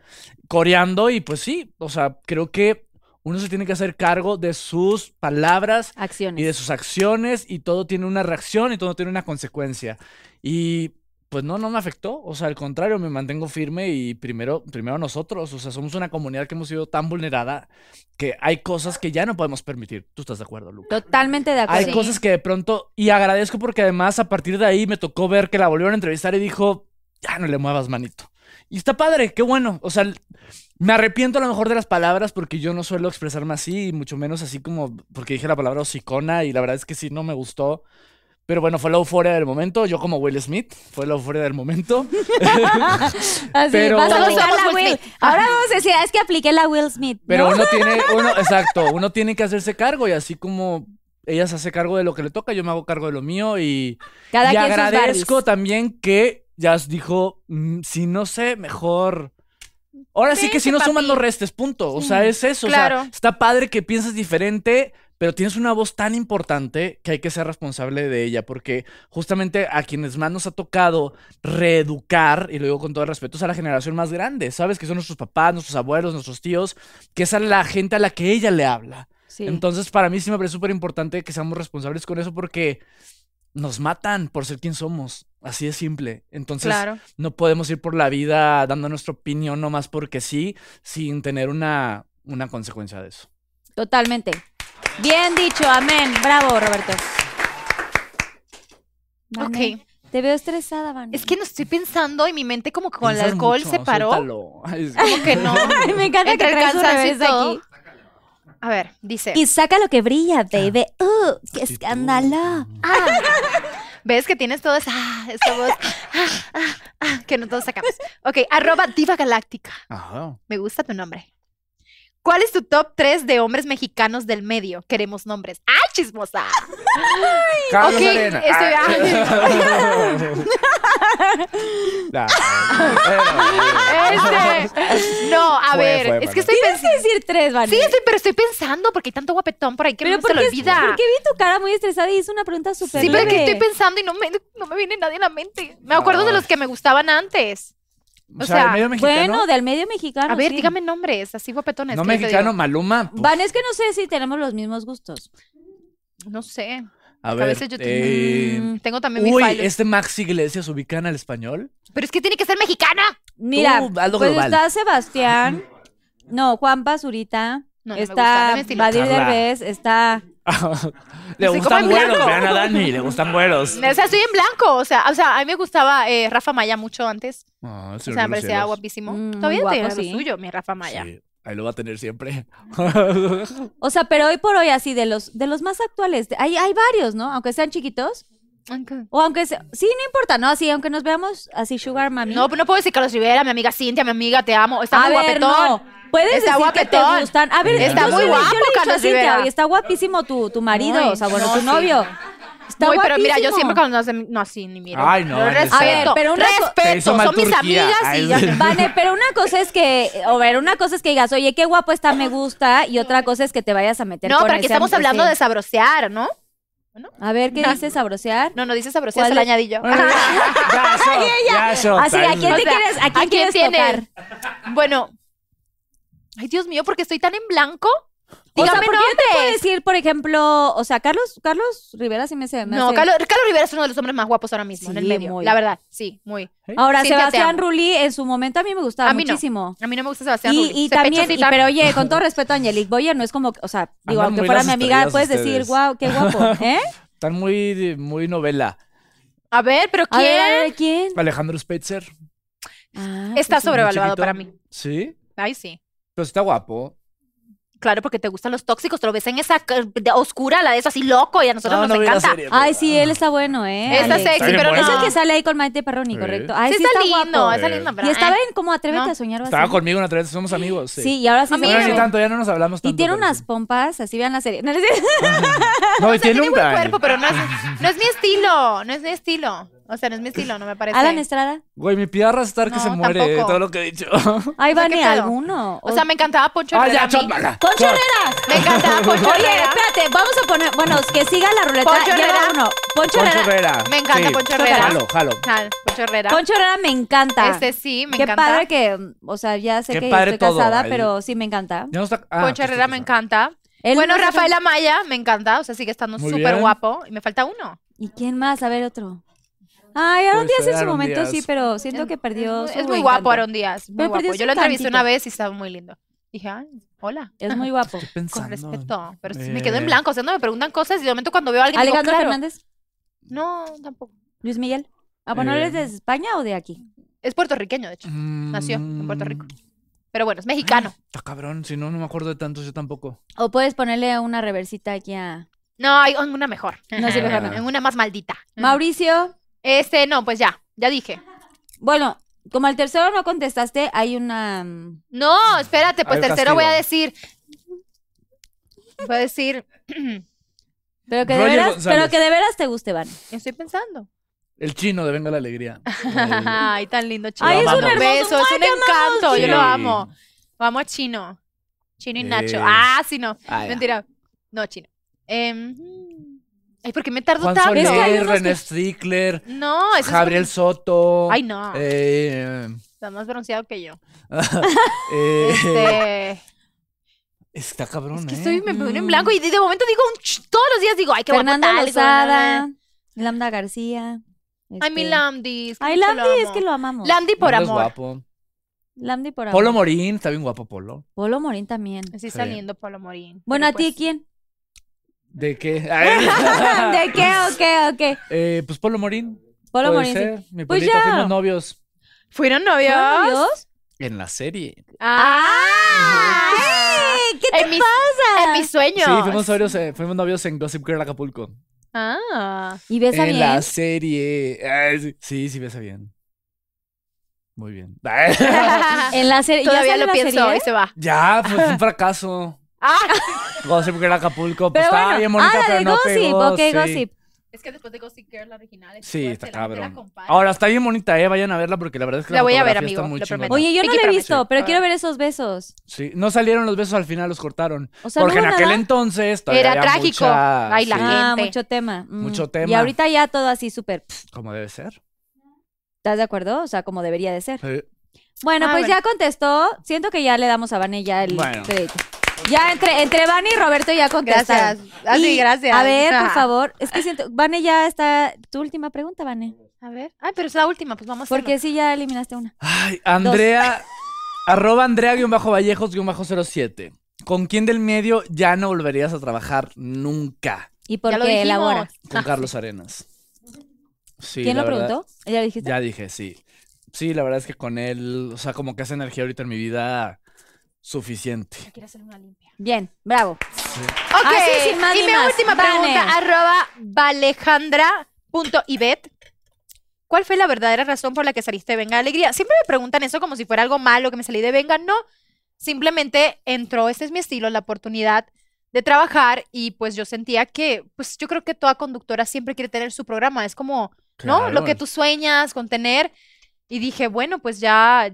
S4: coreando y pues sí, o sea, creo que uno se tiene que hacer cargo de sus palabras y de
S2: Acciones.
S4: sus acciones y todo tiene una reacción y todo tiene una consecuencia. Y pues no, no me afectó, o sea, al contrario, me mantengo firme y primero, primero nosotros, o sea, somos una comunidad que hemos sido tan vulnerada que hay cosas que ya no podemos permitir. ¿Tú estás de acuerdo, Luca?
S2: Totalmente de acuerdo.
S4: Hay cosas que de pronto, y agradezco porque además a partir de ahí me tocó ver que la volvieron a entrevistar y dijo, ya no le muevas manito. Y está padre, qué bueno. O sea, l- me arrepiento a lo mejor de las palabras porque yo no suelo expresarme así, y mucho menos así como porque dije la palabra hocicona y la verdad es que sí, no me gustó. Pero bueno, fue la euforia del momento. Yo como Will Smith, fue la euforia del momento.
S2: Así,
S4: pero-
S2: vas a
S4: Todos
S2: aplicar
S3: somos
S2: la
S3: Will
S2: Will.
S3: Smith.
S2: Ahora vamos a decir, es que apliqué la Will Smith. ¿no?
S4: Pero uno tiene, uno, exacto, uno tiene que hacerse cargo y así como ella se hace cargo de lo que le toca, yo me hago cargo de lo mío y...
S2: Cada
S4: y
S2: quien sus
S4: agradezco
S2: Barbies.
S4: también que ya os dijo, mm, si no sé, mejor. Ahora sí que si
S3: Vente,
S4: no sumas,
S3: papi.
S4: no restes, punto. O sea, es eso. o sea,
S3: Claro.
S4: está padre que pienses diferente, pero tienes una voz tan importante que hay que ser responsable de ella, porque justamente a quienes más nos ha tocado reeducar, y lo digo con todo el respeto, es a la generación más grande, ¿sabes? Que son nuestros papás, nuestros abuelos, nuestros tíos, que es a la gente a la que ella le habla.
S2: Sí.
S4: Entonces, para mí sí me parece súper importante que seamos responsables con eso porque nos matan por ser quien somos. Así de simple. Entonces,
S3: Claro.
S4: no podemos ir por la vida dando nuestra opinión nomás porque sí, sin tener una, una consecuencia de eso.
S2: Totalmente. Bien dicho, amén. Bravo, Roberto. Vane,
S3: Ok.
S2: Te veo estresada, Vane.
S3: Es que no estoy pensando y mi mente como que con el
S4: Piensas
S3: alcohol
S4: mucho,
S3: se paró.
S4: suéltalo. Ay, es-
S3: Como que no.
S2: Ay, me encanta
S3: Entre
S2: que
S3: el
S2: traes su
S3: cansancio y
S2: revés aquí.
S3: todo. A ver, dice.
S2: Y saca lo que brilla, baby. Uh, qué escándalo.
S3: Ah. ¿Ves que tienes toda esa, ah, esa voz ah, ah, ah, que no todos sacamos? Ok, arroba diva galáctica.
S4: Ajá.
S3: Me gusta tu nombre. ¿Cuál es tu top 3 de hombres mexicanos del medio? Queremos nombres. ¡Ah, chismosa!
S4: Carlos
S3: ok,
S4: Arena.
S3: este-
S4: Ah. Nah,
S3: Este, No, a
S4: Fue,
S3: ver,
S4: fue,
S3: es que
S4: Manuel.
S3: estoy
S2: Tienes que
S3: pensando.
S2: decir tres, Vane.
S3: Sí, estoy, pero estoy pensando porque hay tanto guapetón por ahí que
S2: pero
S3: no se
S2: ¿por
S3: lo
S2: qué,
S3: olvida.
S2: porque vi tu cara muy estresada y es una pregunta súper
S3: Sí, pero es que
S2: leve.
S3: estoy pensando y no me, no me viene nadie a la mente. Me acuerdo
S4: Ah.
S3: de los que me gustaban antes.
S4: O
S3: O
S4: sea, el
S3: sea,
S4: medio mexicano.
S2: Bueno, del medio mexicano.
S3: A ver,
S2: Ah, sí.
S3: dígame nombres, así guapetones.
S4: no
S3: que yo te
S4: mexicano, Maluma. puf,
S2: Van, es que no sé si tenemos los mismos gustos.
S3: digo. No sé.
S4: a
S3: a
S4: ver.
S3: veces yo tengo,
S4: eh,
S2: Mm.
S3: tengo también mis
S4: Uy,
S3: fallos.
S4: este Max Iglesias ubican al español.
S3: Pero es que tiene que ser mexicana.
S2: Mira,
S4: Tú, hazlo
S2: pues
S4: global.
S2: está Sebastián. No, Juan Basurita.
S3: No, no me gusta, no
S2: está
S3: me estilo.
S2: Badir
S4: Carla.
S2: Derbez. Está.
S4: le
S3: Así
S4: gustan
S3: como en
S4: güeros,
S3: blanco.
S4: vean a Dani, le gustan güeros.
S3: O sea, estoy en blanco. O sea, o sea a mí me gustaba eh, Rafa Maya mucho antes.
S4: Ah, el
S3: o
S4: señor
S3: sea,
S4: de
S3: me
S4: los
S3: parecía
S4: cielos.
S3: guapísimo.
S2: Mm,
S3: Todavía
S2: guapo,
S3: tiene lo
S2: sí.
S3: suyo, mi Rafa Maya.
S4: Sí, ahí lo va a tener siempre.
S2: O sea, pero hoy por hoy, así, de los, de los más actuales. Hay, hay varios, ¿no? Aunque sean chiquitos.
S3: Aunque-
S2: O aunque sea. Sí, no importa, ¿no? Así, aunque nos veamos así, Sugar Mami.
S3: No, pues no puedo decir Carlos Rivera, mi amiga Cintia, mi amiga, te amo. Está
S2: a
S3: muy
S2: ver,
S3: guapetón.
S2: no. Puedes
S3: Está
S2: decir que te
S3: guapetón.
S2: gustan. A ver,
S4: Está
S2: yo
S4: muy
S2: sí- yo le he
S3: guapo,
S2: dicho a
S3: Carlos
S2: Cintia,
S3: Rivera.
S2: oye, está guapísimo tu, tu marido,
S3: Ay,
S2: o sea, bueno,
S3: no,
S2: tu
S3: sí.
S2: novio. Está
S3: Muy, pero mira, yo
S2: guapísimo.
S3: siempre cuando hacen- no así ni miro.
S4: Ay, no,
S3: Lo
S4: en
S3: respeto.
S2: A ver, pero una co-
S4: Te hizo
S3: respeto,
S4: mal
S3: son mis
S4: Turquía.
S3: amigas
S4: Ay,
S3: y ya.
S2: Vane, pero una cosa es que, o ver, una cosa es que digas, oye, qué guapo está, me gusta, y otra cosa es que te vayas a meter
S3: No,
S2: con
S3: pero aquí
S2: ese
S3: estamos
S2: hombre,
S3: hablando
S2: sí.
S3: de sabrosear, ¿no?
S2: A ver, ¿qué
S3: No.
S2: dices, sabrosear?
S3: No, no dice sabrosear,
S2: ¿Cuál
S3: se la
S2: es?
S3: añadí yo.
S4: Bueno, ya, ya, eso, ya, eso,
S2: Así, Ah, ¿a quién
S3: O
S2: te
S3: sea,
S2: quieres, a quién
S3: ¿a quién
S2: quieres
S3: tiene?
S2: tocar?
S3: Bueno. Ay, Dios mío, porque estoy tan en blanco.
S2: O sea,
S3: Dígame
S2: ¿por qué yo te puedo decir, por ejemplo, o sea, Carlos, Carlos Rivera sí me se me
S3: No,
S2: hace-
S3: Carlos, Carlos Rivera es uno de los hombres más guapos ahora mismo en el
S2: Sí,
S3: medio.
S2: muy.
S3: La verdad, sí, muy.
S2: Ahora,
S3: Cintia, te
S2: Sebastián
S3: amo.
S2: Rulli en su momento a mí me gustaba
S3: A mí no.
S2: muchísimo.
S3: A mí no me gusta Sebastián
S2: Y,
S3: Rulli.
S2: y
S3: Se
S2: también, y-
S3: pechocita.
S2: pero oye, con todo respeto a Angelique Boyer, no es como, o sea, digo,
S4: Andan
S2: aunque
S4: muy
S2: fuera
S4: las
S2: mi amiga,
S4: estrellas
S2: puedes decir,
S4: ustedes.
S2: wow, qué guapo, ¿eh?
S4: Están muy, muy novela.
S3: A ver, pero
S2: A
S3: ¿quién
S2: ver, a ver, ¿quién?
S4: Alejandro Spitzer.
S2: Ah,
S3: está
S2: pues sí.
S3: sobrevaluado
S4: chiquito.
S3: para mí?
S4: Sí,
S3: Ay, sí.
S4: pero está guapo.
S3: Claro, porque te gustan los tóxicos, te lo ves en esa eh, de- oscura, la de eso así loco, y a nosotros
S4: Ah,
S3: nos
S4: no vi la
S3: encanta.
S4: serie,
S2: Ay,
S4: pero-
S2: sí, él está bueno, ¿eh?
S3: Está
S2: Alex?
S3: sexy,
S7: bien
S3: pero no.
S7: bueno.
S2: Es el que sale ahí con Maite Perroni,
S7: Sí.
S2: correcto. Ay,
S3: sí,
S2: sí,
S3: está,
S2: está,
S3: lindo,
S2: guapo.
S3: está lindo, pero,
S2: Y estaba
S3: eh.
S2: en como Atrévete
S3: No.
S2: a soñar o así.
S4: Estaba conmigo una vez, somos amigos. Sí.
S2: Sí, y ahora sí
S3: A
S2: se ve
S3: mí
S4: Bueno,
S3: me-
S4: ni
S2: bien.
S4: tanto, ya no nos hablamos tanto.
S2: Y tiene
S4: pero
S2: unas
S4: sí.
S2: pompas, así vean la serie. No, es cierto.
S4: No, y
S3: O sea, tiene
S4: tiene un
S3: buen
S4: brand.
S3: cuerpo, pero no es, no es mi estilo, no es mi estilo. O sea, no es mi estilo, no me parece.
S2: Alan Estrada.
S4: Güey, mi piedra estar que
S3: No,
S4: se muere,
S3: tampoco.
S4: de todo lo que he dicho.
S2: Ay,
S3: sea, ¿qué
S2: Vane,
S3: pedo?
S2: alguno.
S3: O sea, me encantaba Poncho
S4: ah,
S3: Herrera.
S4: ya,
S3: a mí.
S4: chótmala.
S2: ¡Poncho
S4: Chot.
S2: Herrera!
S3: Me encantaba Poncho
S2: Oye,
S3: Herrera.
S2: espérate, vamos a poner. Bueno, que siga la ruleta.
S3: Poncho
S2: lleva
S3: Herrera.
S2: uno. Poncho
S4: Poncho
S2: Herrera.
S4: Herrera.
S3: Me encanta Poncho Herrera.
S4: Jalo, jalo.
S3: Ah, Poncho Herrera.
S2: Poncho Herrera me encanta.
S3: Este sí, me
S2: Qué
S3: encanta.
S2: padre que, o sea, ya sé
S4: Qué
S2: que
S4: padre
S2: estoy
S4: todo,
S2: casada,
S4: ahí.
S2: pero sí me encanta.
S4: Ya no está- ah,
S3: Poncho
S4: pues,
S3: Herrera
S4: sí,
S3: me
S4: sí.
S3: encanta.
S2: Él
S3: bueno,
S2: no sabe-
S3: Rafael Amaya me encanta, o sea, sigue estando
S4: Muy
S3: súper
S4: bien.
S3: guapo. Y me falta uno.
S2: ¿Y quién más? A ver, otro. Ay, Aaron
S4: Puede
S2: Díaz
S4: ser
S2: en su
S4: Aaron
S2: momento
S4: Pues Díaz.
S2: sí, pero siento que perdió
S3: Es,
S2: su
S3: muy
S2: encanto.
S3: guapo Aaron Díaz. muy
S2: Pero
S3: guapo.
S2: perdió
S3: Yo
S2: su
S3: lo entrevisté
S2: tantito.
S3: una vez y estaba muy lindo. Dije, ay, hola.
S2: Es muy guapo.
S4: Estoy
S3: Con
S4: pensando.
S3: respeto. Pero sí me quedo en
S4: Eh.
S3: blanco. O sea, no me preguntan cosas y de momento cuando veo a alguien. digo,
S2: Alejandro
S3: claro.
S2: Fernández,
S3: No, tampoco.
S2: Luis Miguel. Ah, bueno,
S4: Eh.
S2: ¿eres de España o de aquí?
S3: Es puertorriqueño, de hecho.
S4: Mm.
S3: Nació en Puerto Rico. Pero bueno, es mexicano.
S4: Está cabrón, si no, no me acuerdo de tantos, yo tampoco.
S2: O puedes ponerle una reversita aquí a
S3: No, hay en una mejor.
S2: No, sí, mejor no.
S3: En una más maldita.
S2: Mauricio.
S3: Este, no, pues ya. Ya dije.
S2: Bueno, como el tercero no contestaste, hay una. mm,
S3: No, espérate, pues
S4: Hay un
S3: tercero voy a
S4: castigo.
S3: decir. Voy a decir.
S2: Pero que de
S4: Roger
S2: veras,
S4: González.
S2: pero que de veras te guste, Van.
S3: Estoy pensando.
S4: El chino de Venga la Alegría. ah,
S3: Ay, tan lindo, chino.
S2: Ay,
S4: es un
S3: un
S2: hermoso-
S3: beso, es un encanto. Yo lo
S4: Chino.
S3: amo. Vamos a Chino. Chino y Nacho.
S4: Eh.
S3: Ah, sí, no.
S4: Ay,
S3: Mentira. No, Chino. Em, ay, ¿por qué me tardo
S4: Juan
S3: tanto?
S2: Es que hay
S4: Soler,
S2: unos que-
S4: René Strickler,
S3: No, eso es
S4: Gabriel Soto.
S3: porque- Ay, no.
S4: eh,
S3: Está más bronceado que yo.
S4: eh,
S3: Este,
S4: Está cabrón,
S3: es que
S4: ¿eh?
S3: estoy, me pongo en
S2: Mm.
S3: blanco y de, de momento digo un ch- todos los días digo, ay, qué
S2: Fernando
S3: guapo tal, qué guapo
S2: Lozada,
S3: tal.
S2: Lambda García.
S3: Ay, mi
S2: este-
S3: Lamdi. es que
S2: Ay,
S3: mucho lo
S2: Lamdi, es
S3: amo.
S2: que lo amamos.
S3: Lamdi por
S4: Polo es
S3: amor.
S4: guapo.
S2: Lamdi por amor.
S4: Polo Morín, está bien guapo Polo.
S2: Polo Morín también.
S3: Así está
S4: Sí.
S3: lindo Polo Morín.
S2: Bueno, ¿a
S3: pero
S2: ti
S3: pues-
S2: quién?
S4: ¿De qué? Ay,
S2: ¿De qué o qué o qué?
S4: eh, pues Polo Morín.
S2: Polo
S4: puede
S2: Morín. sí.
S4: ser. Mi
S2: Pues
S4: polito,
S2: ya.
S4: fuimos novios.
S3: ¿Fueron novios?
S2: ¿Fueron novios?
S4: En la serie.
S3: ¡Ah!
S2: Ay, ¿Qué te
S3: En mis,
S2: Ah.
S3: en mis sueños.
S4: Sí, fuimos novios, eh, fuimos novios en Gossip Girl Acapulco.
S3: Ah.
S2: ¿Y besa
S4: en
S2: bien?
S4: la serie. Ay, sí. sí, sí, besa bien. Muy bien. Ay,
S2: En la serie. ¿ya
S3: Todavía
S2: sale
S3: lo
S2: la
S3: pienso
S2: serie?
S3: y se va.
S4: ya, pues fue un fracaso.
S3: Ah.
S4: Gossip Girl Acapulco,
S2: Pero
S4: pues estaba
S2: bueno,
S4: bien bonita,
S2: ah, la
S4: pero
S2: de
S4: no
S2: Gossip,
S4: pegó,
S2: ok,
S4: sí.
S2: Gossip.
S3: Es que después de Gossip Girl, Pues la original.
S4: Sí, está cabrón. Ahora está bien bonita, eh. Vayan a verla porque la verdad es que la,
S3: La voy a ver,
S4: fotografía está
S3: amigo,
S4: muy
S3: lo
S4: chingona.
S3: prometo.
S2: Oye, yo no
S3: Pinky
S2: la he
S3: Promise.
S2: visto, pero
S3: Ah.
S2: quiero ver esos besos.
S4: Sí, no salieron los besos al final, los cortaron.
S2: O sea,
S4: porque
S2: no
S4: en
S2: hubo
S4: aquel
S2: nada.
S4: entonces todavía
S3: Era
S4: había
S3: trágico.
S4: mucha-
S3: Ay, la-
S4: sí,
S2: Ah,
S3: gente.
S2: mucho tema. mm.
S4: Mucho
S2: Y
S4: tema.
S2: ahorita ya todo así súper. pf,
S4: como debe ser. Eh,
S2: ¿Estás de acuerdo? O sea, como debería de ser.
S4: Sí.
S2: Bueno,
S3: Ah,
S2: pues
S3: bueno.
S2: ya contestó. Siento que ya le damos a Vane ya el
S4: Bueno.
S2: crédito. Ya entre, entre Vane y Roberto ya
S3: Gracias.
S2: contestaron.
S3: Ah, sí,
S2: Y,
S3: gracias.
S2: A ver, por
S3: Ah.
S2: favor. Es que siento. Vane ya está. Tu última pregunta, Vane.
S3: A ver. Ay, pero es la última, pues vamos a hacerlo.
S2: Porque sí ya eliminaste una.
S4: Ay, Andrea, arroba Andrea-Vallejos-07. ¿Con quién del medio ya no volverías a trabajar nunca?
S2: ¿Y
S3: Ya
S2: por
S3: lo
S2: qué
S3: dijimos.
S2: elabora?
S3: Ah,
S4: Con Carlos Arenas. Sí,
S2: ¿Quién
S4: la
S2: lo
S4: verdad-
S2: preguntó? ¿Ya dijiste?
S4: Ya dije, sí. Sí, la verdad es que con él, o sea, como que esa energía ahorita en mi vida suficiente.
S3: Quiero hacer una limpia.
S2: Bien, bravo.
S3: Ok,
S2: Así, sin más
S3: y
S2: ni
S3: mi
S2: más.
S3: última
S2: Vane.
S3: pregunta, arroba valejandra.ibet. ¿Cuál fue la verdadera razón por la que saliste de Venga de Alegría? Siempre me preguntan eso como si fuera algo malo que me salí de Venga. No, simplemente entró, este es mi estilo, la oportunidad de trabajar y pues yo sentía que, pues yo creo que toda conductora siempre quiere tener su programa, es como, ¿no?
S4: Claro.
S3: Lo que tú sueñas con tener. Y dije, bueno, pues ya,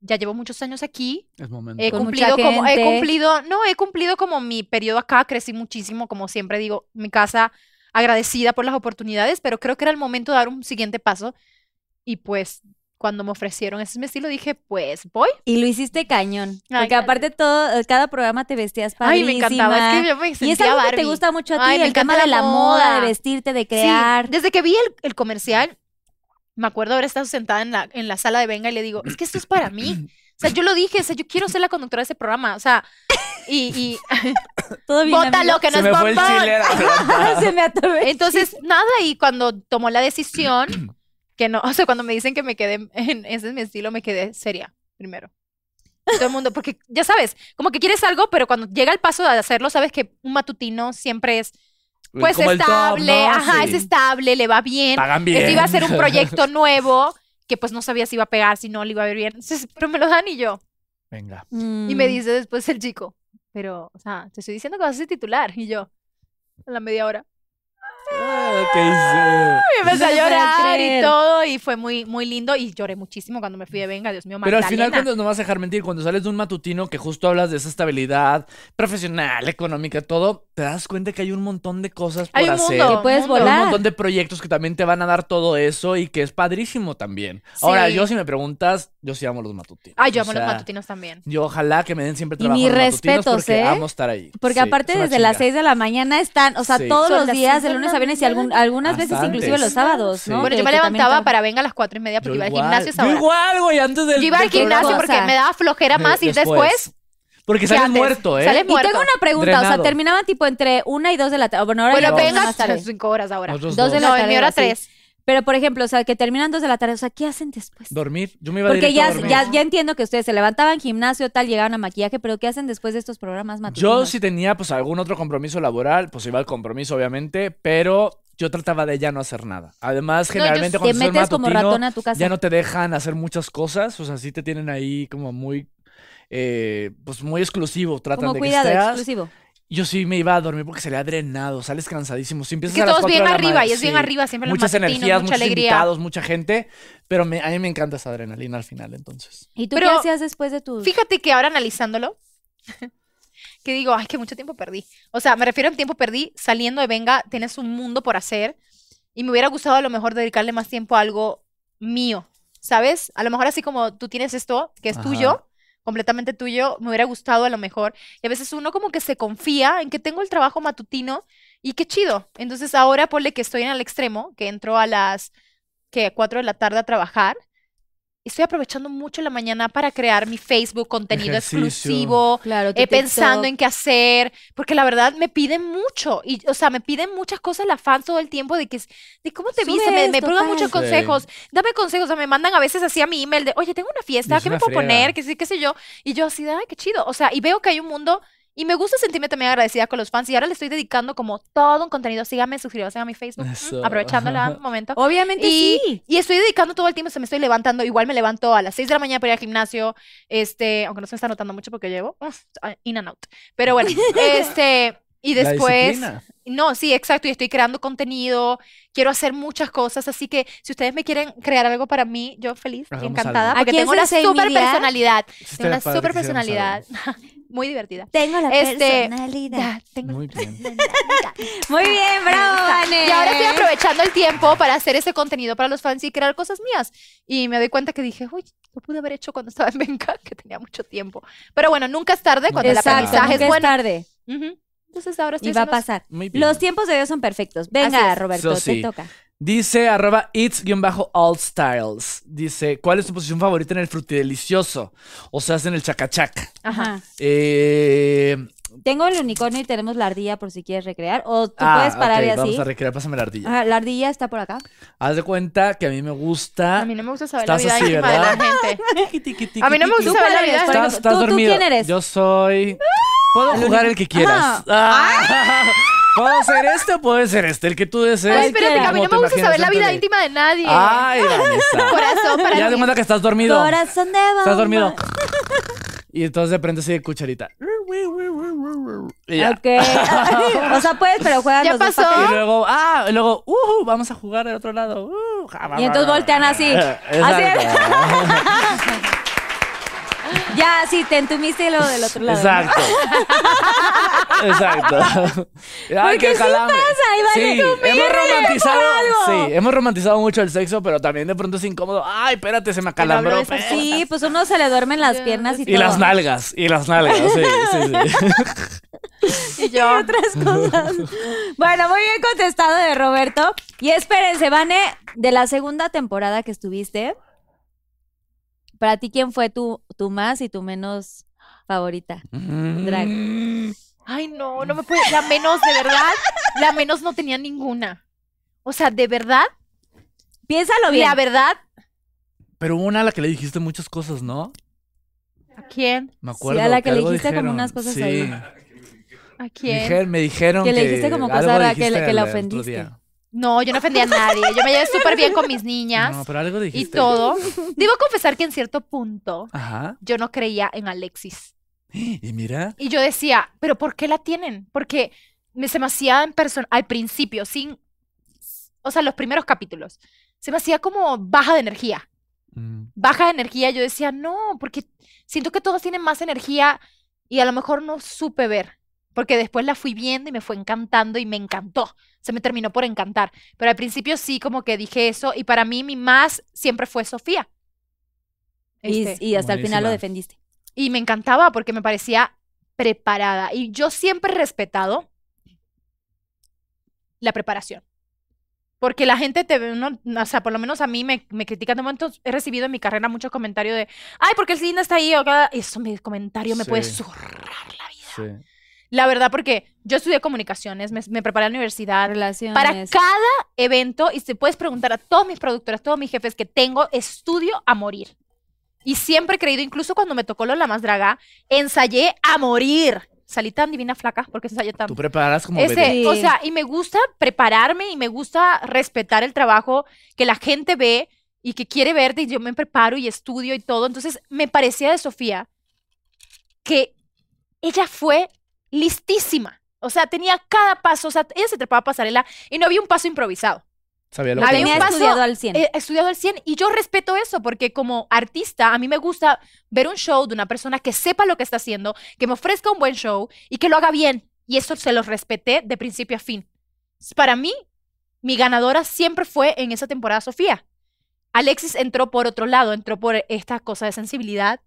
S3: ya llevo muchos años aquí,
S4: Es momento.
S3: He
S2: Con mucha
S3: cumplido como, he
S2: gente.
S3: cumplido, no, he cumplido como mi periodo acá, crecí muchísimo, como siempre digo, mi casa agradecida por las oportunidades, pero creo que era el momento de dar un siguiente paso. Y pues cuando me ofrecieron ese mi estilo, dije, pues voy.
S2: Y lo hiciste cañón.
S3: Ay,
S2: Porque aparte todo, cada programa te vestías
S3: Ay,
S2: padrísima.
S3: me encantaba, es que yo me
S2: y es
S3: sentía
S2: algo que te
S3: Barbie.
S2: gusta mucho a ti,
S3: Ay, me
S2: el tema
S3: encanta
S2: de la
S3: la
S2: moda, de
S3: moda.
S2: vestirte, de
S3: Sí,
S2: crear.
S3: desde que vi el, el comercial, me acuerdo haber estado sentada en la, en la sala de Venga y le digo, es que esto es para mí. O sea, yo lo dije, o sea, yo quiero ser la conductora de ese programa, o sea, y,
S2: Todo
S3: y
S2: bien.
S3: bótalo,
S2: amigo.
S3: que no
S4: Se
S3: es
S4: me fue el
S3: bombón.
S4: chile. la
S2: Ah,
S4: verdad.
S2: Se me atoró.
S3: Entonces, nada, y cuando tomó la decisión, que no, o sea, cuando me dicen que me quedé en ese es mi estilo, me quedé seria, primero. Todo el mundo, porque ya sabes, como que quieres algo, pero cuando llega el paso de hacerlo, sabes que un matutino siempre es, pues,
S4: Como el top,
S3: estable,
S4: ¿no?
S3: ajá,
S4: Sí.
S3: es estable, le va bien.
S4: Pagan bien.
S3: Esto iba a ser un proyecto nuevo que pues no sabía si iba a pegar, si no le iba a ver bien. Entonces, pero me lo dan y yo.
S4: Venga.
S3: Y
S2: Mm,
S4: Mm.
S3: me dice después el chico, pero, o sea, te estoy diciendo que vas a ser titular. Y yo, a la media hora.
S4: Ah, ¿Qué hice?
S3: Y
S2: No
S3: empecé a
S2: te puedo
S3: llorar y
S2: creer.
S3: todo, y fue muy, muy lindo. Y lloré muchísimo cuando me fui de Venga, Dios mío,
S4: Pero al final,
S3: Magdalena.
S4: cuando no vas a dejar mentir, cuando sales de un matutino que justo hablas de esa estabilidad profesional, económica, todo, te das cuenta que hay un montón de cosas por
S3: Hay un
S4: hacer.
S3: mundo.
S2: Que puedes
S3: mundo.
S4: Hay un
S2: volar.
S4: montón de proyectos que también te van a dar todo eso y que es padrísimo también.
S3: Sí.
S4: Ahora, yo si me preguntas, yo sí amo los matutinos.
S3: Ay, yo
S4: O
S3: amo
S4: sea,
S3: los matutinos también.
S4: Yo ojalá que me den siempre
S2: Y
S4: trabajo
S2: mis
S4: en los matutinos
S2: respetos,
S4: porque
S2: ¿eh?
S4: amo estar ahí.
S2: Porque
S4: Sí,
S2: aparte
S4: es una
S2: desde las
S4: chinga.
S2: 6 de la mañana están, o sea,
S4: Sí.
S2: todos
S3: Son
S2: los
S3: las
S2: días,
S3: cinco
S2: de
S3: de
S2: lunes
S3: la
S2: a viernes y algún- algunas
S4: Hasta
S2: veces inclusive
S4: antes.
S2: los sábados,
S4: Sí.
S2: ¿no?
S3: Bueno,
S2: Que-
S3: yo me
S2: que también
S3: levantaba
S2: estaba-
S3: para Venga a las cuatro y media
S4: Yo
S3: porque iba al
S4: igual.
S3: gimnasio a esa
S4: Yo
S3: hora.
S4: igual, güey, antes del.
S3: Yo iba al
S4: del
S3: gimnasio
S4: programa.
S3: porque me daba flojera más ir después.
S4: Porque
S3: que
S4: sales
S3: antes.
S4: muerto, ¿eh?
S3: Sales
S2: Y tengo
S3: muerto.
S2: una pregunta, o
S4: Drenado.
S2: sea, terminaba tipo entre una y dos de la tarde. Bueno, ahora ya
S3: Bueno,
S2: termina
S3: Venga,
S2: más tarde.
S3: son cinco horas ahora.
S4: Nosotros
S2: Dos de la
S3: no, en
S2: tarde,
S3: mi hora
S2: así.
S3: tres.
S2: Pero por ejemplo, o sea, que terminan dos de la tarde, o sea, ¿qué hacen después?
S4: Dormir. Yo me iba
S2: Porque
S4: directo a
S2: ya,
S4: dormir.
S2: ya, ya entiendo que ustedes se levantaban gimnasio, tal, llegaban a maquillaje, pero ¿qué hacen después de estos programas matutinos?
S4: Yo si tenía pues algún otro compromiso laboral, pues iba al compromiso obviamente, pero yo trataba de ya no hacer nada. Además,
S3: yo-
S4: generalmente
S2: te
S4: cuando soy
S2: metes como
S4: matutino,
S2: ratón a tu casa.
S4: ya no te dejan hacer muchas cosas, o sea, sí te tienen ahí como muy eh, pues muy exclusivo, tratan
S2: como
S4: de
S2: cuidado,
S4: que seas.
S2: exclusivo.
S4: Yo sí me iba a dormir porque salía drenado, sales cansadísimo, si
S3: Es
S4: empiezas
S3: que
S4: a las
S3: todos
S4: 4
S3: bien
S4: de la
S3: arriba,
S4: madre-
S3: y es bien
S4: sí.
S3: arriba, siempre los
S4: Muchas
S3: matutinos,
S4: energías,
S3: mucha
S4: muchos
S3: alegría.
S4: invitados, mucha gente, pero me- a mí me encanta esa adrenalina al final, entonces.
S2: ¿Y tú
S3: Pero-
S2: qué hacías después de tus...?
S3: Fíjate que ahora analizándolo, que digo, ay, que mucho tiempo perdí. O sea, me refiero al tiempo perdí saliendo de Venga, tienes un mundo por hacer y me hubiera gustado a lo mejor dedicarle más tiempo a algo mío, ¿sabes? A lo mejor así como tú tienes esto, que es
S4: Ajá.
S3: tuyo, completamente tuyo, me hubiera gustado a lo mejor. Y a veces uno como que se confía en que tengo el trabajo matutino y qué chido. Entonces ahora ponle que estoy en el extremo, que entro a las que 4 de la tarde a trabajar. Estoy aprovechando mucho la mañana para crear mi Facebook, contenido
S4: Ejercicio.
S3: exclusivo,
S2: Claro, tu
S3: eh, pensando
S2: TikTok.
S3: en qué hacer, porque la verdad me piden mucho, y, o sea, me piden muchas cosas las fans todo el tiempo de que, es- de cómo te
S2: Sube
S3: viste, me, me
S2: esto,
S3: prueban
S2: tal.
S3: muchos
S4: Sí.
S3: consejos, dame consejos, o sea, me mandan a veces así a mi email de, oye, tengo una fiesta,
S4: es
S3: ¿qué me
S4: una
S3: puedo
S4: friega.
S3: poner? Que sí, qué sé yo, y yo así, de, ay, qué chido, o sea, y veo que hay un mundo, y me gusta sentirme también agradecida con los fans, y ahora le estoy dedicando como todo un contenido, síganme, suscríbanse a mi Facebook,
S4: Eso.
S3: aprovechándola un momento.
S2: Obviamente
S3: Y,
S2: sí.
S3: y estoy dedicando todo el tiempo, se me estoy levantando, igual me levanto a las 6 de la mañana para ir al gimnasio, este, aunque no se me está notando mucho porque llevo in and out. Pero bueno, este, y
S4: La
S3: después...
S4: disciplina.
S3: No, sí, exacto, y estoy creando contenido, quiero hacer muchas cosas, así que si ustedes me quieren crear algo para mí, yo feliz, y
S4: Hagamos
S3: encantada,
S4: algo.
S3: porque
S2: Aquí en
S3: tengo una
S2: Sensei
S3: super
S2: Media-
S3: personalidad,
S4: Sí,
S3: tengo
S4: estaría
S3: una
S4: padre que
S3: super
S4: hiciéramos
S3: personalidad,
S4: algo.
S3: muy divertida.
S2: Tengo la
S3: Este,
S2: personalidad.
S3: Ya, tengo este
S4: Muy bien.
S2: Muy bien, bravo, Vane.
S3: Y ahora estoy aprovechando el tiempo para hacer ese contenido para los fans y crear cosas mías. Y me doy cuenta que dije, uy, lo pude haber hecho cuando estaba en Venga, que tenía mucho tiempo. Pero bueno, nunca es tarde cuando
S4: Nunca es
S3: el
S2: Exacto, nunca
S3: aprendizaje
S4: aprendizaje
S3: es
S2: es
S3: bueno.
S2: tarde.
S3: Ujú. Entonces ahora estoy
S2: Y va a
S3: haciendo-
S2: pasar.
S4: Muy bien.
S2: Los tiempos de Dios son perfectos.
S3: Así
S2: Venga,
S3: es.
S2: Roberto,
S4: Eso sí.
S2: te toca.
S4: Dice arroba its-allstyles. Dice, ¿cuál es tu posición favorita en el frutidelicioso? O sea, es en el chacachac.
S2: Ajá.
S4: Eh,
S2: Tengo el unicornio y tenemos la ardilla por si quieres recrear. O tú
S4: ah,
S2: puedes parar
S4: ok,
S2: y así.
S4: Vamos a recrear, pásame la ardilla.
S2: Ajá, la ardilla está por acá.
S4: Haz de cuenta que a mí me gusta.
S3: A mí no me gusta saber la
S4: Estás
S3: vida
S4: así,
S3: íntima de la gente. A mí no me
S4: Pues
S2: ¿Tú
S3: gusta
S2: cuál
S3: saber la
S2: eres?
S3: vida.
S2: Por
S4: Estás,
S2: ejemplo,
S4: estás
S2: ¿tú- tú
S4: dormido.
S2: quién eres?
S4: Yo soy.
S3: Ah.
S4: Puedo jugar el que quieras.
S2: Ajá.
S4: Ah. Puedo ser este o puedo ser este, el que tú desees.
S3: Ay, espérate, que a mí no
S4: Como te
S3: me gusta
S4: imaginas,
S3: saber la vida íntima
S4: siéntate.
S3: de nadie.
S4: Ay, Vanessa.
S3: Corazón para
S4: Ya
S3: ti.
S4: te cuenta que estás dormido.
S2: Corazón de bomba.
S4: Estás dormido. Y entonces de pronto así de cucharita. Y ya.
S2: Ok. o sea, puedes, pero juegan
S3: Ya
S2: los dos
S3: pasó.
S2: papeles.
S4: Y luego, ah, y luego, uh, vamos a jugar al otro lado. uh, ja, va,
S2: Y
S4: va,
S2: entonces
S4: va, va.
S2: voltean así.
S4: Exacto.
S2: Ya, sí, te entumiste lo del otro lado.
S4: Exacto. Exacto. Ay, qué
S2: sí
S4: calambre.
S2: pasa, Iván,
S4: sí,
S2: es un
S4: hemos
S2: mierda,
S4: romantizado,
S2: por algo.
S4: sí, hemos romantizado mucho el sexo, pero también de pronto es incómodo. Ay, espérate, se me
S2: ¿no?
S4: acalambró.
S2: Sí, pues uno se le duermen las piernas y,
S4: Y las
S2: todo.
S4: nalgas, y las nalgas, sí, sí, sí.
S3: Y yo.
S2: otras cosas. Bueno, muy bien contestado de Roberto. Y espérense, Vane, de la segunda temporada que estuviste, para ti, ¿quién fue tu, tu más y tu menos favorita? Drag.
S3: Ay, no, no me puede. La menos, de verdad. La menos no tenía ninguna. O sea, de verdad,
S2: Piénsalo bien.
S3: la verdad.
S4: Pero hubo una a la que le dijiste muchas cosas, ¿no?
S3: ¿A quién?
S4: Me
S2: Sí,
S4: acuerdo.
S2: a la que le
S4: algo
S2: dijiste como
S4: dijeron.
S2: unas cosas
S4: sí.
S2: ahí.
S3: ¿A quién?
S4: Dijer- me dijeron
S2: Que
S4: que
S2: le dijiste como
S4: algo
S2: cosa rara, que
S4: dijiste
S2: le- que la
S4: al- al otro
S2: ofendiste.
S4: día.
S3: No, yo no ofendí a nadie. Yo me llevé súper bien con mis niñas
S4: No, pero algo
S3: y
S4: dijiste.
S3: todo. Debo confesar que en cierto punto
S4: Ajá.
S3: yo no creía en Alexis.
S4: Y mira.
S3: Y yo decía, ¿pero por qué la tienen? Porque me, se me hacía en persona, al principio, sin. O sea, los primeros capítulos. Se me hacía como baja de energía.
S4: Mm.
S3: Baja de energía. Yo decía, no, porque siento que todos tienen más energía y a lo mejor no supe ver. Porque después la fui viendo y me fue encantando y me encantó. Se me terminó por encantar. Pero al principio sí, como que dije eso. Y para mí, mi más siempre fue Sofía.
S2: Y,
S3: Este.
S2: y hasta el final lo
S4: Buenísima.
S2: defendiste.
S3: Y me encantaba porque me parecía preparada. Y yo siempre he respetado la preparación. Porque la gente te ve, uno, o sea, por lo menos a mí me, me critican de momento. He recibido en mi carrera muchos comentarios de, ay, porque el Linda está ahí. O cada... Eso, mi comentario me puede
S4: Sí.
S3: zurrar la vida.
S4: Sí.
S3: La verdad, porque yo estudié comunicaciones, me, me preparé a la universidad,
S2: Relaciones.
S3: para cada evento, y te puedes preguntar a todos mis productoras, todos mis jefes que tengo, estudio a morir. Y siempre he creído, incluso cuando me tocó lo La Más Draga, ensayé a morir. Salí tan divina flaca porque ensayé
S4: Tú
S2: Ah,
S3: tanto.
S4: preparas como
S3: Ese,
S4: bebé.
S3: O
S2: Sí.
S3: sea, y me gusta prepararme y me gusta respetar el trabajo que la gente ve y que quiere verte y yo me preparo y estudio y todo. Entonces, me parecía de Sofía que ella fue listísima. O sea, tenía cada paso, o sea, ella se trepaba a pasarela y no había un paso improvisado.
S4: Sabía lo
S2: Lo
S3: había
S4: que
S3: un
S2: tenía
S4: pasaba.
S3: paso- eh,
S2: estudiado al 100.
S3: He estudiado al 100 y yo respeto eso porque como artista a mí me gusta ver un show de una persona que sepa lo que está haciendo, que me ofrezca un buen show y que lo haga bien. Y eso se los respeté de principio a fin. Para mí, mi ganadora siempre fue en esa temporada Sofía. Alexis entró por otro lado, entró por esta cosa de sensibilidad,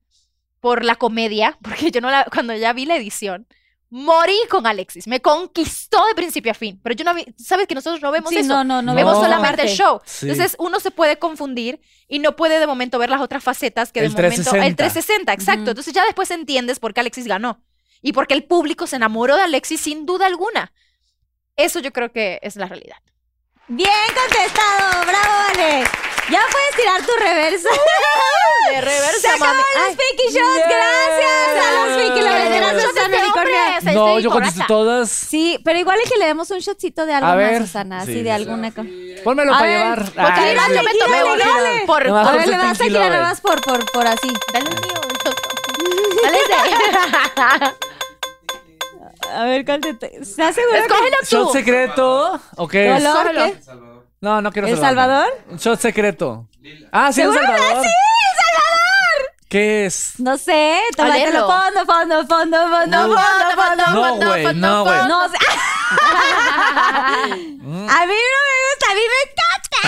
S3: por la comedia, porque yo no la, cuando ya vi la edición, morí con Alexis, me conquistó de principio a fin, pero yo no, vi- sabes que nosotros no vemos
S2: Sí,
S3: eso,
S2: no, no, no.
S4: Vemos
S2: no.
S3: solamente el
S2: Parte.
S3: show.
S4: Sí.
S3: Entonces uno se puede confundir y no puede de momento ver las otras facetas que de
S4: El
S3: momento...
S4: 360.
S3: El 360, exacto.
S2: Ujú.
S3: Entonces ya después entiendes por qué Alexis ganó y por qué el público se enamoró de Alexis sin duda alguna. Eso yo creo que es la realidad.
S2: Bien contestado, bravo, Vane. Ya puedes tirar tu reversa.
S3: Uh, De
S2: Se
S3: reversa,
S2: acaban los Pinky Shots, gracias a los Pinky Lovers.
S4: Yeah.
S2: Gracias, Susana Unicornia.
S4: Eh,
S3: este,
S4: No, yo contesté todas.
S2: Sí, pero igual es que le demos un shotcito de algo
S4: A
S2: más,
S4: ver.
S2: Susana, así
S4: Sí,
S2: de
S4: sí.
S2: alguna cosa.
S4: Pónmelo
S2: A
S4: para
S2: ver,
S4: llevar.
S2: porque
S4: Ay,
S2: mira,
S4: sí.
S2: le quito,
S4: Me voy a
S2: le
S4: girar.
S2: dale.
S4: Por-
S2: A
S4: por
S2: ver, le
S4: ser
S2: vas a
S4: Pinky
S2: girar
S4: Lover.
S2: nada más por, por, por así.
S3: Dale el mío. Dale ese.
S2: A ver, ¿cuál te... te- ¿Estás segura?
S3: Escógelo
S4: ¿Shot
S3: tú.
S4: secreto? ¿O qué es?
S2: ¿Color?
S3: Solo.
S2: ¿Qué?
S4: No, no quiero
S2: ¿El
S4: salvarme.
S2: Salvador?
S4: Shot secreto. Ah, sí, El
S2: ¿Seguro?
S4: Salvador.
S2: ¡Sí, Salvador!
S4: ¿Qué es?
S2: No sé, tómatelo.
S3: Olelo.
S2: Fondo, fondo, fondo, fondo, fondo, fondo.
S4: No, güey, no, güey.
S2: No sé. A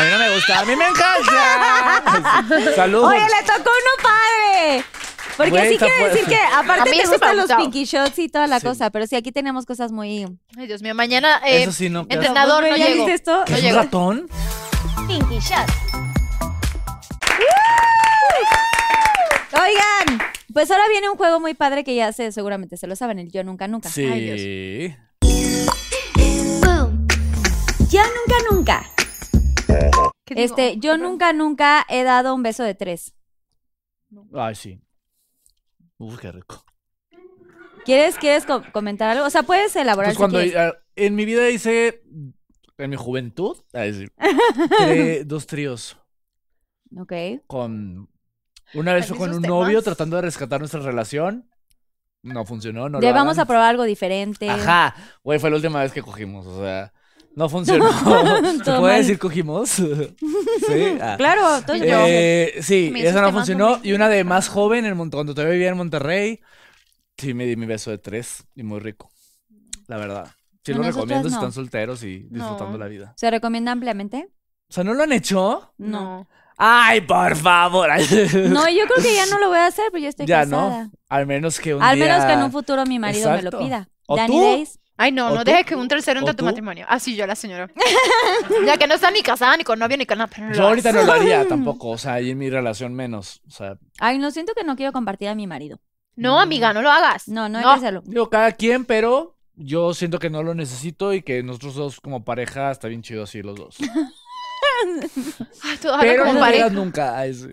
S2: mí no me gusta, a mí me encanta.
S4: A mí no me gusta. A mí me encanta. Saludos.
S2: Oye, le tocó uno padre. Porque
S4: Güey,
S2: sí
S4: está
S2: quiero
S4: fuerte.
S2: decir que
S3: A
S2: aparte
S3: mí
S2: te
S3: sí me ha
S2: gustan los
S3: gustado.
S2: pinky shots y toda la
S4: Sí.
S2: cosa, pero sí aquí tenemos cosas muy...
S3: Ay, Dios mío, mañana eh,
S4: Eso sí, no, pues, qué
S3: entrenador no
S2: ¿Ya
S3: llegó.
S2: viste esto?
S3: No
S4: ¿Es un
S3: llegó.
S4: ratón?
S6: Pinky Shot.
S2: Oigan, pues ahora viene un juego muy padre que ya sé, seguramente se lo saben, el Yo Nunca Nunca.
S4: Sí.
S6: Boom.
S5: Yo nunca nunca.
S3: ¿Qué digo?
S2: Este, yo nunca, nunca he dado un beso de tres.
S4: Ay, sí. Uf, qué rico.
S2: ¿Quieres, quieres co- comentar algo? O sea, puedes elaborar
S4: Pues
S2: si
S4: cuando
S2: quieres.
S4: ah, en mi vida hice, en mi juventud, ay, sí, tre- dos tríos
S2: Ok.
S4: con... Una vez
S3: Ay,
S4: fue con
S3: esos
S4: un
S3: temas.
S4: novio tratando de rescatar nuestra relación no funcionó, no lo
S2: Ya vamos a
S4: hagan.
S2: probar algo diferente.
S4: Ajá, güey, fue la última vez que cogimos, o sea, no funcionó. ¿Se
S2: Todo
S4: puede
S2: mal.
S4: decir cogimos? sí. ah.
S2: Claro, tú y yo.
S4: Eh, sí,
S3: Me
S4: esa
S3: hiciste
S4: no
S3: más
S4: funcionó.
S3: humilde.
S4: Y una de más joven, en, Mon- cuando todavía vivía en Monterrey, sí me di mi beso de tres y muy rico. La verdad. Sí
S2: A
S4: lo
S2: nosotras
S4: recomiendo si
S2: no.
S4: están solteros y disfrutando
S3: No.
S4: la vida.
S2: ¿Se recomienda ampliamente?
S4: O sea, ¿no lo han hecho?
S2: No.
S4: ¡Ay, por favor! Ay.
S2: No, yo creo que ya no lo voy a hacer, pero yo estoy
S4: ya
S2: casada.
S4: no. Al menos que un
S2: Al
S4: día...
S2: menos que en un futuro mi marido me lo
S4: Exacto.
S2: pida.
S4: ¿O
S2: Danny
S4: tú?
S2: Days.
S3: Ay, no,
S4: ¿O
S3: no
S4: tú?
S3: dejes que un tercero entre
S4: ¿O
S3: a tu
S4: tú?
S3: matrimonio. Así yo, la señora. ya que no está ni casada, ni con novio, ni con nada. pero
S4: Yo ahorita
S3: hace.
S4: no lo haría tampoco, o sea, y en mi relación menos. O sea,
S2: Ay, no siento que no quiero compartir a mi marido.
S3: No, amiga, no lo hagas.
S2: No, no hay
S3: No.
S2: que hacerlo.
S4: digo, cada quien, pero yo siento que no lo necesito y que nosotros dos como pareja está bien chido así los dos.
S3: Ay, tú, ojalá
S4: pero
S3: como
S4: no lo
S3: pareja.
S4: hagas nunca. Ay, sí.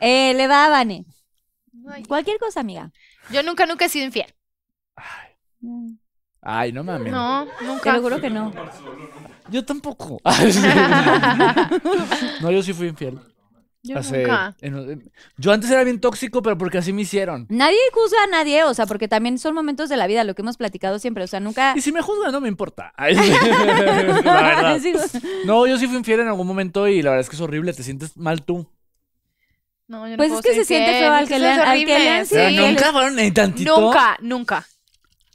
S2: Eh, le va a Vane.
S3: Ay,
S2: Cualquier cosa, amiga.
S3: Yo nunca, nunca he sido infiel.
S4: Ay, no mames.
S3: No,
S2: Te
S3: nunca.
S2: lo juro que no.
S4: Yo tampoco. no, yo sí fui infiel.
S3: Yo
S4: Hace-
S3: nunca.
S4: en- en- yo antes era bien tóxico, pero porque así me hicieron.
S2: Nadie juzga a nadie, o sea, porque también son momentos de la vida, lo que hemos platicado siempre. O sea, nunca.
S4: Y si me juzgan, no me importa. Ay, sí. La verdad.
S2: Sí,
S4: No, yo sí fui infiel en algún momento y la verdad es que es horrible, te sientes mal tú.
S3: No, yo no
S2: Pues
S3: puedo
S2: es que
S3: ser
S2: se siente
S3: infiel,
S2: feo al
S3: es
S2: que
S3: eso
S2: le han-
S3: es
S2: al que le
S3: horrible,
S2: han
S3: sí.
S2: sido
S4: Pero nunca fueron ni tantito.
S3: Nunca, nunca.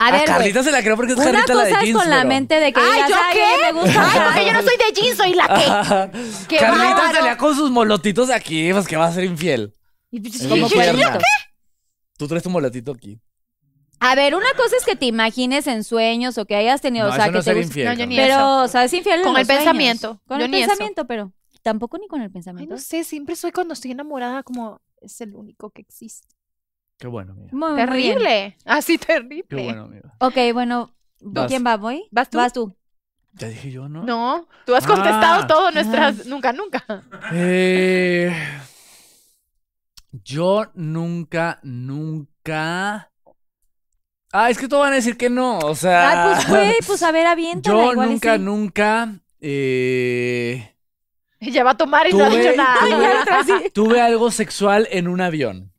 S2: A ver, güey.
S4: Carlita se la creo porque Ah, es
S2: Una
S4: Carlita la de
S2: cosa es con la
S4: Ginsborough.
S2: mente de que
S3: Ay,
S2: digas,
S3: ¿yo
S2: ay,
S3: qué?
S2: me
S3: Ay,
S2: gusta.
S3: porque yo no soy de jeans, soy la que. ¡Qué
S4: Carlita
S3: bárbaro!
S4: salía con sus molotitos aquí, pues que va a ser infiel.
S2: ¿Cómo
S4: ¿Yo
S2: puede?
S4: qué? Tú traes tu molotito aquí.
S2: A ver, una cosa es que te imagines en sueños o que hayas tenido,
S4: No,
S2: o sea,
S4: eso
S2: que
S4: no es
S2: te
S4: ser
S2: guste-
S4: infiel.
S3: No, yo ni
S4: Carla.
S2: Pero, o sea, es infiel en
S3: Con
S2: los
S3: el pensamiento.
S2: sueños. Con
S3: Yo
S2: el
S3: ni eso.
S2: pensamiento, pero tampoco ni con el
S3: Ay,
S2: pensamiento.
S3: no sé, siempre soy cuando estoy enamorada como es el único que existe.
S4: Qué bueno, mira.
S2: Muy, muy bien.
S3: Terrible. Así terrible.
S4: Qué bueno, mira.
S2: Ok, bueno, ¿por
S4: Vas.
S2: quién va, voy?
S3: ¿Vas tú?
S2: Vas tú.
S4: Ya dije yo, ¿no?
S3: No, tú has contestado
S4: Ah.
S3: todo nuestras nunca, nunca.
S4: Eh, yo nunca, nunca. Ah, es que todos van a decir que no. O sea.
S2: Ah, pues güey, pues a ver, aviéntala.
S4: yo
S2: igual y
S4: nunca,
S2: sí.
S4: nunca. eh,
S3: Ella va a tomar y no ha
S4: Tuve-
S3: dicho nada.
S4: tuve-
S3: Ya está así.
S4: tuve algo sexual en un avión.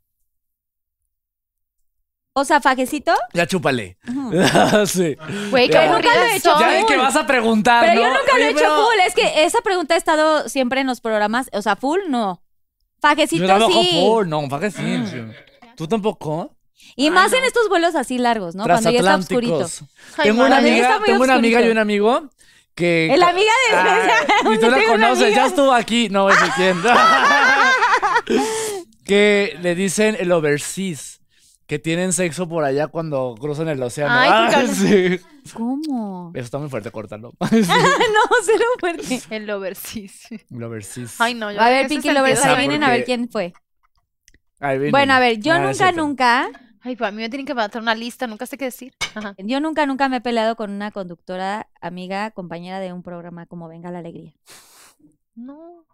S2: O sea, fajecito.
S4: Ya chúpale. sí.
S3: Güey, qué
S4: Ya.
S3: aburrida
S2: Nunca lo he hecho.
S3: soy.
S4: Ya ven que vas a preguntar.
S2: Pero
S4: Ah, ¿no?
S2: yo nunca lo
S4: Oye,
S2: he hecho
S4: pero-
S2: full. Es que esa pregunta ha estado siempre en los programas. O sea, full no. Fajecito
S4: Yo trabajo
S2: sí.
S4: full, no, faje sí. ¿Tú tampoco?
S2: Y más en estos vuelos así largos, ¿no? Cuando ya está oscurito.
S4: Transatlánticos.
S3: Ay,
S4: Tengo una
S2: cuando ya
S4: amiga,
S2: está muy
S4: tengo una amiga
S2: oscurito.
S4: y un amigo que.
S2: El amiga de.
S4: Ay, Ah, y tú la
S2: tengo una
S4: conoces,
S2: amiga.
S4: ya estuvo aquí. No, es diciendo. que le dicen el overseas. Que tienen sexo por allá cuando cruzan el océano.
S3: Ay, qué
S4: Ah,
S3: cabrón.
S4: sí.
S2: ¿Cómo?
S4: Eso está muy fuerte, cortarlo.
S2: no, cero fuerte.
S3: El overseas.
S4: El overseas.
S3: Ay, no. yo
S2: A
S3: creo
S2: ver,
S3: que ese
S2: Pinky
S3: es el
S2: Lovers,
S3: que
S2: ahí
S4: Esa,
S3: sabe.
S2: vienen a ver
S4: porque-
S2: quién fue.
S4: Ahí vienen.
S2: Bueno, a ver, yo
S4: Ah, es
S2: nunca,
S4: cierto.
S2: nunca,
S3: Ay, pues a mí me tienen que matar una lista, nunca sé qué decir. Ajá.
S2: yo nunca, nunca me he peleado con una conductora, amiga, compañera de un programa como Venga la Alegría.
S3: No.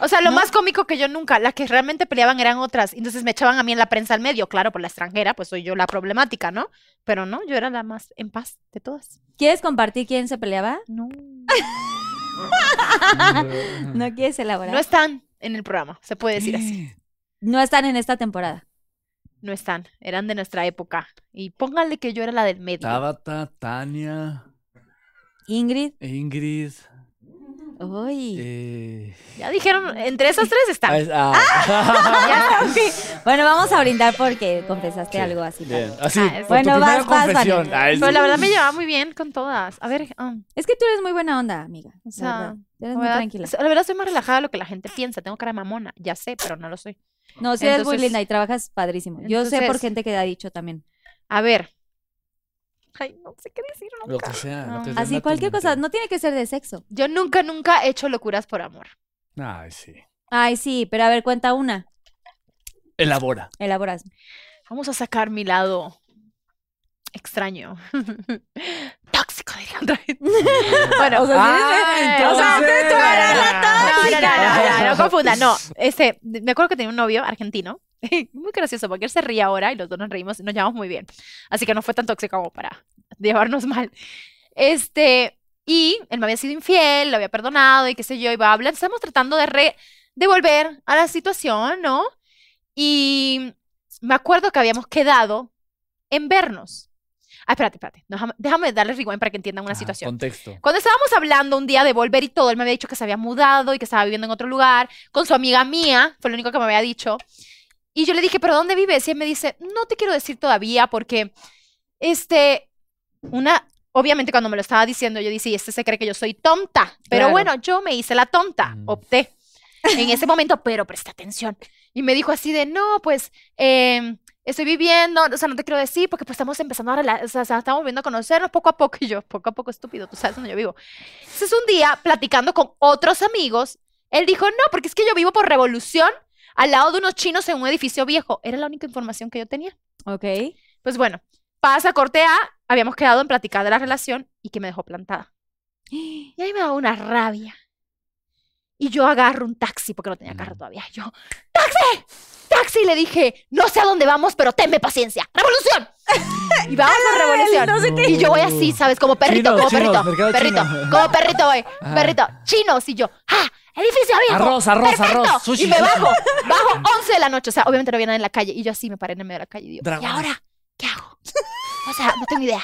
S3: O sea, lo más cómico que yo nunca, las que realmente peleaban eran otras. Entonces me echaban a mí en la prensa al medio, claro, por la extranjera, pues soy yo la problemática, ¿no? Pero no, yo era la más en paz de todas.
S2: ¿Quieres compartir quién se peleaba?
S3: No.
S4: Mm.
S2: No quieres elaborar.
S3: No están en el programa, se puede decir así.
S2: No están en esta temporada.
S3: No están, eran de nuestra época. Y pónganle que yo era la del medio.
S4: Tabata, Tania,
S2: Ingrid.
S4: Ingrid.
S2: Uy.
S4: eh,
S3: Ya
S2: Mm.
S3: dijeron, entre esas tres
S4: ah,
S3: están.
S4: es- ah.
S2: Bueno, vamos a brindar porque confesaste algo así.
S4: Bien,
S2: padre.
S4: así,
S3: Ah, es-
S4: por tu
S2: Bueno,
S4: primera
S2: vas, vas,
S4: confesión.
S2: Vanessa.
S4: Ay,
S3: Pero la verdad me llevaba muy bien con todas. A ver, ah,
S2: Es que tú eres muy buena onda, amiga. O
S3: sea,
S2: sea, eres
S3: la
S2: muy
S3: verdad-
S2: tranquila.
S3: la verdad soy más relajada de lo que la gente piensa. Tengo cara de mamona, ya sé, pero no lo soy.
S2: No, sí eres muy
S3: Entonces-
S2: linda y trabajas padrísimo. Yo sé por
S3: Entonces-
S2: gente que ha dicho también.
S3: A ver. Ay, no sé qué decir
S4: Lo
S3: nunca.
S4: que sea.
S3: No.
S4: lo que sea, anda
S2: Así,
S4: tu
S2: cualquier cosa.
S4: mente.
S2: No tiene que ser de sexo.
S3: Yo nunca, nunca he hecho locuras por amor.
S4: Ay, sí.
S2: Ay, sí, pero a ver, cuenta una.
S4: Elabora.
S2: Elaboras.
S3: Vamos a sacar mi lado extraño. Tóxico, diría otra vez. bueno,
S2: O sea,
S4: Ah,
S3: o sea,
S4: entonces-
S3: tú eres la tóxica. No, no, no, no, no, no confunda. No, este, me acuerdo que tenía un novio argentino. Muy gracioso, porque él se ríe ahora y los dos nos reímos y nos llevamos muy bien. Así que no fue tan tóxico como para llevarnos mal. Este, y él me había sido infiel, lo había perdonado y qué sé yo, y bla, bla. Estamos tratando de re- de volver a la situación, ¿no? Y me acuerdo que habíamos quedado en vernos. Ah, espérate, espérate. Déjame, déjame darles rewind para que entiendan una
S4: Ah,
S3: situación.
S4: Contexto.
S3: Cuando estábamos hablando un día de volver y todo, él me había dicho que se había mudado y que estaba viviendo en otro lugar con su amiga mía, fue lo único que me había dicho. Y yo le dije, ¿pero dónde vives? Y él me dice, no te quiero decir todavía porque, este, una, obviamente cuando me lo estaba diciendo, yo dije, "Y este se cree que yo soy tonta. Pero
S2: Claro.
S3: bueno, yo me hice la tonta,
S4: Mm.
S3: opté en ese momento, pero presta atención. Y me dijo así de, no, pues, em, estoy viviendo, o sea, no te quiero decir, porque pues estamos empezando a rela- o sea, estamos volviendo a conocernos poco a poco. Y yo, poco a poco, estúpido, tú sabes dónde yo vivo. Entonces, un día, platicando con otros amigos, él dijo, no, porque es que yo vivo por revolución al lado de unos chinos en un edificio viejo. Era la única información que yo tenía.
S2: Ok.
S3: Pues bueno, pasa, corte A, habíamos quedado en platicar de la relación y que me dejó plantada. Y ahí me daba una rabia. Y yo agarro un taxi, porque no tenía carro
S4: Mm.
S3: todavía. Yo, ¡taxi! ¡Taxi! Y le dije, no sé a dónde vamos, pero tenme paciencia. ¡Revolución! y vamos a revolución. Y yo voy así, ¿sabes? Como perrito,
S4: Chinos,
S3: como
S4: chinos,
S3: perrito.
S4: mercado
S3: Perrito,
S4: chino.
S3: como perrito voy.
S4: Ah.
S3: Perrito, chinos. Y yo, ¡ah! ¡Edificio viejo!
S4: Arroz, arroz,
S3: Perfecto.
S4: arroz. Sushi,
S3: y me
S4: sushi.
S3: bajo, bajo 11 de la noche. O sea, obviamente no había nadie en la calle. Y yo así me paré en el medio de la calle y digo,
S4: Dragones.
S3: ¿y ahora qué hago? O sea, no tengo idea.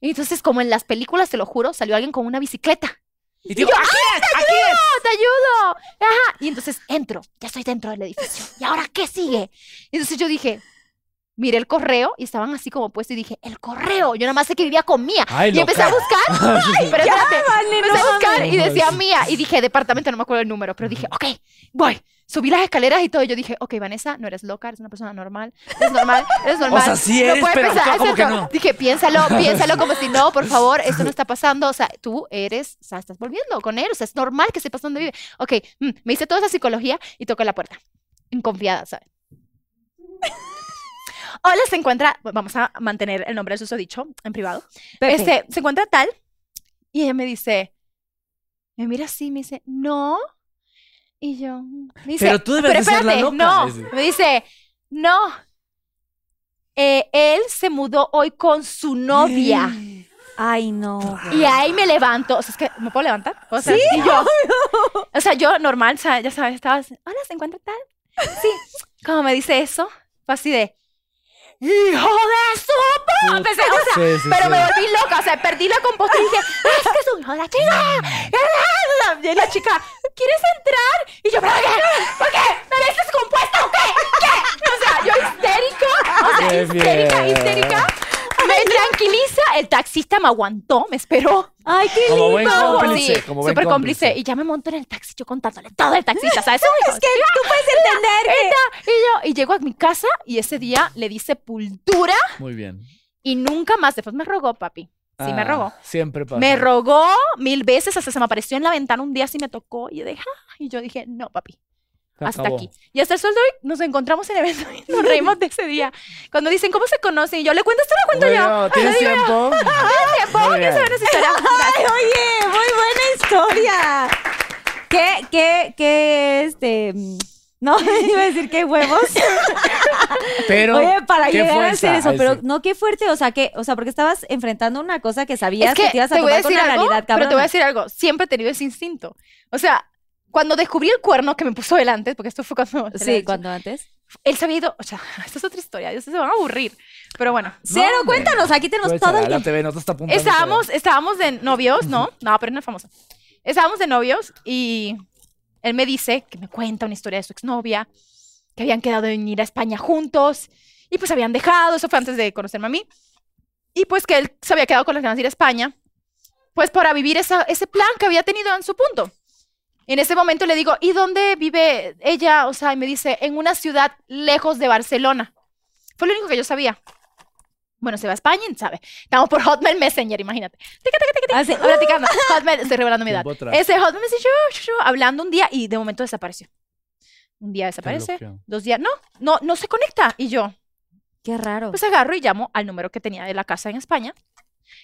S3: Y entonces, como en las películas, te lo juro, salió alguien con una bicicleta.
S4: Y digo, aquí es, aquí
S3: ¡Ah, te ayudo! Ajá. Y entonces entro, ya estoy dentro del edificio. ¿Y ahora qué sigue? Y entonces yo dije, miré el correo y estaban así como puesto y dije, el correo. Yo nada más sé que vivía con Mía.
S4: Ay,
S3: y empecé a
S4: loca.
S3: buscar. Ay, pero espérate.
S2: Vale,
S3: Pues Empecé a buscar y
S4: mames.
S3: decía mía. Y dije, departamento, no me acuerdo el número, pero dije, ok, voy. Subí las escaleras y todo. Y yo dije, ok, Vanessa, no eres loca, eres una persona normal. Eres normal, eres normal.
S4: sea, sí eres,
S3: puedes
S4: pero actúa como que
S3: exacto.
S4: no.
S3: Dije, piénsalo, piénsalo como si no, por favor, esto no está pasando. O sea, tú eres, o sea, estás volviendo con él. O sea, es normal que sepas dónde vive. Ok, mm, me hice toda esa psicología y toco la puerta. Inconfiada, ¿sabes? Hola, se encuentra, vamos a mantener el nombre del susodicho en privado. Este, se encuentra tal y ella me dice, me mira así, me dice, no. Y yo, me dice,
S4: Pero tú debes de ser la loca".
S3: no.
S4: Sí, sí.
S3: Me dice, no. Eh, él se mudó hoy con su novia.
S2: Ay, no.
S3: Y ahí me levanto. O sea, es que me puedo levantar. O sea, y yo. O sea, yo normal, o sea, ya sabes, estaba así, hola, ¿se encuentra tal? Sí. Como me dice eso, fue así de. ¡Hijo de su puta! Empecé, o sea,
S4: Sí, sí,
S3: pero
S4: sí.
S3: me volví loca, o sea, perdí la compostura y dije, ¡es que es un hijo de la
S4: Mm.
S3: chica! Y la chica, ¿quieres entrar? Y yo, ¿pero qué? ¿Por qué? ¿Me ves descompuesta o qué? ¿Qué? O sea, yo histérica, o sea,
S4: Qué
S3: histérica,
S4: bien.
S3: histérica. Me tranquiliza, el taxista me aguantó, me esperó.
S2: Ay, qué
S4: Como
S2: lindo.
S4: buen cómplice.
S3: Sí,
S4: como buen
S3: súper cómplice. Y ya me monto en el taxi, yo contándole todo el taxista, ¿sabes? es que tú puedes entender Y yo, y llego a mi casa y ese día le di sepultura
S4: Muy bien.
S3: y nunca más. Después me rogó, papi. Sí, me
S4: Ah,
S3: rogó.
S4: Siempre pasa.
S3: Me rogó mil veces, hasta se me apareció en la ventana un día así me tocó y yo dije, "Ah", y yo dije, no, papi,
S4: Se
S3: hasta
S4: acabó.
S3: aquí. Y hasta el sol de hoy nos encontramos en el evento y nos reímos de ese día. Cuando dicen, ¿cómo se conocen? Y yo le cuento, esto lo cuento yo.
S4: Bueno, ¿tienes tiempo?
S3: Ay, ¿puedo?
S4: Muy
S3: ¿Quieres
S4: bien.
S3: saber esa historia?
S2: Ay, oye, muy buena historia. ¿Qué, qué, qué, este? mm, No, iba a decir qué huevos.
S4: Pero, pues,
S2: oye, para
S4: ¿qué
S2: llegar a
S4: fuerza?
S2: hacer eso,
S4: Ay,
S2: pero
S4: sí.
S2: no, qué fuerte, o sea, que, o sea, porque estabas enfrentando una cosa que sabías
S3: Es
S2: que,
S3: que
S2: te ibas a
S3: te voy
S2: topar
S3: a
S2: con
S3: decir
S2: una
S3: algo,
S2: realidad,
S3: pero
S2: cabrón.
S3: te voy a decir algo. Siempre he tenido ese instinto. O sea, cuando descubrí el cuerno que me puso delante, porque esto fue cuando... se lo he
S2: Sí,
S3: dicho,
S2: cuando antes.
S3: Él se había ido... O sea, esta es otra historia. Dios, se van a aburrir. Pero bueno.
S2: Cero,
S4: hombre.
S2: cuéntanos, aquí tenemos
S4: Aprovecha,
S2: todo el
S4: la
S2: día.
S4: TV no te está apuntando.
S3: Estábamos, estábamos de novios, ¿no? No, pero no es famosa. Estábamos de novios y él me dice que me cuenta una historia de su exnovia, que habían quedado en ir a España juntos y pues habían dejado, eso fue antes de conocerme a mí, y pues que él se había quedado con las ganas de ir a España, pues para vivir esa- ese plan que había tenido en su punto. En ese momento le digo, ¿y dónde vive ella? O sea, y me dice, en una ciudad lejos de Barcelona. Fue lo único que yo sabía. Bueno, se va a España, ¿sabe? Estamos por Hotmail Messenger, imagínate. Tica, tica, tica, tica,
S2: Así,
S3: platicando. Hotmail, estoy revelando mi edad.
S4: Tiempo atrás.
S3: Ese Hotmail me dice, "Shu, shu, shu", hablando un día y de momento desapareció. Un día desaparece,
S4: bloqueó.
S3: dos días, no, no, no se conecta. Y yo,
S2: qué raro.
S3: pues agarro y llamo al número que tenía de la casa en España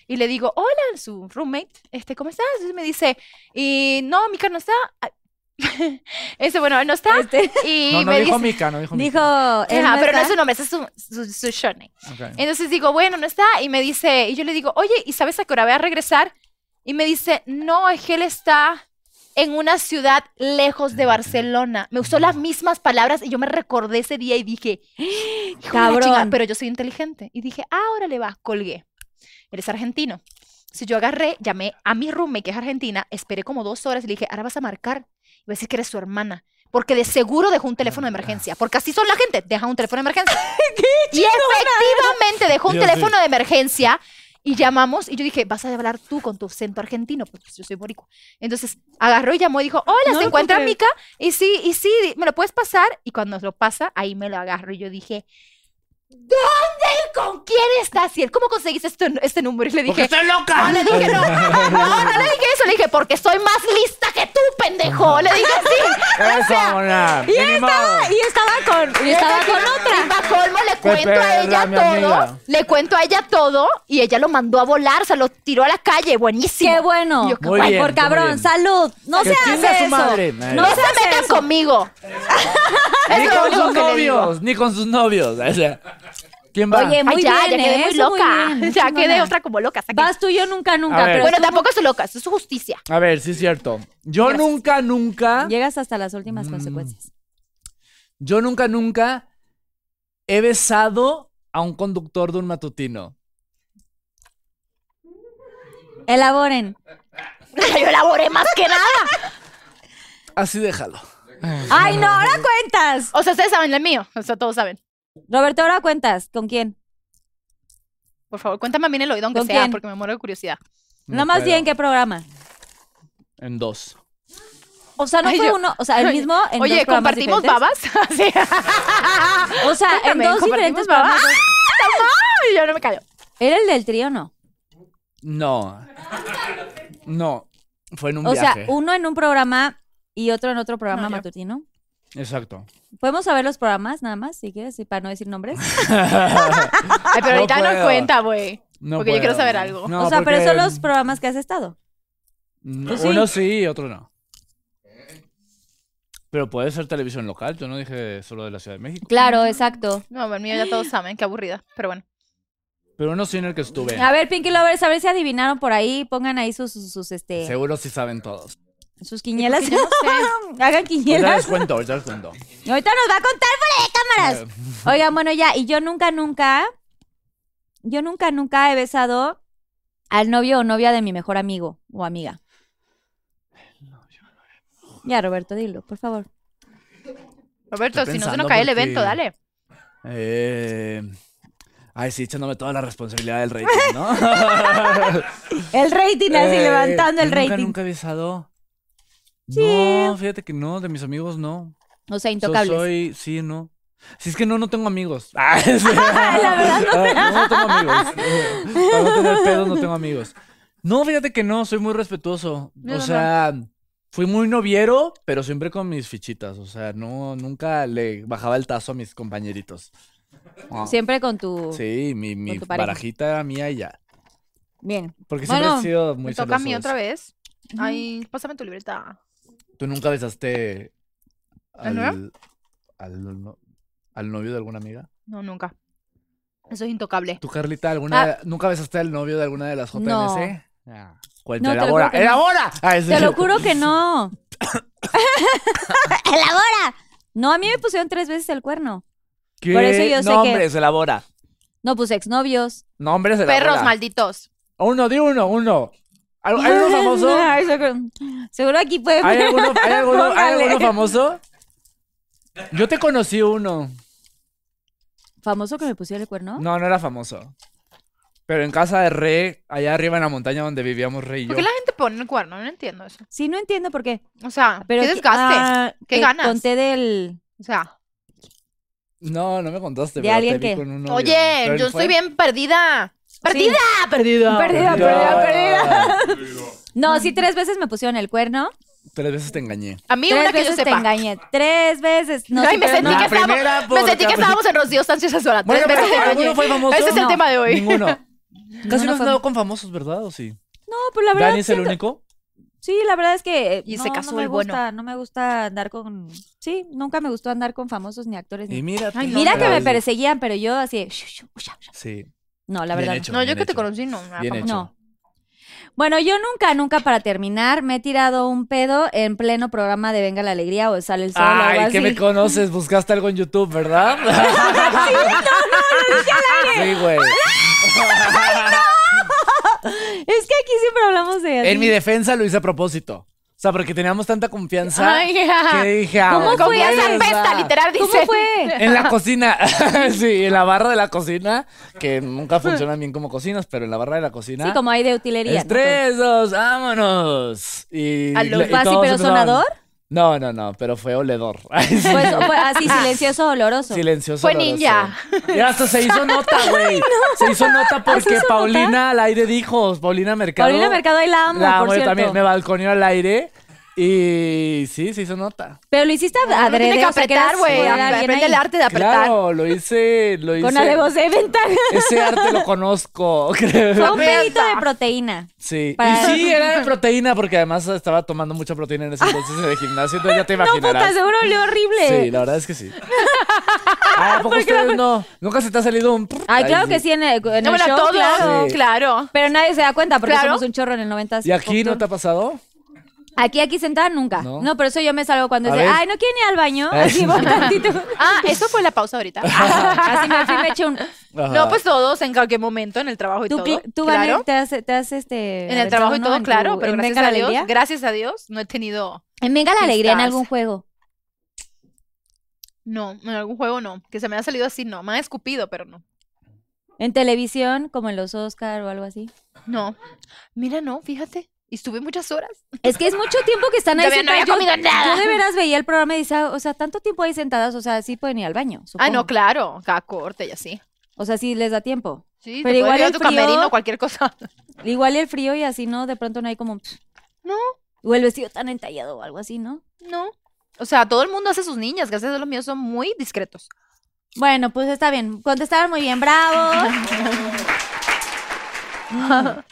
S3: y le digo, hola, su roommate, este, ¿cómo estás? Y me dice, y no, Mica no está. Ah, Ese, bueno, él no está.
S2: Este,
S3: Y
S4: No, no
S3: me
S4: dijo
S3: dice,
S4: Mica, no dijo
S2: dijo,
S4: Mica.
S2: él
S3: Ajá, Ah, pero no
S2: está.
S3: es su nombre, ese es su, su, su surname.
S4: Ok.
S3: Entonces digo, bueno, no está. Y me dice, y yo le digo, oye, ¿y sabes a qué hora voy a regresar? Y me dice, no, es que él está en una ciudad lejos de Barcelona. Me usó las mismas palabras y yo me recordé ese día y dije, "Hijo de la
S2: Cabrón.
S3: chingada", pero yo soy inteligente. Y dije, ahora le va, colgué. Eres argentino. Si yo agarré, llamé a mi roommate, que es argentina, esperé como dos horas y le dije, ahora vas a marcar. Y voy a decir que eres su hermana. Porque de seguro dejó un teléfono de emergencia. Porque así son la gente. Deja un teléfono de emergencia. y efectivamente dejó un
S4: Dios mío.
S3: teléfono de emergencia. Y llamamos. Y yo dije, vas a hablar tú con tu acento argentino. Porque yo soy boricua. Entonces agarró y llamó y dijo, hola,
S2: No
S3: ¿se
S2: lo
S3: encuentra
S2: puedo
S3: Mica? Y sí, y sí, di- ¿me lo puedes pasar? Y cuando nos lo pasa, ahí me lo agarro. Y yo dije, ¿dónde y con quién estás? Y él, ¿cómo conseguiste este, este número? Y le
S4: Porque
S3: dije,
S4: estoy
S3: no,
S4: loca.
S3: le dije no. No, no le dije eso. Le dije, porque soy más lista que tú, pendejo. Le dije así.
S4: Eso, mona.
S2: Y
S4: Ni modo.
S2: estaba, y estaba con, y estaba con
S3: Y
S2: otra.
S3: pa' colmo, le cuento
S4: Pepe,
S3: a ella
S4: la mi amiga.
S3: todo. Le cuento a ella todo. Y ella lo mandó a volar. Se lo tiró a la calle. Buenísimo.
S2: Qué bueno.
S3: Yo, qué
S4: Muy
S2: Ay,
S4: bien,
S2: por
S4: muy
S2: cabrón,
S4: bien.
S2: salud. No
S4: Que
S2: se
S4: chingue a su
S2: hace eso.
S4: madre.
S2: No
S3: No
S2: se
S3: se
S2: hace
S3: metan
S2: eso.
S3: conmigo.
S4: Ni
S3: Eso
S4: con
S3: es lo
S4: sus
S3: que le digo.
S4: novios. Ni con sus novios. O sea, ¿Quién va?
S2: Oye, muy
S3: Ay, ya,
S2: bien,
S3: ya quedé
S2: ¿eh?
S3: muy
S2: Eso
S3: loca.
S2: bien, muy
S3: ya quedé
S2: chingona.
S3: otra como loca. sáquenla.
S2: Vas tú y yo nunca,
S4: A
S2: nunca.
S4: ver.
S2: Pero
S3: Bueno,
S2: tú
S3: tampoco es loca. Eso es justicia.
S4: A ver, sí es cierto. Yo
S3: Gracias.
S4: nunca, nunca,
S2: llegas hasta las últimas consecuencias.
S4: yo nunca, nunca he besado a un conductor de un matutino.
S2: Elaboren.
S3: Yo elaboré más que nada.
S4: Así déjalo.
S2: Ay, no, ahora cuentas.
S3: O sea, ustedes saben el mío. O sea, todos saben.
S2: Roberto, ahora cuentas. ¿Con quién?
S3: Por favor, cuéntame bien el oído, aunque
S2: ¿Con
S3: sea,
S2: quién?
S3: porque me muero de curiosidad.
S2: No más
S4: puedo.
S2: bien, ¿qué programa?
S4: En dos.
S2: O sea, no
S3: Ay,
S2: fue
S3: yo-
S2: uno, o sea, el mismo en
S3: Oye,
S2: dos programas
S3: ¿compartimos
S2: diferentes?
S3: babas? Sí.
S2: O sea,
S3: Cuéntame,
S2: en dos
S3: ¿compartimos
S2: diferentes
S3: babas?
S2: programas.
S3: Ay, yo no me callo.
S2: ¿Era el del trío o no?
S4: No. No. Fue en un
S2: O sea,
S4: viaje.
S2: uno en un programa y otro en otro programa
S3: No, yo-
S2: matutino.
S4: Exacto.
S2: ¿Podemos saber los programas nada más, si quieres, y para no decir nombres?
S3: Ay, pero
S4: No
S3: ahorita no
S4: puedo.
S3: cuenta, güey.
S4: No
S3: Porque yo
S4: puedo.
S3: quiero saber algo.
S4: No,
S2: o sea,
S4: porque-
S2: pero son los programas que has estado.
S4: No,
S2: Pues sí.
S4: Uno sí y otro no. Pero puede ser televisión local, yo no dije solo de la Ciudad de México.
S2: Claro, exacto.
S3: No, el mío ya todos saben, qué aburrida. Pero bueno.
S4: Pero uno sí en el que estuve.
S2: A ver, Pinky Lovers, a ver si adivinaron por ahí. Pongan ahí sus, sus, sus, este,
S4: Seguro sí saben todos.
S2: sus quiñelas.
S3: Porque yo no
S2: Hagan
S4: Ahorita les
S2: quiñelas.
S4: cuento, ahorita les cuento.
S2: Ahorita nos va a contar fuera de
S4: Eh,
S2: cámaras.
S4: pues.
S2: Oigan, bueno, ya, y yo nunca, nunca, yo nunca, nunca he besado al novio o novia de mi mejor amigo o amiga. Ya, Roberto, dilo, por favor.
S3: sé. Roberto,
S4: Estoy
S3: si no se
S4: pensando
S3: nos cae el
S4: porque-
S3: evento, dale.
S4: Eh, ay, sí, echándome toda la responsabilidad del rating, ¿no?
S2: El rating, así
S4: Eh,
S2: levantando el
S4: nunca,
S2: rating.
S4: Nunca he besado.
S2: Sí.
S4: No, fíjate que no, de mis amigos no.
S2: O sea,
S4: Yo
S2: intocables.
S4: soy, sí, no. Si es que no, no tengo amigos. Ah, sí.
S2: la verdad, no.
S4: Ah, no, no tengo amigos. Eh, Para no tener pedos, no tengo amigos. No, fíjate que no, soy muy respetuoso.
S3: Yo
S4: o
S3: no.
S4: sea, fui muy noviero, pero siempre con mis fichitas. O sea, no, nunca le bajaba el tazo a mis compañeritos. Ah,
S2: Siempre con tu...
S4: Sí, mi, mi
S2: tu pareja.
S4: barajita era mía y ya.
S2: Bien.
S4: Porque
S2: Bueno,
S4: siempre he sido muy
S3: Me toca a mí
S4: celoso de
S3: otra
S4: eso.
S3: vez. Ay, pásame tu libreta.
S4: ¿Tú nunca besaste
S3: ¿Al novio?
S4: al, al no- al novio de alguna amiga?
S3: No, nunca. Eso es intocable.
S4: ¿Tú, Carlita, alguna nunca besaste al novio de alguna de las JNS?
S2: Ah. No.
S4: Ah, Cuenta,
S2: No, te lo
S4: elabora,
S2: juro que no.
S4: elabora. Ah, es-
S2: Te lo juro que no. ¡Elabora! No, a mí me pusieron tres veces el cuerno.
S4: ¿Qué?
S2: Por eso yo sé que-
S4: Nombres, elabora.
S2: No, pues exnovios.
S4: Nombres, elabora.
S3: Perros malditos.
S4: Uno, di uno, uno. ¿Al- ¿Hay alguno famoso?
S2: Ay, seguro- Seguro aquí puede...
S4: ¿Hay alguno, hay alguno- hay
S2: Póngale.
S4: alguno famoso? Yo te conocí uno.
S2: ¿Famoso que me pusieron el cuerno?
S4: No, no era famoso. Pero en casa de Re, allá arriba en la montaña donde vivíamos Re y yo.
S3: ¿Por qué la gente pone el cuerno? No entiendo eso.
S2: Sí, no entiendo por qué.
S3: O sea,
S2: Pero
S3: qué
S2: que-
S3: desgaste.
S2: ah,
S3: ¿Qué
S2: te
S3: ganas?
S2: Conté del.
S3: O sea,
S4: No, no me contaste.
S2: ¿De
S4: pero
S2: alguien
S4: te vi
S2: que-
S4: con un novio.
S3: oye,
S4: Pero
S3: yo
S4: fue-
S3: estoy bien perdida. ¡Perdida!
S2: Perdida. Perdida,
S4: No.
S2: perdida, perdida. No,
S3: Mm.
S2: sí, tres veces me pusieron el cuerno.
S4: Tres veces te engañé.
S3: A mí
S2: tres
S3: una que yo
S2: veces te
S3: sepa.
S2: engañé. Tres veces. No,
S3: Ay,
S2: sí,
S3: me
S2: pero
S3: sentí
S2: no.
S3: que
S4: La
S3: estábamos,
S4: primera
S3: me sentí que
S4: porque-
S3: estábamos en Rocío Sánchez Azuara.
S4: Bueno,
S3: Tres
S4: pero
S3: veces te
S4: ¿alguno
S3: engañé.
S4: fue famoso?
S3: Ese es el
S2: No.
S3: tema de hoy.
S4: Ninguno. Casi
S2: no
S4: no has
S2: fue-
S4: dado con famosos, ¿verdad? ¿O sí?
S2: No, pues la verdad.
S4: ¿Dani es el
S2: siento-
S4: único?
S2: Sí, la verdad es que. eh,
S3: Y
S2: no,
S3: se casó
S2: no me
S3: el bueno.
S2: Gusta, no me gusta andar con. Sí, nunca me gustó andar con famosos ni actores. Ni...
S4: Y mira.
S3: Ay, no,
S2: Mira que me
S4: parece
S2: perseguían, pero yo así. shu, shu, usha, usha.
S4: Sí.
S2: No, la
S4: Bien
S2: verdad.
S4: hecho.
S3: No, yo
S4: bien
S3: que te
S4: hecho.
S3: conocí, no. no era
S4: Bien
S3: famoso.
S4: hecho.
S2: No. Bueno, yo nunca, nunca para terminar me he tirado un pedo en pleno programa de Venga la Alegría o Sale el Sol o algo
S4: Ay,
S2: así.
S4: que me conoces, buscaste algo en YouTube, ¿verdad? sí, güey.
S2: Es que aquí siempre hablamos de así.
S4: En mi defensa lo hice a propósito. O sea, porque teníamos tanta confianza
S3: Ay, ya.
S4: que dije, ah,
S2: ¿Cómo fue?
S4: güey,
S3: Confianza
S4: o sea,
S3: apesta, literal, dice.
S2: ¿Cómo fue?
S4: En la cocina, sí, en la barra de la cocina, que nunca funcionan bien como cocinas, pero en la barra de la cocina.
S2: Sí, como hay de utilería.
S4: Es tres, dos, vámonos. Y,
S3: A lo
S4: le- y
S2: fácil,
S4: todos
S2: pero
S4: empezaban-
S2: sonador.
S4: No, no, no, pero fue oledor.
S2: ¿no? Pues, fue así, silencioso, oloroso.
S4: Silencioso.
S3: Fue
S4: oloroso.
S3: ninja.
S4: Y hasta se hizo nota, güey. Se hizo nota porque
S2: hizo
S4: Paulina al aire dijo, Paulina Mercado.
S2: Paulina Mercado, ahí la amo,
S4: La
S2: por
S4: yo
S2: cierto.
S4: también, me balconeó al aire. Y sí, se hizo nota.
S2: Pero lo hiciste
S3: No
S2: adrede.
S3: tiene que
S2: o sea, que
S3: apretar,
S2: eras-
S3: güey.
S2: era alguien
S3: Aprende
S2: ahí.
S3: el arte de apretar.
S4: Claro, lo hice, lo hice.
S2: Con alevos de ventana.
S4: Ese arte lo conozco,
S2: Fue
S4: creo.
S2: un pedito de proteína.
S4: Sí.
S2: Para-
S4: Y sí, era de proteína, porque además estaba tomando mucha proteína en ese entonces en el gimnasio, entonces Pues ya te
S2: No, puta,
S4: imaginarás.
S2: seguro olió horrible.
S4: sí, la verdad es que sí. Ah, ¿a poco ustedes no? ¿Nunca se te ha salido un...
S2: Ay, claro que
S4: sí.
S2: sí, en el, en
S3: No,
S2: el
S3: bueno,
S2: show,
S3: todos,
S2: claro.
S4: Sí.
S3: claro.
S2: Pero nadie se da cuenta porque
S3: Claro.
S2: somos un chorro en el 90.
S4: ¿Y aquí no te ha pasado?
S2: Aquí, aquí sentada nunca. No,
S4: No.
S2: pero eso yo me salgo cuando
S4: A
S2: dice,
S4: ver.
S2: ay, no quiero ir al baño.
S4: Ay.
S2: Así voy tantito.
S3: Ah, eso fue la pausa ahorita.
S4: Ah.
S2: Así me fui, me eché un...
S4: Ajá.
S3: No, pues todos, en cualquier momento, en el trabajo y
S2: Tú,
S3: todo.
S2: cl- tú Vane,
S3: claro.
S2: te has, te has, este...
S3: En el
S2: aventado
S3: trabajo y
S2: uno
S3: todo,
S2: en tu-
S3: claro, pero
S2: en
S3: gracias
S2: Venga
S3: a
S2: la
S3: Dios,
S2: Alegría.
S3: gracias a Dios, no he tenido,
S2: En Venga la Alegría, en
S3: Quizás.
S2: algún juego.
S3: no, en algún juego no, que se me ha salido así, no, me han escupido, pero no.
S2: En televisión, como en los Oscar o algo así.
S3: No, mira, no, fíjate, y estuve muchas horas.
S2: Es que es mucho tiempo que están ahí
S3: Todavía no había
S2: sentadas. yo,
S3: comido nada.
S2: yo de veras veía el programa y decía, o sea, tanto tiempo ahí sentadas, o sea, sí pueden ir al baño.
S3: Ah, no,
S2: supongo.
S3: claro, cada corte y así.
S2: O sea, sí les da tiempo.
S3: Sí,
S2: Pero
S3: te
S2: igual
S3: puedes ir a
S2: el
S3: tu
S2: frío-
S3: camerino, cualquier cosa.
S2: Igual el frío y así, ¿no? De pronto no hay como.
S3: No.
S2: O el vestido tan entallado o algo así, ¿no?
S3: No, o sea, todo el mundo hace sus niñas, gracias a Dios los míos son muy discretos.
S2: Bueno, pues está bien. Contestaron muy bien, bravo. Mm.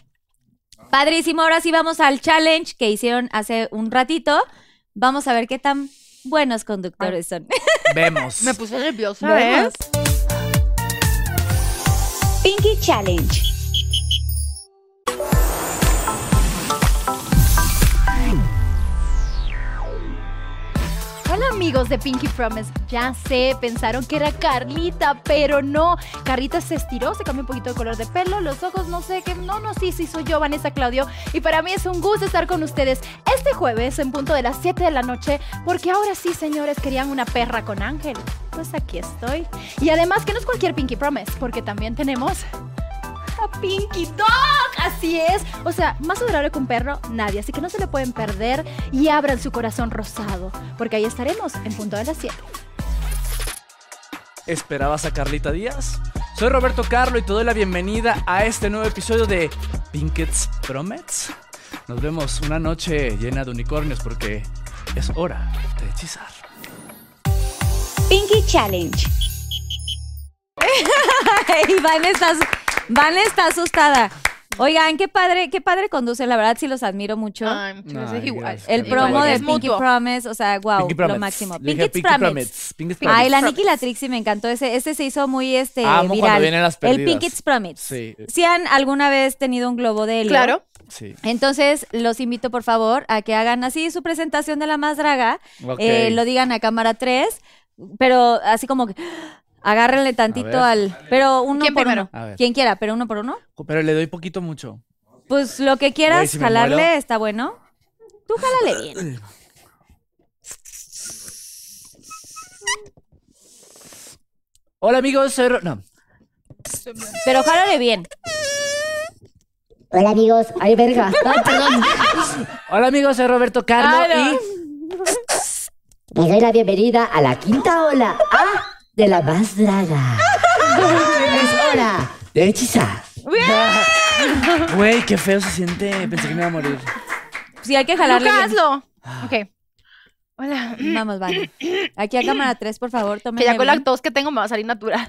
S2: Padrísimo, ahora sí vamos al challenge que hicieron hace un ratito. Vamos a ver qué tan buenos conductores son.
S4: Vemos.
S3: Me puse nerviosa, ¿eh?
S2: Vemos.
S6: Pinky Challenge.
S3: Hola amigos de Pinky Promise, ya sé, pensaron que era Carlita, pero no. Carlita se estiró, se cambió un poquito de color de pelo, los ojos, no sé qué. No, no, sí, sí, soy yo, Vanessa Claudio. Y para mí es un gusto estar con ustedes este jueves en punto de las 7 de la noche, porque ahora sí, señores, querían una perra con Ángel. Pues aquí estoy. Y además que no es cualquier Pinky Promise, porque también tenemos a Pinky Dog. Así es. O sea, más adorable que un perro, nadie. Así que no se le pueden perder y abran su corazón rosado, porque ahí estaremos en punto de las 7.
S4: ¿Esperabas a Carlita Díaz? Soy Roberto Carlo y te doy la bienvenida a este nuevo episodio de Pinkett's Promets. Nos vemos una noche llena de unicornios porque es hora de hechizar.
S6: Pinky Challenge.
S2: Y Van está, as- Van está asustada. Oigan, qué padre, qué padre conduce, la verdad sí los admiro mucho.
S4: Ay, gracias,
S2: El
S4: Igual,
S2: promo de
S4: es
S2: Pinky Promise, o sea, wow,
S4: Pinky
S2: lo
S4: Promise.
S2: máximo.
S4: Yo dije
S2: Pinky,
S4: Pinky
S2: Promise.
S4: Promise, Pinky Promise.
S2: Ay, la
S3: Promise.
S2: Nikki y la Trixie me encantó. Ese, ese se hizo muy este
S4: Amo cuando
S2: viral.
S4: vienen las
S2: el
S4: perdidas.
S2: Pinky Promise.
S4: Sí.
S2: Si han alguna vez tenido un globo de helio.
S3: Claro.
S4: Sí.
S2: Entonces, los invito, por favor, a que hagan así su presentación de la más draga.
S4: Ok.
S2: Eh, lo digan a cámara 3, pero así como que agárrenle tantito
S4: A
S2: al. Pero uno
S3: ¿Quién
S2: por
S3: primero?
S2: uno.
S4: A ver.
S2: Quien quiera, pero uno por uno.
S4: Pero le doy poquito mucho.
S2: Pues lo que quieras,
S4: Güey, si me
S2: jalarle,
S4: muero.
S2: está bueno. Tú jálale bien.
S4: Hola amigos, soy... Ro- No.
S2: Pero jálale bien.
S7: Hola amigos, ay verga. Ay, perdón.
S4: Hola amigos, soy Roberto Carlo
S2: Ah,
S4: y...
S7: Les doy la bienvenida a la quinta ola A de la más draga. Es hora de hechizar.
S4: Güey, qué feo se siente. Pensé que me iba a morir.
S2: Si hay que jalarle
S3: Lucas,
S2: bien.
S3: hazlo. Ok. Hola.
S2: Vamos, vale. Aquí a cámara 3, por favor, tomen.
S3: Que ya con la tos que tengo me va a salir natural.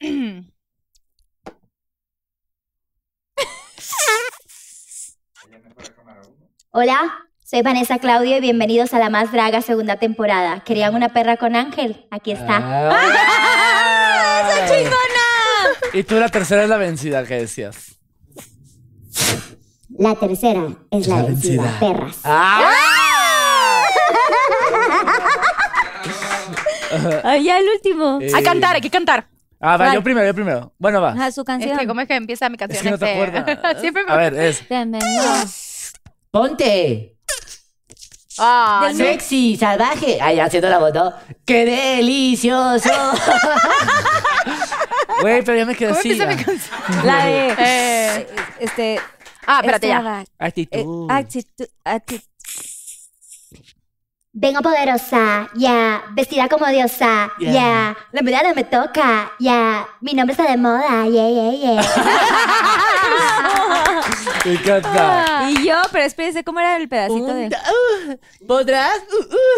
S8: Hola, soy Vanessa Claudio y bienvenidos a La Más Draga segunda temporada. ¿Querían una perra con Ángel? Aquí está.
S4: ¡Ah! ¡Soy chingona! Y tú la tercera es la vencida que decías.
S9: La tercera es, la, vencida, perras.
S4: Ah,
S2: Ah, Ay, ya el último.
S4: Eh,
S3: A cantar, hay que cantar.
S4: Ah, va,
S2: ¿Cuál?
S4: yo primero, yo primero. Bueno, va.
S2: Ajá, su
S3: Es
S2: canción.
S3: que este, cómo es que empieza mi canción.
S4: Es que no te
S3: este?
S4: acuerdas.
S3: Siempre me...
S4: A ver, es.
S2: Deme,
S7: Ponte.
S3: Ah,
S2: Del-
S7: Sexy, salvaje. Ay, haciendo la voz, ¿no? ¡Qué delicioso!
S4: Güey, pero ya me quedé
S3: ¿Cómo
S4: así.
S3: empieza
S4: ah.
S3: mi canción?
S2: no. La de.
S3: Eh,
S2: Este.
S3: ah, espérate ya.
S2: estaba- eh,
S4: Actitud.
S2: actitud- acti-
S9: Vengo poderosa, ya. Vestida como diosa, ya.
S4: Yeah.
S9: La mirada me toca, ya. Mi nombre está de moda, yeah, yeah, yeah.
S4: Me
S3: Ah.
S4: encanta.
S2: Y yo, pero espérense, ¿cómo era el pedacito de.?
S7: ¿Podrás?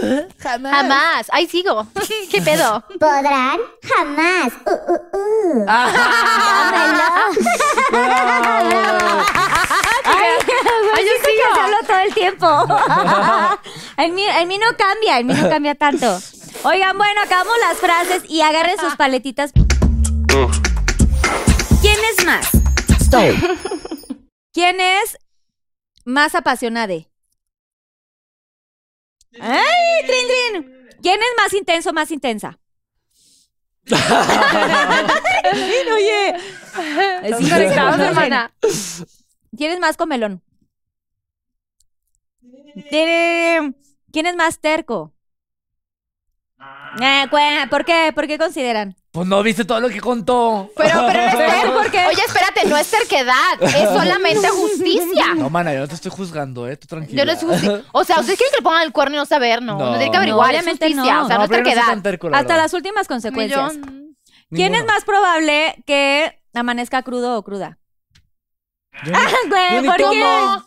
S7: Uh, uh, jamás.
S3: Jamás. Ahí sigo. ¿Qué pedo?
S9: ¿Podrán? Jamás. Uh, uh, uh.
S3: Ah.
S2: Ay, yo sí que se habla todo el tiempo. el, mío, el mío no cambia, el mío no cambia tanto. Oigan, bueno, acabamos las frases y agarren sus paletitas.
S5: ¿Quién es más?
S2: ¿Quién es más apasionada? ¡Ay, Trin Trin! ¿Quién es más intenso, más intensa? Trin, oye. Sí,
S3: Conectados,
S2: sí, sí.
S3: hermana.
S2: ¿Quién es más comelón? Tiririm. ¿Quién es más terco?
S3: Ah.
S2: Eh, cue- ¿Por qué? ¿Por qué consideran?
S4: Pues no viste todo lo que contó.
S3: Pero, pero este no es
S2: Pero,
S3: ter-
S2: ¿por qué?
S3: Oye, espérate, no es terquedad. Es solamente justicia.
S4: No, mana, yo no te estoy juzgando, eh. Tú tranquila.
S3: Yo les justi- O sea, ¿ustedes quieren que le pongan el cuerno y no saber? No, no,
S4: No.
S3: tiene que
S4: No,
S3: averiguar. es
S2: obviamente
S3: justicia.
S2: no.
S3: O sea, no,
S4: No,
S3: es
S4: pero yo no soy
S3: terquedad.
S4: tan terco, la
S2: Hasta
S4: verdad.
S2: las últimas consecuencias.
S3: Millón.
S2: ¿Quién es
S4: Ninguno.
S2: más probable que amanezca crudo o cruda? Ah,
S4: Yo ni-
S2: Güey,
S4: ni
S2: ¿por qué?
S4: tomo.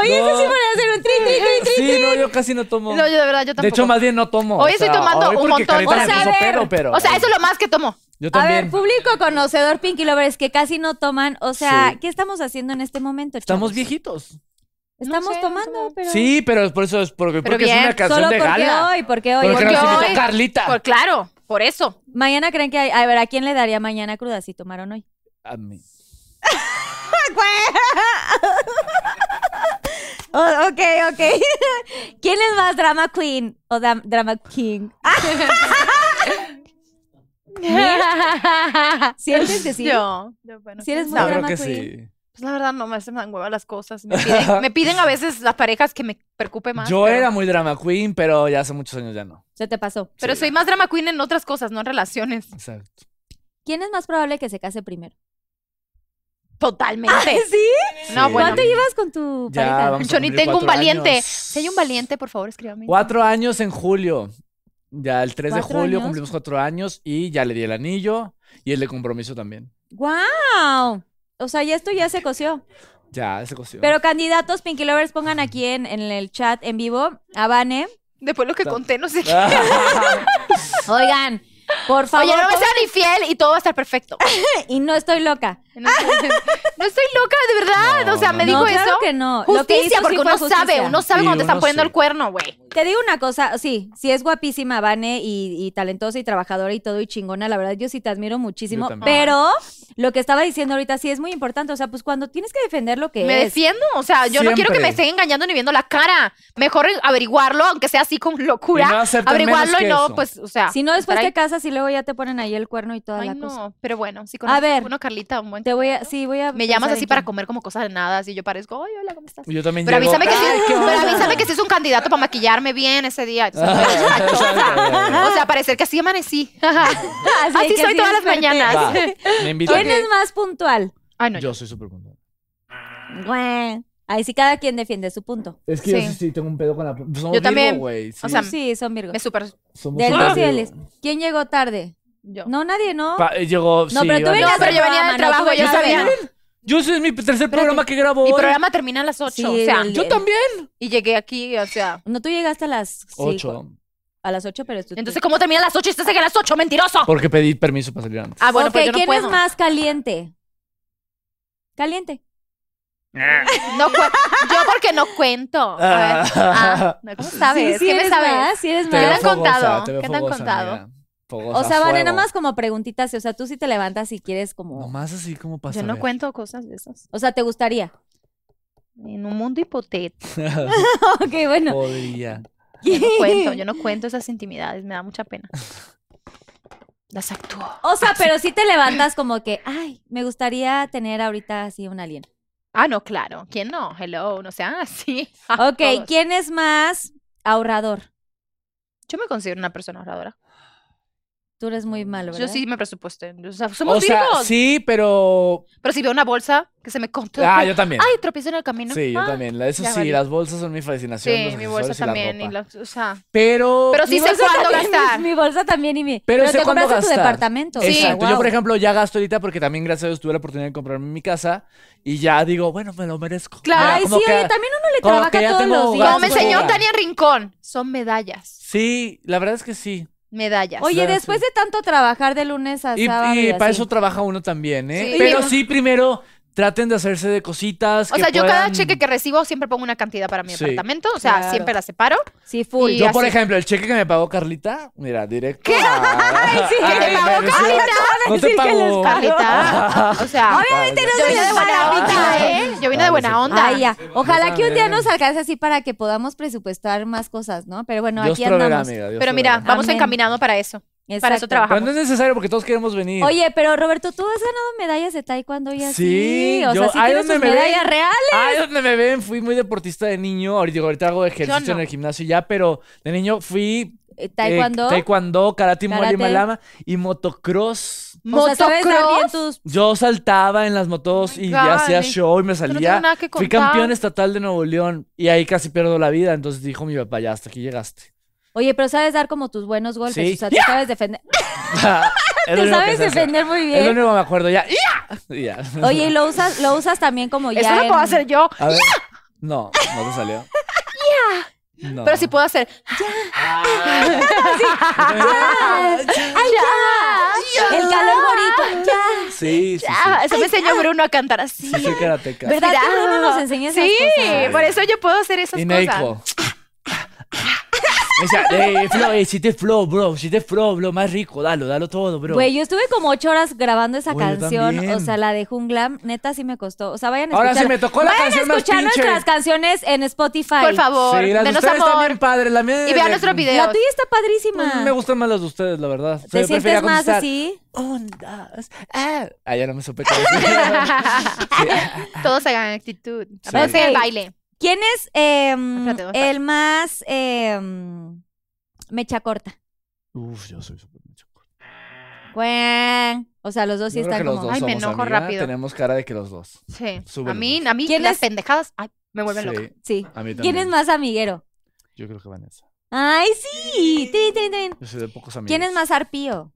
S2: Oye,
S4: No.
S2: ese sí puede hacer un tri, tri, tri, tri.
S4: Sí, no, yo casi no tomo.
S3: No, yo de verdad, yo tampoco.
S4: de hecho, más bien no tomo.
S3: Hoy
S4: o
S3: estoy
S4: sea,
S3: tomando
S4: hoy
S3: un montón.
S4: porque Carlita
S2: O
S4: me
S2: sea,
S4: puso
S2: a ver.
S4: pedo, pero.
S3: O sea, eso es lo más que tomo.
S4: Yo
S2: A
S4: también.
S2: ver, público conocedor Pinky Lovers que casi no toman. O sea,
S4: Sí.
S2: ¿qué estamos haciendo en este momento?
S4: Estamos
S2: chavos?
S4: viejitos.
S2: Estamos
S3: No sé,
S2: tomando, pero.
S4: Sí, pero por eso es porque,
S3: Pero
S4: porque es
S3: bien,
S4: una canción
S2: Solo
S4: de
S2: porque
S4: gala.
S2: hoy, porque hoy.
S4: porque
S2: porque
S4: nos
S2: hoy.
S4: invitó
S3: hoy-
S4: Carlita.
S3: Por, claro, por eso.
S2: Mañana creen que hay. A ver, ¿a quién le daría mañana cruda si tomaron hoy?
S4: A mí.
S2: Oh, ok, ok. ¿Quién es más drama queen o dam- drama king? ¿Sientes que sí?
S3: Yo. yo, bueno,
S2: Sí eres
S3: quién
S2: muy
S4: Yo
S3: sabe.
S2: drama-
S4: creo que
S2: queen.
S4: sí.
S3: Pues la verdad, no me hacen tan hueva las cosas. Me piden, me piden a veces las parejas que me preocupe más.
S4: Yo
S3: pero-
S4: era muy drama queen, pero ya hace muchos años ya no.
S2: Se te pasó.
S3: Pero
S4: Sí.
S3: soy más drama queen en otras cosas, no en relaciones.
S4: Exacto.
S2: ¿Quién es más probable que se case primero?
S3: Totalmente.
S2: ¿Sí?
S3: No,
S4: Sí.
S3: bueno.
S2: ¿Cuánto llevas con tu
S4: Ya,
S2: pareja?
S4: vamos a
S3: Yo ni
S4: cumplir
S3: tengo un
S4: cuatro
S3: valiente.
S4: años.
S3: Si hay un valiente, por favor, escríbame.
S4: Cuatro años en julio. Ya el 3 de
S2: ¿Cuatro
S4: julio
S2: años?
S4: cumplimos cuatro años y ya le di el anillo y el de compromiso también.
S2: ¡Wow! O sea, ya esto ya se coció.
S4: Ya, ese coció.
S2: Pero candidatos Pinky Lovers, pongan aquí en, en el chat en vivo a Vane.
S3: Después lo que conté, no sé qué.
S4: Ah,
S2: Oigan, por favor.
S3: Oye, no me
S2: pongan-
S3: sean infiel y todo va a estar perfecto.
S2: Y no estoy loca.
S3: No, estoy loca, de verdad.
S4: No,
S3: o sea,
S4: no,
S3: me
S4: no.
S3: dijo
S2: no, claro
S3: eso.
S2: que no. Lo que hizo
S3: Justicia,
S2: sí
S3: porque
S2: fue
S3: uno
S2: justicia.
S3: sabe, uno sabe
S4: Y
S3: cuando te están
S4: uno
S3: poniendo
S4: sí.
S3: el cuerno, güey.
S2: Te digo una cosa, sí, sí es guapísima Vane y, y talentosa y trabajadora y todo y chingona, la verdad yo sí te admiro muchísimo,
S4: Yo también.
S2: pero lo que estaba diciendo ahorita sí es muy importante, o sea, pues cuando tienes que defender lo que
S3: Me
S2: es.
S3: defiendo, o sea, yo no quiero que
S4: Siempre.
S3: me estén engañando ni viendo la cara. Mejor averiguarlo, aunque sea así con
S4: Y no
S3: locura.
S4: aceptan
S3: averiguarlo
S4: menos
S3: y
S4: que
S3: no,
S4: eso.
S3: pues, o sea.
S2: Si no después
S3: estar
S2: te
S3: ahí.
S2: casas y luego ya te ponen ahí el cuerno y toda
S3: Ay,
S2: la
S3: no,
S2: cosa.
S3: pero bueno, si
S2: A
S3: conoces
S2: ver.
S3: uno, Carlita, un buen
S2: Te voy a
S3: contacto.
S2: sí voy a
S3: Me llamas
S2: pensar
S3: así
S2: en
S3: para
S2: quién.
S3: comer como cosas de nada, así yo parezco, "Ay, hola, ¿cómo estás?"
S4: Yo también
S3: Pero
S4: llego,
S3: avísame, que sí,
S4: "Ay, qué
S3: pero
S4: bueno".
S3: avísame que sí es un candidato para maquillarme bien ese
S2: Ah,
S3: día. Entonces, O sea, parecer que así amanecí.
S2: Así
S3: Así
S2: que
S3: Ah, soy todas las
S2: desperté.
S4: Va,
S3: mañanas.
S4: me invitan.
S2: ¿Quién es más puntual?
S3: Ay, no, yo.
S4: Yo soy súper puntual.
S2: Güey. Ahí sí cada quien defiende su punto.
S4: Es
S3: que yo Sí. sí-
S4: tengo un pedo con la. Somos
S3: Yo también. Virgo,
S4: Sí.
S3: O sea,
S2: sí, son Virgo.
S3: me super.
S4: somos
S2: Del dos y del diez. ¿Quién llegó tarde?
S3: Yo.
S2: No, nadie, ¿no?
S4: eh, llegó.
S2: no,
S4: sí,
S2: pero tú
S4: vale.
S2: venías
S3: No, pero
S2: del
S3: yo venía del
S2: programa, no, tú
S3: trabajo, yo
S2: venías
S3: sabía.
S2: del-
S4: Yo soy mi tercer programa que grabo.
S3: Mi
S4: hoy.
S3: programa termina a las 8.
S2: Sí,
S3: o sea,
S2: del-
S4: Yo también.
S3: y llegué aquí, o sea.
S2: No, tú llegaste a las sí,
S3: pues,
S2: cu-
S4: Ocho.
S2: a las 8, pero tú- tú-
S3: Entonces, ¿cómo termina a las 8 y estás aquí a las 8, mentiroso?
S4: Porque pedí permiso para salir antes.
S3: Ah, bueno,
S2: Ok,
S3: pero yo no
S2: ¿quién
S3: puedo.
S2: es más caliente? Caliente.
S3: No cu- yo porque no cuento. A ver. Ah, ¿Cómo
S2: Sí,
S3: sabes?
S2: sí
S3: ¿Qué me
S2: eres
S3: sabes?
S2: más, sí eres
S4: Te
S2: más.
S3: ¿Qué
S4: veo
S3: te han contado?
S4: te veo
S3: ¿Qué te han
S4: fogosa,
S3: contado?
S4: amiga. Fogos
S2: O
S4: a
S2: sea, vale, nada
S4: fuego.
S2: más como preguntitas. O sea, tú sí te levantas si quieres como.
S4: Nomás así como pasa.
S3: Yo no cuento cosas de esas.
S2: O sea, ¿te gustaría?
S3: En un mundo hipotético.
S2: ok, bueno.
S4: Podría.
S3: Yo no cuento, yo no cuento esas intimidades, me da mucha pena. Las actúo.
S2: O sea, pero sí te levantas como que, ay, me gustaría tener ahorita así un alien.
S3: Ah, no, claro. ¿Quién no? Hello, no sean así.
S2: Ok,
S3: Ah, Todos.
S2: ¿quién es más ahorrador?
S3: Yo me considero una persona ahorradora.
S2: Tú eres muy malo, ¿verdad?
S3: Yo sí me presupuesto. O sea, somos
S4: O sea,
S3: vivos.
S4: sí, pero.
S3: Pero si veo una bolsa que se me contó.
S4: Ah, yo también.
S3: Ay, tropiezo en el camino.
S4: Sí, yo
S3: Ah,
S4: también. La- Eso
S3: ya
S4: sí,
S3: valí.
S4: las bolsas son mi fascinación.
S3: Sí,
S4: los
S3: mi bolsa
S4: accesorios y la
S3: también. y
S4: ropa.
S3: la- o sea,
S4: Pero.
S3: pero sí sé
S2: bolsa
S3: cuándo
S2: también,
S3: gastar.
S2: Mi bolsa también y mi.
S4: Pero sé
S2: te
S4: cuándo
S2: compraste tu
S4: gastar.
S2: departamento.
S3: Sí.
S4: Exacto.
S2: Guau.
S4: Yo, por ejemplo, ya gasto ahorita porque también, gracias a Dios, tuve la oportunidad de comprarme mi casa y ya digo, bueno, me lo merezco.
S3: Claro.
S4: Ya,
S2: Ay, sí,
S4: como que-
S2: oye, también uno le
S4: como
S2: trabaja
S4: que ya
S2: todos
S4: tengo
S2: los días.
S3: Como
S4: gastos
S3: me enseñó
S4: fuera.
S3: Tania Rincón, son medallas.
S4: Sí, la verdad es que sí.
S3: Medallas.
S2: Oye,
S4: Claro,
S2: después de tanto trabajar de lunes a
S4: Y,
S2: sábado.
S4: y para
S2: así.
S4: eso trabaja uno también, ¿eh?
S3: Sí.
S4: Pero
S3: Sí.
S4: sí, primero, traten de hacerse de cositas.
S3: o
S4: que
S3: sea, yo cada
S4: puedan-
S3: cheque que recibo siempre pongo una cantidad para mi
S4: Sí.
S3: departamento. O sea,
S2: Claro.
S3: siempre la separo.
S2: Sí, full.
S3: Y
S4: Yo, por
S3: así.
S4: ejemplo, el cheque que me pagó Carlita, mira, directo. Ay,
S2: sí, que te pagó
S4: Venezuela, No te
S2: decir que les
S4: pagó.
S3: Carlita. O sea,
S2: Obviamente no
S3: yo
S2: se
S3: vine de
S2: les
S3: buena
S2: va la
S3: onda,
S2: vida, ¿eh?
S3: ¿eh? Yo vine de buena onda.
S2: Ay, ya. Ojalá que un día
S4: también.
S2: nos alcance así para que podamos presupuestar más cosas, ¿no? Pero bueno,
S4: Dios
S2: aquí
S4: proveerá,
S2: andamos.
S4: amiga. Dios
S3: Pero mira,
S4: proveerá.
S3: vamos
S2: Amén.
S3: encaminando para eso. Para eso
S2: Exacto.
S3: trabajamos.
S4: Pero no es necesario porque todos queremos venir.
S2: Oye, pero Roberto, tú has ganado medallas de taekwondo y así.
S4: Sí,
S2: o sea,
S4: yo-
S2: sí
S4: ahí
S2: tienes
S4: donde
S2: tus
S4: me ven.
S2: medallas reales.
S4: Ahí donde me ven, fui muy deportista de niño. Ahorita, digo, ahorita hago ejercicio
S3: no.
S4: en el gimnasio ya, pero de niño fui
S2: Eh,
S4: eh,
S2: Taekwondo.
S4: taekwondo, karate, muay
S2: Karate.
S4: thai, malama y motocross.
S2: o sea, sabes dar
S3: Motocross.
S2: bien tus-
S4: Yo saltaba en las motos
S3: my
S4: y
S3: God,
S4: hacía
S3: Nick.
S4: show y me
S3: no tengo
S4: salía.
S3: nada que
S4: Fui
S3: contar.
S4: campeón estatal de Nuevo León y ahí casi pierdo la vida. Entonces dijo mi papá, ya hasta aquí llegaste.
S2: Oye, pero sabes dar como tus buenos golpes.
S4: Sí.
S2: O sea, te sabes defender.
S4: Es lo
S2: Te
S4: único que
S2: sabes
S4: sé hacer.
S2: defender muy
S4: Es lo
S2: bien.
S4: único que me acuerdo, ya. ¡Ya! Y ya.
S2: Oye, y lo usas, lo usas también como ya.
S3: Eso lo
S2: en-
S3: puedo hacer yo.
S4: A ver. No, no te salió. ¡Ya! No.
S3: Pero sí puedo hacer.
S2: ¡Ay, ya! Ah, El calor morito. Ya.
S4: Sí, sí, sí.
S3: "Ah", Eso me enseñó Bruno a cantar así.
S4: Sí, soy karateca.
S2: ¿Verdad que
S3: Mira.
S2: Bruno nos enseña esas
S3: Sí,
S2: cosas?
S3: por eso yo puedo hacer esas
S4: Y me
S3: cosas.
S4: dijo. Me decía, eh, flow, eh, si te flow, bro, si te flow, bro, más rico, dalo, dalo todo, bro.
S2: Güey, yo estuve como ocho horas grabando esa
S4: Güey, yo
S2: canción, o
S4: también.
S2: sea, la de Junglam, neta sí me costó. O sea, vayan a escuchar.
S4: Ahora sí me tocó la
S2: vayan
S4: canción
S2: a
S4: más
S2: escuchar
S4: pinche.
S2: nuestras canciones en Spotify.
S3: Por favor,
S4: sí, las de
S3: denos
S4: ustedes están
S3: amor.
S4: bien padres, la mía. Mm,
S3: Y vean nuestros videos.
S2: La tuya está padrísima.
S4: Pues, Me gustan más las de ustedes, la verdad. O sea,
S2: ¿Te
S4: yo prefería
S2: sientes más
S4: contestar,
S2: así?
S4: Un, dos, ah. Ah, ya no me supe cómo decir.
S3: Todos hagan actitud.
S4: Sí.
S3: Aprovechen el
S2: Ok.
S3: baile.
S2: ¿Quién es em,
S3: Espérate, ¿dónde está?
S2: el más em, mecha corta?
S4: Uf, yo soy súper mucho.
S2: Cuán. O sea, los dos Pues sí
S4: Yo creo
S2: están
S4: que los
S2: como.
S4: dos
S3: Ay, me
S4: somos,
S3: enojo
S4: amiga,
S3: rápido.
S4: Tenemos cara de que los dos.
S3: Sí.
S4: Súbelo.
S3: A mí, a mí
S2: ¿Quién
S3: las
S2: es?
S3: pendejadas ay, me vuelven
S4: Sí,
S3: loca.
S2: Sí.
S4: A mí también.
S2: ¿Quién es más amiguero?
S4: Yo creo que Vanessa.
S2: Ay, sí. Tin, tin, tin.
S4: Yo soy de pocos amigos.
S2: ¿Quién es más arpío?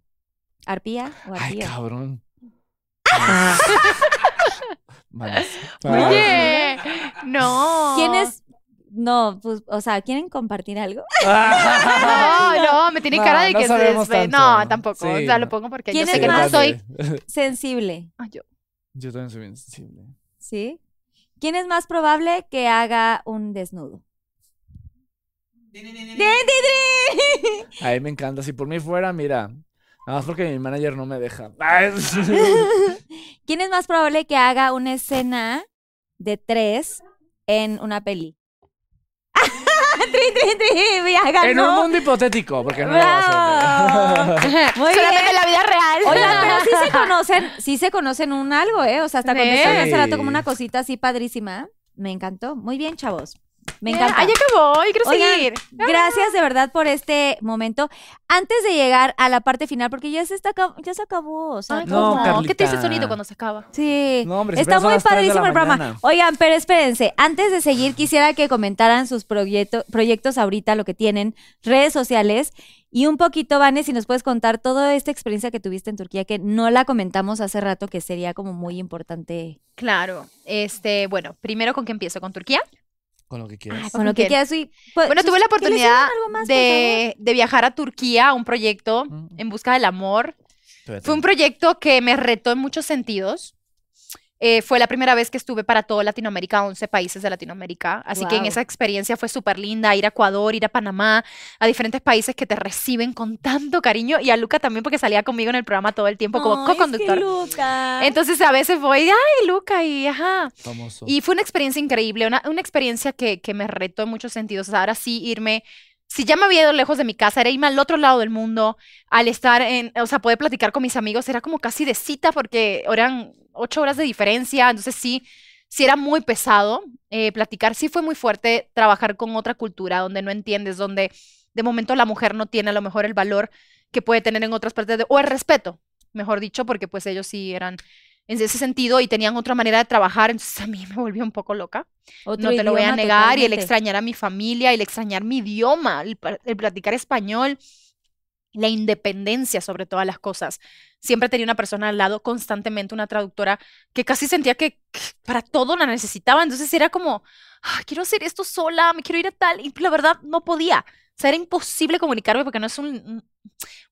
S2: ¿Arpía o
S4: Ay,
S2: arpío?
S4: cabrón. Vanessa.
S3: Oye, no.
S2: ¿Quién es? No, pues, o sea, ¿quieren compartir algo?
S4: Ah.
S3: No, no, me tiene
S4: No,
S3: cara de
S4: no
S3: que se
S4: sabemos
S3: desve-
S4: tanto.
S3: No, tampoco.
S4: Sí,
S3: o sea, lo
S4: no.
S3: pongo porque yo
S2: ¿Quién
S3: sé
S2: es
S3: que no
S2: más?
S3: soy.
S2: Sensible,
S3: Ay, yo.
S4: Yo también soy bien sensible.
S2: ¿sí? ¿Quién es más probable que haga un desnudo? ¡Din, din, din!
S4: A mí me encanta. Si por mí fuera, mira. Nada más porque mi manager no me deja. Ay,
S2: ¿Quién es más probable que haga una escena de tres en una peli? ¡Trin, trin, trin! ¡Ya
S4: en un
S2: ganó!
S4: mundo hipotético, porque no lo va a
S2: ¡Bravo!
S4: hacer.
S2: Muy
S3: Solamente
S2: bien.
S3: en la vida real.
S2: Oigan, pero sí se conocen, sí se conocen un algo, ¿eh? O sea, hasta
S3: Sí.
S2: contestaron hace rato como
S4: Sí.
S2: una cosita así padrísima. Me encantó. Muy bien, chavos. Me
S3: Bien,
S2: encanta.
S3: Ahí acabó y quiero
S2: Oigan,
S3: seguir.
S2: Gracias de verdad por este momento. Antes de llegar a la parte final, porque ya se está acab- ya se acabó. O sea,
S3: Ay,
S4: No,
S3: ¿cómo? ¿Qué te dice el
S4: Carlita.
S3: sonido cuando se acaba?
S2: Sí.
S4: No, hombre, si
S2: Está
S4: apenas son
S2: muy
S4: las tres de
S2: padrísimo
S4: la
S2: el programa.
S4: mañana.
S2: Oigan, pero espérense, antes de seguir quisiera que comentaran sus proyecto- proyectos ahorita, lo que tienen, redes sociales y un poquito, Vane, si nos puedes contar toda esta experiencia que tuviste en Turquía que no la comentamos hace rato, que sería como muy importante
S3: Claro. Este, bueno, primero con qué empiezo, con Turquía.
S4: Con lo que quieras.
S2: con lo que
S3: bien.
S2: quieras. y-
S3: Bueno,
S2: pues, que
S3: tuve la
S2: les
S3: oportunidad
S2: digan algo más, por
S3: de, de viajar a Turquía a un proyecto
S4: Mm.
S3: en busca del amor.
S4: Espérate.
S3: Fue un proyecto que me retó en muchos sentidos. Eh, fue la primera vez que estuve para toda Latinoamérica, 11 países de Latinoamérica. Así que en
S2: Guau.
S3: esa experiencia fue súper linda ir a Ecuador, ir a Panamá, a diferentes países que te reciben con tanto cariño. Y a Luca también, porque salía conmigo en el programa todo el tiempo como
S2: Ay, es que
S3: co-conductor.
S2: Luca.
S3: Entonces a veces voy, ay, Luca, y ajá.
S4: Famoso.
S3: Y fue una experiencia increíble, una, una experiencia que, que me retó en muchos sentidos. O sea, ahora sí irme, si ya me había ido lejos de mi casa, era irme al otro lado del mundo, al estar en, o sea, poder platicar con mis amigos, era como casi de cita porque eran ocho horas de diferencia, entonces sí, sí era muy pesado eh, platicar, sí fue muy fuerte trabajar con otra cultura donde no entiendes, donde de momento la mujer no tiene a lo mejor el valor que puede tener en otras partes, de- o el respeto, mejor dicho, porque pues ellos sí eran en ese sentido y tenían otra manera de trabajar, entonces a mí me volvió un poco loca.
S2: Otro
S3: no te lo voy a
S2: idioma
S3: negar, y el
S2: totalmente.
S3: extrañar a mi familia, el extrañar mi idioma, el, pa- el platicar español, la independencia sobre todas las cosas. Siempre tenía una persona al lado, constantemente una traductora, que casi sentía que que para todo la necesitaba, entonces era como, "Ah, quiero hacer esto sola, me quiero ir a tal, y la verdad no podía. O sea, era imposible comunicarme porque no es un, un-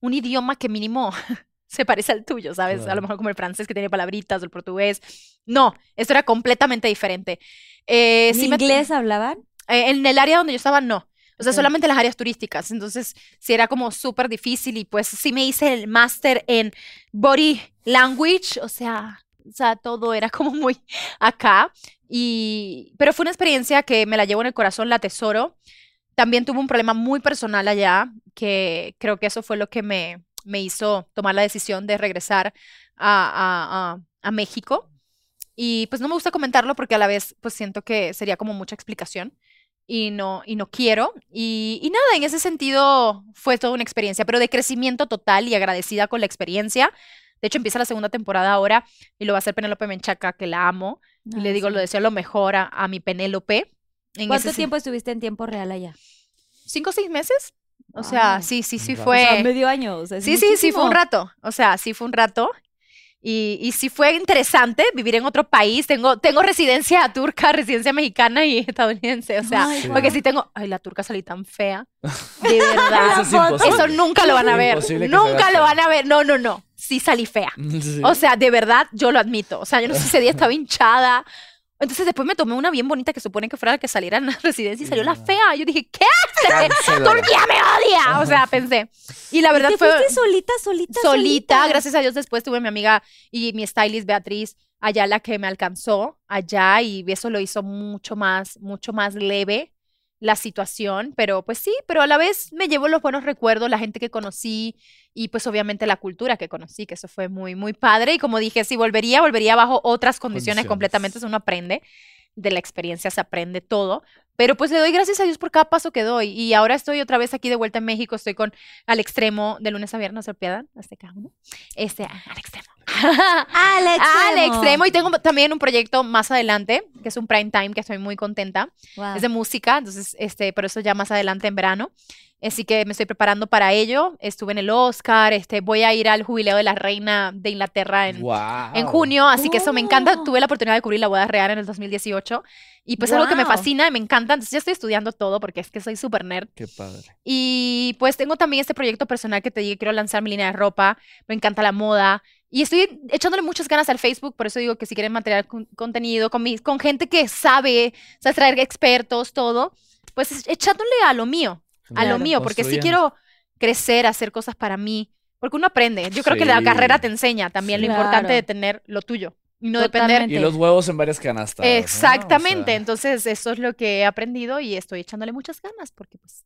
S3: un idioma que mínimo se parece al tuyo, ¿sabes? A lo
S4: Claro.
S3: mejor como el francés que tiene palabritas, o el portugués. No, esto era completamente diferente. Eh,
S2: ¿Ni
S3: sí me-
S2: inglés hablaban?
S3: eh, en el área donde yo estaba, no. O sea,
S2: Ok.
S3: solamente las áreas turísticas. Entonces, sí era como súper difícil y pues sí me hice el máster en body language, o sea, o sea, todo era como muy acá. Y, pero fue una experiencia que me la llevo en el corazón, la tesoro. También tuve un problema muy personal allá, que creo que eso fue lo que me, me hizo tomar la decisión de regresar a, a- a- a México. Y pues no me gusta comentarlo porque a la vez pues siento que sería como mucha explicación y no, y no quiero. Y, y nada, en ese sentido fue toda una experiencia, pero de crecimiento total y agradecida con la experiencia. De hecho, empieza la segunda temporada ahora y lo va a hacer Penélope Menchaca, que la amo. Y le
S2: Ay,
S3: digo,
S2: Ah, sí.
S3: lo deseo lo mejor a, a mi Penélope. En
S2: ¿Cuánto
S3: ese sen-
S2: tiempo estuviste en tiempo real allá?
S3: ¿Cinco o seis meses? O sea,
S2: Wow.
S3: sí, sí, sí
S4: Un rato.
S3: fue.
S2: O sea, medio año. o sea, es
S3: Pues, Sí, sí, sí, fue
S2: muchísimo.
S3: un rato. O sea, sí fue un rato. Y, y sí fue interesante vivir en otro país. Tengo, tengo residencia turca, residencia mexicana y estadounidense. O sea,
S2: Ay,
S4: Sí.
S3: porque sí tengo. Ay, la turca salí tan fea. De verdad.
S4: Eso es imposible.
S3: Eso nunca lo van a ver.
S4: Imposible que
S3: Nunca
S4: salgas
S3: lo
S4: fea.
S3: van a ver. No, no, no. Sí salí fea.
S4: Sí.
S3: O sea, de verdad, yo lo admito. O sea, yo no sé si ese día estaba hinchada. Entonces después me tomé una bien bonita que supone que fuera la que saliera en la residencia y salió la
S4: Ya.
S3: fea. Yo dije, ¿qué?
S4: Cancélala.
S3: Turquía me odia. O sea, pensé. Y la
S2: ¿Y
S3: verdad
S2: te
S3: fue
S2: fuiste solita, solita,
S3: solita, gracias a Dios después tuve a mi amiga y mi stylist Beatriz allá la que me alcanzó allá y eso lo hizo mucho más, mucho más leve la situación, pero pues sí, pero a la vez me llevo los buenos recuerdos, la gente que conocí y pues obviamente la cultura que conocí, que eso fue muy, muy padre y como dije, si volvería, volvería bajo otras condiciones,
S4: Condiciones.
S3: completamente, eso uno aprende, de la experiencia se aprende todo, pero pues le doy gracias a Dios por cada paso que doy y ahora estoy otra vez aquí de vuelta en México, estoy con al extremo de lunes a viernes, no se pierdan, hasta acá uno. Este, ah, al extremo.
S2: Alex.
S3: al extremo. Y tengo también un proyecto más adelante, que es un prime time, que estoy muy contenta. Ah. Es de música, entonces, este, por eso ya más adelante en verano. Así que me estoy preparando para ello. Estuve en el Oscar, este, voy a ir al jubileo de la reina de Inglaterra en,
S4: Guau.
S3: en junio, así que eso me encanta.
S2: Oh.
S3: Tuve la oportunidad de cubrir la boda real en el 2018 y pues algo que me
S2: Guau.
S3: fascina y me encanta. Entonces ya estoy estudiando todo porque es que soy súper nerd.
S4: Qué padre.
S3: Y pues tengo también este proyecto personal que te dije, quiero lanzar mi línea de ropa, me encanta la moda. Y estoy echándole muchas ganas al Facebook, por eso digo que si quieren material con- contenido con, mis- con gente que sabe, sabes traer expertos, todo, pues es- echándole a lo mío, a lo
S2: Claro.
S3: mío, porque sí
S4: Construyan.
S3: quiero crecer, hacer cosas para mí, porque uno aprende. Yo creo que la
S4: Sí.
S3: carrera te enseña también lo
S2: Sí.
S3: importante de
S2: Claro.
S3: tener lo tuyo y no depender
S2: Totalmente.
S4: Y los huevos en varias canastas. ¿no? O sea,
S3: Exactamente, entonces eso es lo que he aprendido y estoy echándole muchas ganas porque pues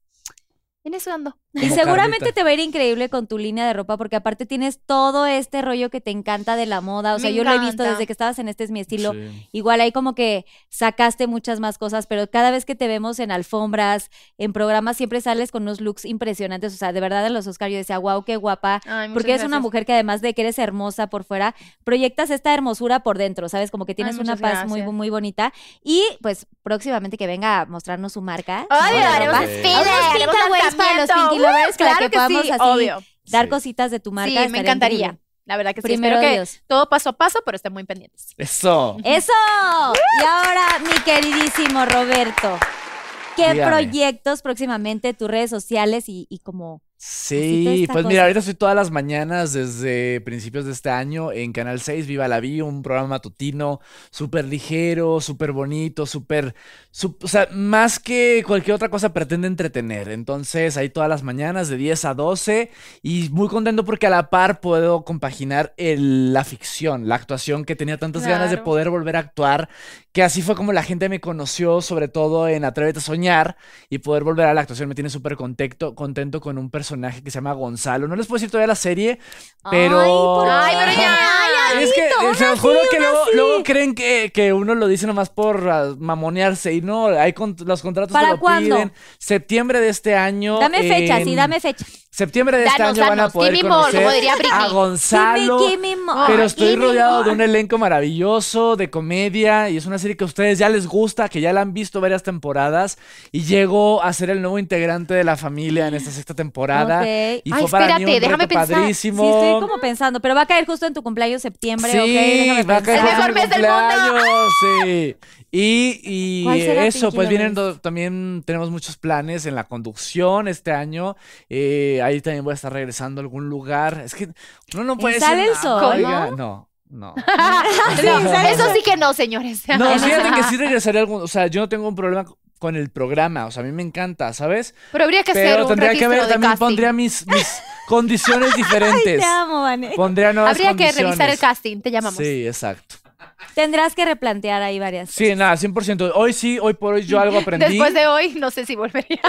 S3: en eso ando.
S2: Y
S4: como
S2: seguramente
S4: Carlita.
S2: te va a ir increíble con tu línea de ropa, porque aparte tienes todo este rollo que te encanta de la moda. O sea,
S3: Me
S2: yo lo he visto
S3: encanta.
S2: desde que estabas en Este es mi estilo.
S4: Sí.
S2: Igual ahí como que sacaste muchas más cosas, pero cada vez que te vemos en alfombras, en programas, siempre sales con unos looks impresionantes. O sea, de verdad en los Oscar yo decía, wow, qué guapa.
S3: Ay, muchas
S2: Porque es una
S3: gracias.
S2: mujer que además de que eres hermosa por fuera, proyectas esta hermosura por dentro, ¿sabes? Como que tienes una
S3: muchas
S2: paz muy,
S3: gracias.
S2: muy bonita. Y pues próximamente que venga a mostrarnos su marca.
S3: Obvio,
S4: Hola,
S3: haremos
S4: Rafa.
S3: desfile,
S4: A unos
S2: Pinkaways
S3: haremos
S2: para los
S3: lanzamiento.
S2: Pinky Lovers,
S3: Uh,
S2: para
S3: claro
S2: que podamos
S3: sí,
S2: así
S3: obvio.
S2: Dar
S4: Sí.
S2: cositas de tu marca.
S3: Sí, me
S2: estaría
S3: encantaría.
S2: increíble.
S3: La verdad que sí,
S2: Primero
S3: espero que
S2: Dios.
S3: todo paso a paso, pero estén muy pendientes.
S4: Eso.
S2: ¡Eso! Y ahora, mi queridísimo Roberto, ¿qué
S4: Dígame.
S2: proyectos próximamente, tus redes sociales y, y como
S4: Sí,
S2: esta
S4: pues mira,
S2: cosa.
S4: ahorita estoy todas las mañanas desde principios de este año en Canal 6, Viva la Vi, un programa matutino súper ligero, súper bonito, súper, sup- o sea, más que cualquier otra cosa pretende entretener. Entonces, ahí todas las mañanas de 10 a 12 y muy contento porque a la par puedo compaginar el- la ficción, la actuación que tenía tantas ganas de
S3: Claro.
S4: poder volver a actuar, que así fue como la gente me conoció, sobre todo en Atrévete a Soñar y poder volver a la actuación me tiene súper contento, contento con un personaje que se llama Gonzalo. No les puedo decir todavía la serie, pero...
S3: Ay, pero ya.
S4: Es que eh, se los juro que luego, luego creen que, que uno lo dice nomás por ah, mamonearse y no, hay con- los contratos te
S2: ¿Para
S4: lo
S2: cuándo?
S4: piden. Septiembre de este año.
S2: Dame fecha, sí,
S4: en
S2: dame fecha.
S4: Septiembre de este
S3: Danos,
S4: año van a
S3: danos,
S4: poder
S3: give me more,
S4: conocer
S3: como diría Britney.
S4: a Gonzalo.
S2: Give me, give me more,
S4: Pero estoy
S2: give me
S4: rodeado de
S2: more.
S4: un elenco maravilloso, de comedia, y es una serie que a ustedes ya les gusta, que ya la han visto varias temporadas, y llego a ser el nuevo integrante de la familia en esta sexta temporada.
S2: Ok.
S4: Y
S3: Ay,
S4: fue para mí un
S3: espérate, déjame
S4: reto
S3: pensar.
S2: Sí,
S4: padrísimo.
S2: estoy como pensando, pero va a caer justo en tu cumpleaños septiembre,
S4: Sí,
S2: ok, déjame
S4: va a caer
S2: pensar.
S3: El mejor
S4: justo en mi
S3: mes del mundo.
S4: cumpleaños, Sí. Y, y
S2: ¿Cuál será,
S4: eso,
S2: Pinky
S4: pues vienen
S2: Lovers?
S4: do- también, tenemos muchos planes en la conducción este año. Eh, ahí también voy a estar regresando a algún lugar. Es que uno no puede
S2: sale
S4: decir
S2: el
S4: nada,
S2: sol,
S4: oiga, no, no.
S3: No, eso sí que no, señores.
S4: No, fíjate que sí regresaré algún, o sea, yo no tengo un problema con el programa, o sea, a mí me encanta, ¿sabes?
S3: Pero habría que hacer
S4: Pero
S3: un
S4: tendría que
S3: registro
S4: ver,
S3: de
S4: también
S3: casting.
S4: pondría mis, mis condiciones diferentes.
S2: Te amo, Vane.
S4: Pondría nuevas
S3: Habría que revisar el
S4: condiciones.
S3: casting, te llamamos.
S4: Sí, exacto.
S2: Tendrás que replantear ahí varias.
S4: Sí, nada, 100%. Hoy sí, hoy por hoy yo algo aprendí.
S3: Después de hoy, no sé si volvería.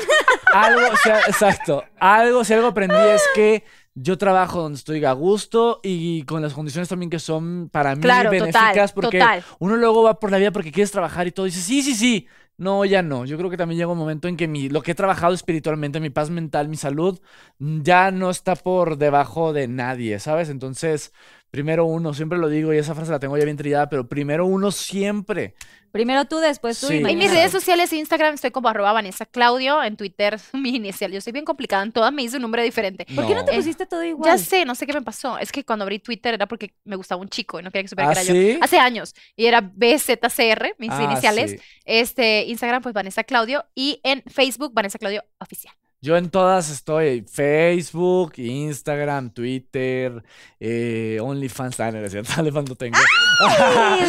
S4: Algo, o sea, exacto. Algo, si algo aprendí es que yo trabajo donde estoy a gusto y con las condiciones también que son para mí
S3: Claro, total,
S4: benéficas porque
S3: total.
S4: uno luego va por la vida porque quieres trabajar y todo y dices, sí, sí, sí. No, ya no. Yo creo que también llega un momento en que mi, lo que he trabajado espiritualmente, mi paz mental, mi salud, mm, ya no está por debajo de nadie, ¿sabes? Entonces, primero uno, siempre lo digo y esa frase la tengo ya bien trillada, pero primero uno siempre.
S2: Primero tú, después tú
S4: Sí.
S2: y
S4: En
S3: En
S2: mañana.
S3: mis
S4: Exacto.
S3: redes sociales, e Instagram, estoy como arroba Vanessa Claudio, en Twitter, mi inicial. Yo soy bien complicada, en todas me hice un nombre diferente.
S2: ¿Por qué no te
S3: No.
S2: pusiste todo igual?
S3: Ya sé, no sé qué me pasó. Es que cuando abrí Twitter era porque me gustaba un chico y no quería que supiera
S4: ¿Ah,
S3: que era
S4: sí?
S3: yo. Hace años. Y era BZCR, mis
S4: Ah,
S3: iniciales.
S4: sí.
S3: Este, Instagram, pues Vanessa Claudio. Y en Facebook, Vanessa Claudio Oficial.
S4: Yo en todas estoy, Facebook, Instagram, Twitter, eh, OnlyFans, ah, no, no es cierto, OnlyFans no tengo.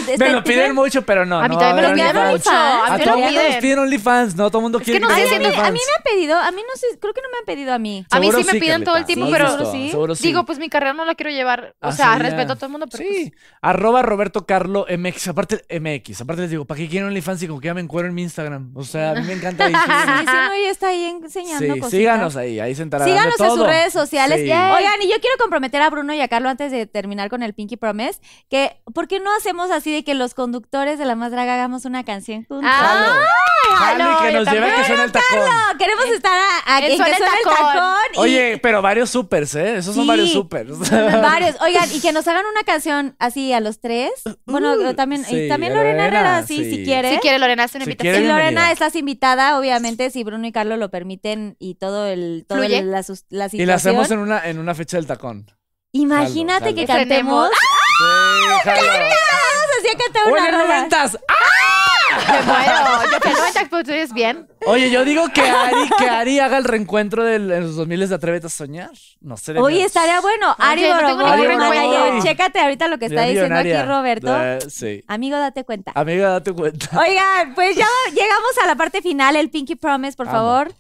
S4: me lo piden mucho, pero Ah, no. Ah,
S3: a mí
S4: no va
S3: también me lo
S4: haber
S3: pidieron
S4: OnlyFans.
S3: mucho. A
S4: A
S3: mí
S4: todo
S3: me lo
S4: el mundo les
S3: piden.
S4: piden OnlyFans, no, todo el mundo
S3: que
S4: quiere
S3: no
S4: que
S3: sé,
S4: les den
S3: siento que a mí
S4: OnlyFans.
S2: Me han pedido, a mí no sé, creo que no me han pedido a mí.
S3: A mí sí
S4: Seguro
S3: me piden todo el
S4: Carlita,
S3: tiempo,
S4: no
S3: pero-
S4: dices todo,
S2: ¿Sí?
S4: seguro sí.
S3: Digo, pues mi carrera no la quiero llevar. O
S4: Así
S3: sea,
S4: ya.
S3: respeto a todo el mundo, pero pues,
S4: Sí, arroba Roberto Carlo MX, aparte MX, aparte les digo, ¿para qué quieren OnlyFans si con que ya me encuentro en mi Instagram? O sea, a mí me encanta
S2: Sí,
S4: ahí.
S2: sí, no, ella está ahí enseñando
S4: Sí,
S2: cositas.
S4: síganos ahí, ahí se enterarán de
S2: Síganos en sus
S4: todo.
S2: redes sociales.
S4: Sí.
S2: Oigan, y yo quiero comprometer a Bruno y a Carlos antes de terminar con el Pinky Promise, que ¿por qué no hacemos así de que los conductores de La Más Draga hagamos una canción juntos?
S3: Ah,
S4: Jalo. Jalo y
S3: no,
S4: que
S3: yo
S4: nos lleve a que
S3: también.
S4: suene el tacón.
S2: No, Ah, queremos estar a- a-
S3: en
S2: en que
S3: Suena el
S2: suene el
S3: Tacón.
S2: tacón y-
S4: Oye, pero varios supers, ¿eh? Esos son
S2: Sí.
S4: varios supers.
S2: Varios. Oigan, y que nos hagan una canción así a los tres. Bueno, también,
S4: Uh, sí,
S2: y también
S4: Lorena,
S2: Lorena Herrera, sí,
S4: sí.
S2: si quiere.
S3: Si quiere, Lorena, hace una
S4: Si
S3: invitación.
S2: y
S4: quiere, bienvenida.
S2: Lorena, estás invitada, obviamente, si Bruno y Carlos lo permiten y todo el, todo
S3: Fluye.
S2: el- la, sus- la situación.
S4: Y la hacemos en una, en una fecha del tacón.
S2: Imagínate
S4: Jalo,
S2: que
S3: jalo.
S2: cantemos.
S4: Sí, jalo.
S2: Vamos así a cantar
S4: ¡Oye,
S2: una rola.
S4: noventas! ¡Ah!
S3: Me muero. Yo que no, entonces, pues, bien.
S4: Oye, yo digo que Ari, que Ari haga el reencuentro de los 2000 de Atrévete a Soñar. No sé. de
S2: Oye,
S4: veras.
S2: estaría bueno. Ari
S3: yo no tengo
S2: Boroboy,
S4: ningún
S2: manager.
S4: recuerdo.
S2: Chécate ahorita lo que está
S4: Sería
S2: diciendo aquí
S4: millonaria.
S2: Roberto.
S4: Eh, sí.
S2: Amigo, date cuenta.
S4: Amiga, date cuenta.
S2: Oigan, pues ya llegamos a la parte final, el Pinky Promise, por
S4: Amo.
S2: favor.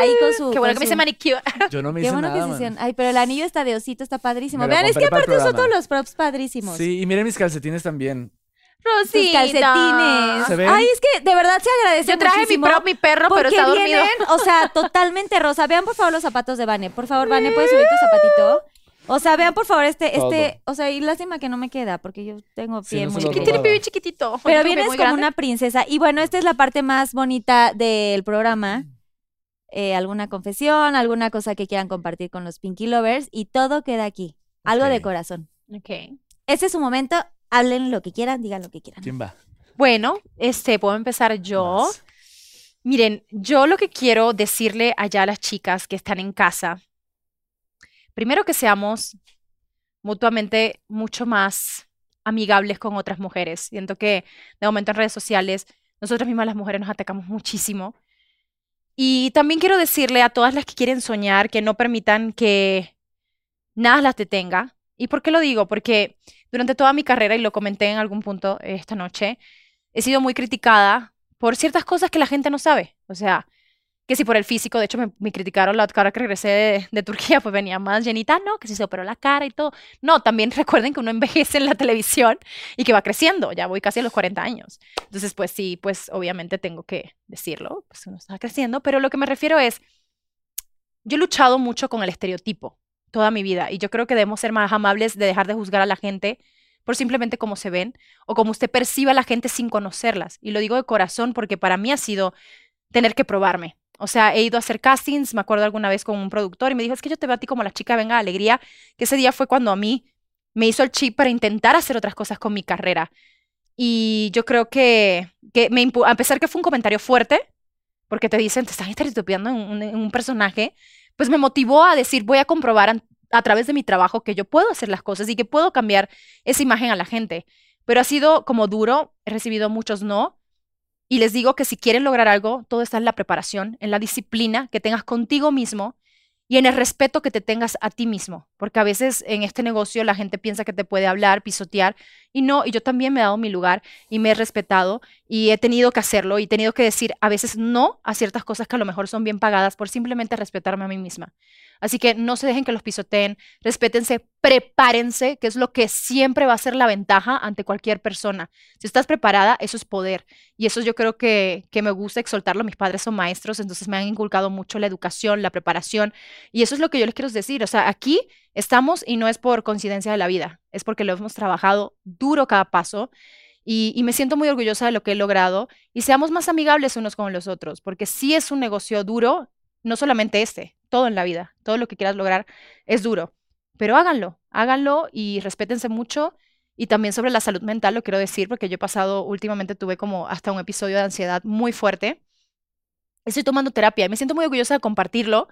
S2: Ahí con su.
S3: Qué bueno que me hice
S2: con su-
S3: manicure.
S4: Yo no me
S2: Qué
S4: hice
S2: bueno
S4: nada.
S2: que se
S4: man.
S2: hicieron. Ay, pero el anillo está de osito, está padrísimo.
S4: Me lo
S2: Vean, es
S4: compré
S2: que
S4: para el
S2: aparte usó
S4: programa.
S2: todos los props padrísimos.
S4: Sí, y miren mis calcetines también.
S2: Sus
S3: Rosita.
S2: calcetines.
S4: ¿Se ven?
S2: Ay, es que de verdad se agradece
S3: Yo traje mi,
S2: muchísimo
S3: pro, mi perro, pero
S2: porque
S3: está dormido.
S2: vienen, o sea, totalmente rosa. Vean por favor los zapatos de Vane. Por favor, Vane, ¿puedes subir tu zapatito? O sea, vean por favor este, este, o sea, y lástima que no me queda porque yo tengo
S4: Sí,
S2: pie
S4: no se
S2: muy
S4: lo
S2: chiquito.
S3: Tiene
S4: robaba.
S3: pibe chiquitito.
S2: Pero
S3: Yo
S2: vienes
S3: muy
S2: como
S3: grande.
S2: una princesa. Y bueno, esta es la parte más bonita del programa. Eh, alguna confesión, alguna cosa que quieran compartir con los Pinky Lovers y todo queda aquí. Algo de
S4: Ok.
S2: corazón.
S3: Ok.
S2: Este es su momento. Hablen lo que quieran, digan lo que quieran.
S4: ¿Quién va?
S3: Bueno, este, puedo empezar yo.
S4: Vas.
S3: Miren, yo lo que quiero decirle allá a las chicas que están en casa, primero que seamos mutuamente mucho más amigables con otras mujeres. Siento que de momento en redes sociales, nosotras mismas las mujeres nos atacamos muchísimo. Y también quiero decirle a todas las que quieren soñar que no permitan que nada las detenga. ¿Y por qué lo digo? Porque durante toda mi carrera, y lo comenté en algún punto eh, esta noche, he sido muy criticada por ciertas cosas que la gente no sabe. O sea, que si por el físico, de hecho me, me criticaron la cara que regresé de, de, Turquía, pues venía más llenita, no, que si se operó la cara y todo. No, también recuerden que uno envejece en la televisión y que va creciendo, ya voy casi a los 40 años. Entonces, pues sí, pues obviamente tengo que decirlo, pues uno está creciendo, pero lo que me refiero es, yo he luchado mucho con el estereotipo toda mi vida y yo creo que debemos ser más amables de dejar de juzgar a la gente por simplemente cómo se ven o cómo usted percibe a la gente sin conocerlas. Y lo digo de corazón porque para mí ha sido tener que probarme, o sea, he ido a hacer castings, me acuerdo alguna vez con un productor y me dijo, es que yo te veo a ti como la chica Venga de Alegría, que ese día fue cuando a mí me hizo el chip para intentar hacer otras cosas con mi carrera. Y yo creo que, que me a pesar que fue un comentario fuerte, porque te dicen, te estás estereotipando en un, en un, personaje, pues me motivó a decir, voy a comprobar a, a través de mi trabajo que yo puedo hacer las cosas y que puedo cambiar esa imagen a la gente. Pero ha sido como duro, he recibido muchos no, y les digo que si quieren lograr algo, todo está en la preparación, en la disciplina que tengas contigo mismo y en el respeto que te tengas a ti mismo. Porque a veces en este negocio la gente piensa que te puede hablar, pisotear y no. Y yo también me he dado mi lugar y me he respetado y he tenido que hacerlo y he tenido que decir a veces no a ciertas cosas que a lo mejor son bien pagadas por simplemente respetarme a mí misma. Así que no se dejen que los pisoteen, respétense, prepárense, que es lo que siempre va a ser la ventaja ante cualquier persona. Si estás preparada, eso es poder. Y eso yo creo que, que me gusta exaltarlo. Mis padres son maestros, entonces me han inculcado mucho la educación, la preparación. Y eso es lo que yo les quiero decir. O sea, aquí estamos y no es por coincidencia de la vida, es porque lo hemos trabajado duro cada paso. Y, y, me siento muy orgullosa de lo que he logrado y seamos más amigables unos con los otros, porque sí es un negocio duro, no solamente este, todo en la vida, todo lo que quieras lograr es duro, pero háganlo, háganlo y respétense mucho. Y también sobre la salud mental lo quiero decir, porque yo he pasado, últimamente tuve como hasta un episodio de ansiedad muy fuerte. Estoy tomando terapia y me siento muy orgullosa de compartirlo,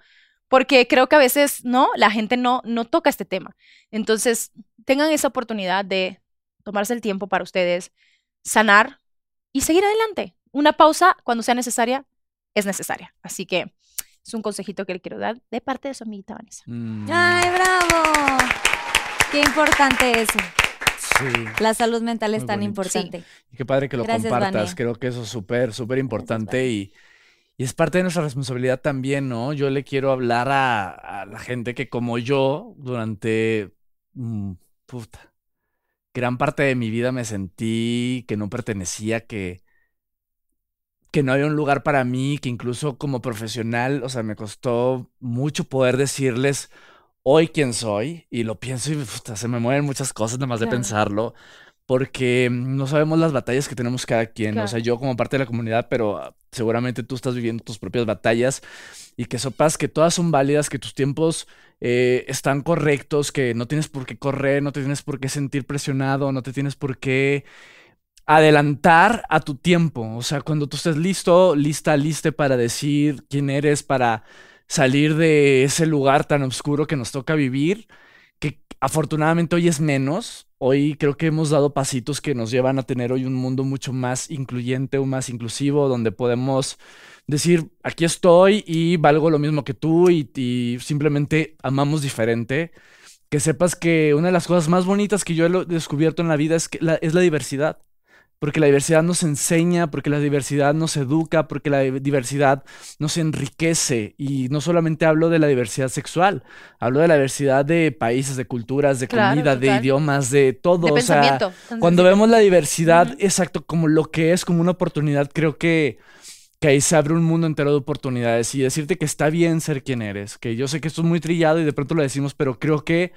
S3: porque creo que a veces, ¿no? La gente no, no toca este tema. Entonces, tengan esa oportunidad de tomarse el tiempo para ustedes, sanar y seguir adelante. Una pausa cuando sea necesaria es necesaria. Así que es un consejito que le quiero dar de parte de su amiguita Vanessa.
S2: Mm. ¡Ay, bravo! Qué importante eso. Sí. La salud mental es Muy tan bonito. importante. Sí.
S4: Y qué padre que lo Gracias, compartas. Vane. Creo que eso es súper, súper importante Gracias, y. Y es parte de nuestra responsabilidad también, ¿no? Yo le quiero hablar a, a la gente que como yo, durante... Mmm, puta, gran parte de mi vida me sentí que no pertenecía, que, que no había un lugar para mí, que incluso como profesional, o sea, me costó mucho poder decirles hoy quién soy. Y lo pienso y puta, se me mueven muchas cosas nada más claro. de pensarlo porque no sabemos las batallas que tenemos cada quien. Claro. O sea, yo como parte de la comunidad, pero ah, seguramente tú estás viviendo tus propias batallas y que sopas que todas son válidas, que tus tiempos eh, están correctos, que no tienes por qué correr, no te tienes por qué sentir presionado, no te tienes por qué adelantar a tu tiempo. O sea, cuando tú estés listo, lista, liste para decir quién eres, para salir de ese lugar tan oscuro que nos toca vivir, que afortunadamente hoy es menos, Hoy creo que hemos dado pasitos que nos llevan a tener hoy un mundo mucho más incluyente o más inclusivo, donde podemos decir, aquí estoy y valgo lo mismo que tú y, y simplemente amamos diferente. Que sepas que una de las cosas más bonitas que yo he descubierto en la vida es, que la, es la diversidad. Porque la diversidad nos enseña, porque la diversidad nos educa, porque la diversidad nos enriquece. Y no solamente hablo de la diversidad sexual, hablo de la diversidad de países, de culturas, de claro, comida, total. de idiomas, de todo.
S3: De
S4: o
S3: pensamiento,
S4: sea, pensamiento. cuando vemos la diversidad, uh -huh. exacto, como lo que es, como una oportunidad, creo que, que ahí se abre un mundo entero de oportunidades. Y decirte que está bien ser quien eres, que yo sé que esto es muy trillado y de pronto lo decimos, pero creo que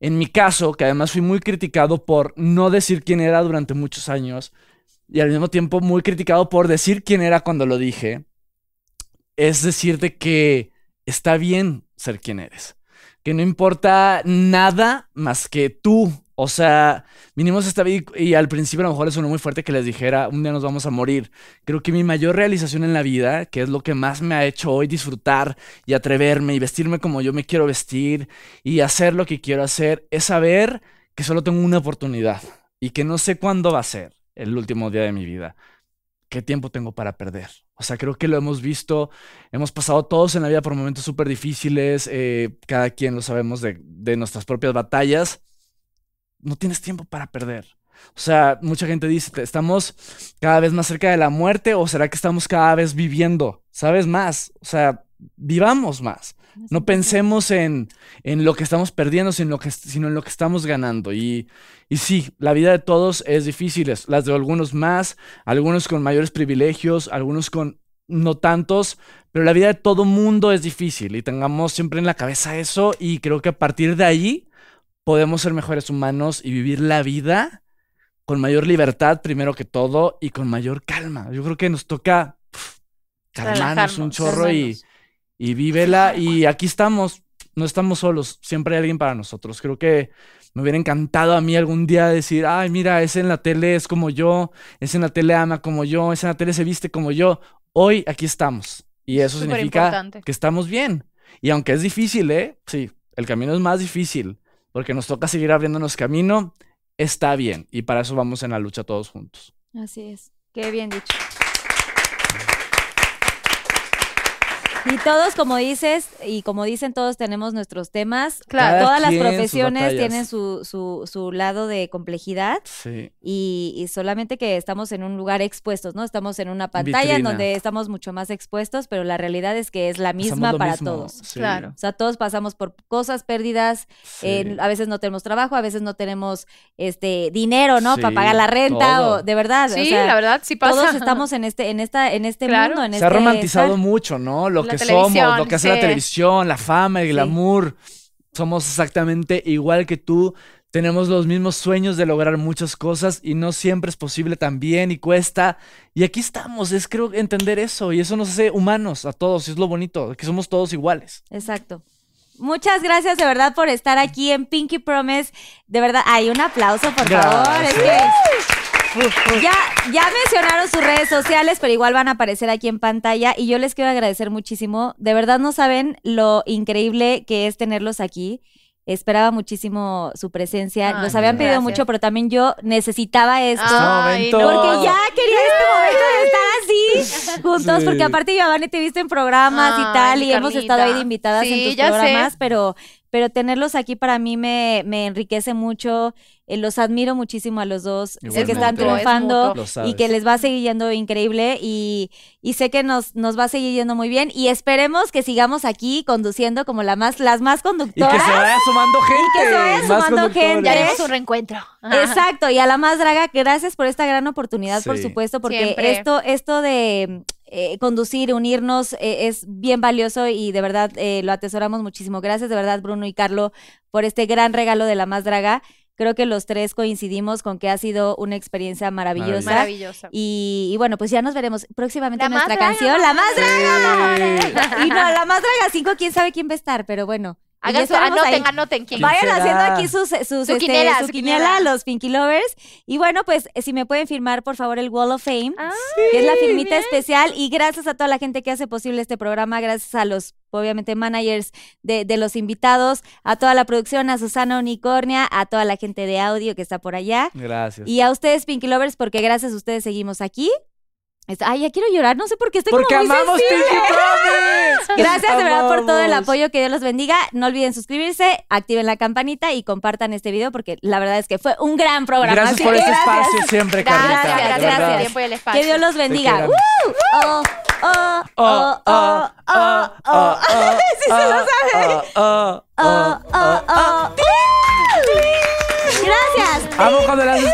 S4: en mi caso, que además fui muy criticado por no decir quién era durante muchos años y al mismo tiempo muy criticado por decir quién era cuando lo dije, es decirte que está bien ser quien eres, que no importa nada más que tú. O sea, vinimos esta vida y, y al principio a lo mejor sonó muy fuerte que les dijera, un día nos vamos a morir. Creo que mi mayor realización en la vida, que es lo que más me ha hecho hoy disfrutar y atreverme y vestirme como yo me quiero vestir y hacer lo que quiero hacer, es saber que solo tengo una oportunidad y que no sé cuándo va a ser el último día de mi vida. ¿Qué tiempo tengo para perder? O sea, creo que lo hemos visto, hemos pasado todos en la vida por momentos súper difíciles, eh, cada quien lo sabemos de, de nuestras propias batallas. No tienes tiempo para perder. O sea, mucha gente dice, ¿estamos cada vez más cerca de la muerte o será que estamos cada vez viviendo? ¿Sabes más? O sea, vivamos más. No pensemos en, en lo que estamos perdiendo, sino en lo que, sino en lo que estamos ganando. Y, y sí, la vida de todos es difícil, es, las de algunos más, algunos con mayores privilegios, algunos con no tantos, pero la vida de todo mundo es difícil y tengamos siempre en la cabeza eso y creo que a partir de ahí podemos ser mejores humanos y vivir la vida con mayor libertad primero que todo y con mayor calma. Yo creo que nos toca pff, calmarnos, relajarnos, un chorro relajarnos. y, y vívela. Y aquí estamos, no estamos solos, siempre hay alguien para nosotros. Creo que me hubiera encantado a mí algún día decir, ay, mira, ese en la tele es como yo, ese en la tele ama como yo, ese en la tele se viste como yo. Hoy aquí estamos. Y eso
S3: Súper
S4: significa
S3: importante.
S4: que estamos bien. Y aunque es difícil, ¿eh? Sí, el camino es más difícil porque nos toca seguir abriéndonos camino está bien y para eso vamos en la lucha todos juntos.
S2: Así es. Qué bien dicho. Y todos, como dices, y como dicen todos, tenemos nuestros temas.
S4: Claro. Cada
S2: Todas las
S4: quien sus
S2: profesiones
S4: batallas.
S2: tienen su, su, su lado de complejidad
S4: Sí.
S2: y, y solamente que estamos en un lugar expuestos, ¿no? Estamos en una pantalla en
S4: Vitrina.
S2: donde estamos mucho más expuestos, pero la realidad es que es la
S4: Pasamos
S2: misma
S4: lo
S2: para
S4: mismo,
S2: todos.
S4: sí,
S3: Claro.
S2: O sea, todos pasamos por cosas, pérdidas,
S4: sí.
S2: eh, a veces no tenemos trabajo, a veces no tenemos este dinero, ¿no? Para
S4: Sí,
S2: pagar la renta
S4: todo.
S2: o de verdad. o
S3: Sí,
S2: sea,
S3: la verdad, sí pasa.
S2: todos estamos en este, en esta, en este
S3: Claro.
S2: mundo, en
S4: Se
S2: este
S4: ha romantizado
S2: estar.
S4: mucho, ¿no? Lo
S3: La
S4: que somos, lo
S3: televisión,
S4: que hace la
S3: sí.
S4: televisión, la fama, el
S2: Sí.
S4: glamour. Somos exactamente igual que tú. Tenemos los mismos sueños de lograr muchas cosas y no siempre es posible también y cuesta. Y aquí estamos, es creo entender eso y eso nos hace humanos a todos y es lo bonito, que somos todos iguales.
S2: Exacto. Muchas gracias de verdad por estar aquí en Pinky Promise. De verdad, hay un aplauso, por favor. Es que- ya, ya mencionaron sus redes sociales, pero igual van a aparecer aquí en pantalla. Y yo les quiero agradecer muchísimo. De verdad no saben lo increíble que es tenerlos aquí. Esperaba muchísimo su presencia.
S3: Ay,
S2: Los habían pedido
S3: gracias. Ah,
S2: mucho, pero también yo necesitaba esto.
S3: Ay,
S4: Este momento.
S2: Porque ya quería este momento de estar así juntos,
S4: Sí.
S2: porque aparte yo a Vane te he visto en programas y
S3: Ay,
S2: tal, y
S3: mi
S2: hemos estado ahí de
S3: Carlita.
S2: invitadas en
S3: Sí,
S2: tus
S3: ya sé.
S2: programas, pero, pero tenerlos aquí para mí me, me enriquece mucho. eh, los admiro muchísimo a los dos. Sé que están
S4: Igualmente. Es mutuo,
S3: es
S2: triunfando
S3: mutuo.
S4: Lo
S2: y
S4: sabes.
S2: que les va a seguir yendo increíble y, y sé que nos, nos va a seguir yendo muy bien. Y esperemos que sigamos aquí conduciendo como la más, las más
S4: Y que se
S2: conductoras.
S4: vaya sumando gente.
S2: que se vaya
S4: más
S2: sumando
S4: conductores.
S2: gente.
S3: Ya haremos un reencuentro.
S2: Exacto, y a la más draga, gracias por esta gran oportunidad, por
S4: Sí.
S2: supuesto, porque
S3: Siempre.
S2: esto, esto de eh, conducir, unirnos, eh, es bien valioso y de verdad eh, lo atesoramos muchísimo. Gracias de verdad, Bruno y Carlo, por este gran regalo de la más draga. Creo que los tres coincidimos con que ha sido una experiencia maravillosa.
S3: Maravillosa.
S2: Y, y bueno, pues ya nos veremos próximamente
S3: La
S2: en nuestra
S3: más draga,
S2: canción, La Más Draga.
S4: Sí.
S2: Y no, La Más Draga 5, quién sabe quién va a estar, pero bueno. y ya
S3: Hagan su,
S2: estaremos ahí.
S3: anoten, anoten quién.
S4: ¿Quién
S2: Vayan
S4: será?
S2: haciendo aquí sus, sus,
S3: Su
S2: este,
S3: quiniela,
S2: su
S3: su
S2: quiniela,
S3: quiniela.
S2: los Pinky Lovers. Y bueno, pues si me pueden firmar, por favor, el Wall of Fame,
S3: Ah,
S2: que es la firmita
S3: bien.
S2: especial. Y gracias a toda la gente que hace posible este programa, gracias a los, obviamente, managers de, de los invitados, a toda la producción, a Susana Unicornia, a toda la gente de audio que está por allá.
S4: Gracias.
S2: Y a ustedes, Pinky Lovers, porque gracias a ustedes seguimos aquí. Es- Ay, ya quiero llorar, no sé por qué estoy
S4: Porque
S2: como muy
S4: amamos
S2: sensible.
S4: Pinky Promise.
S2: Gracias de verdad por todo el
S4: Amamos.
S2: apoyo, que Dios los bendiga. No olviden suscribirse, activen la campanita y compartan este video porque la verdad es que fue un gran programa.
S4: Gracias
S2: Así
S4: por
S2: que
S4: este
S2: gracias.
S4: espacio siempre, Carlita.
S3: Gracias,
S4: de
S3: gracias, por
S4: verdad.
S3: el tiempo y el espacio.
S2: Que Dios los bendiga.
S4: quiero.
S2: ¡Uh! Oh, oh,
S4: Uh,
S2: oh, oh, oh, oh.
S4: Sí, se lo sabe. uh,
S2: Oh, oh, oh. Gracias.
S4: Amo cuando las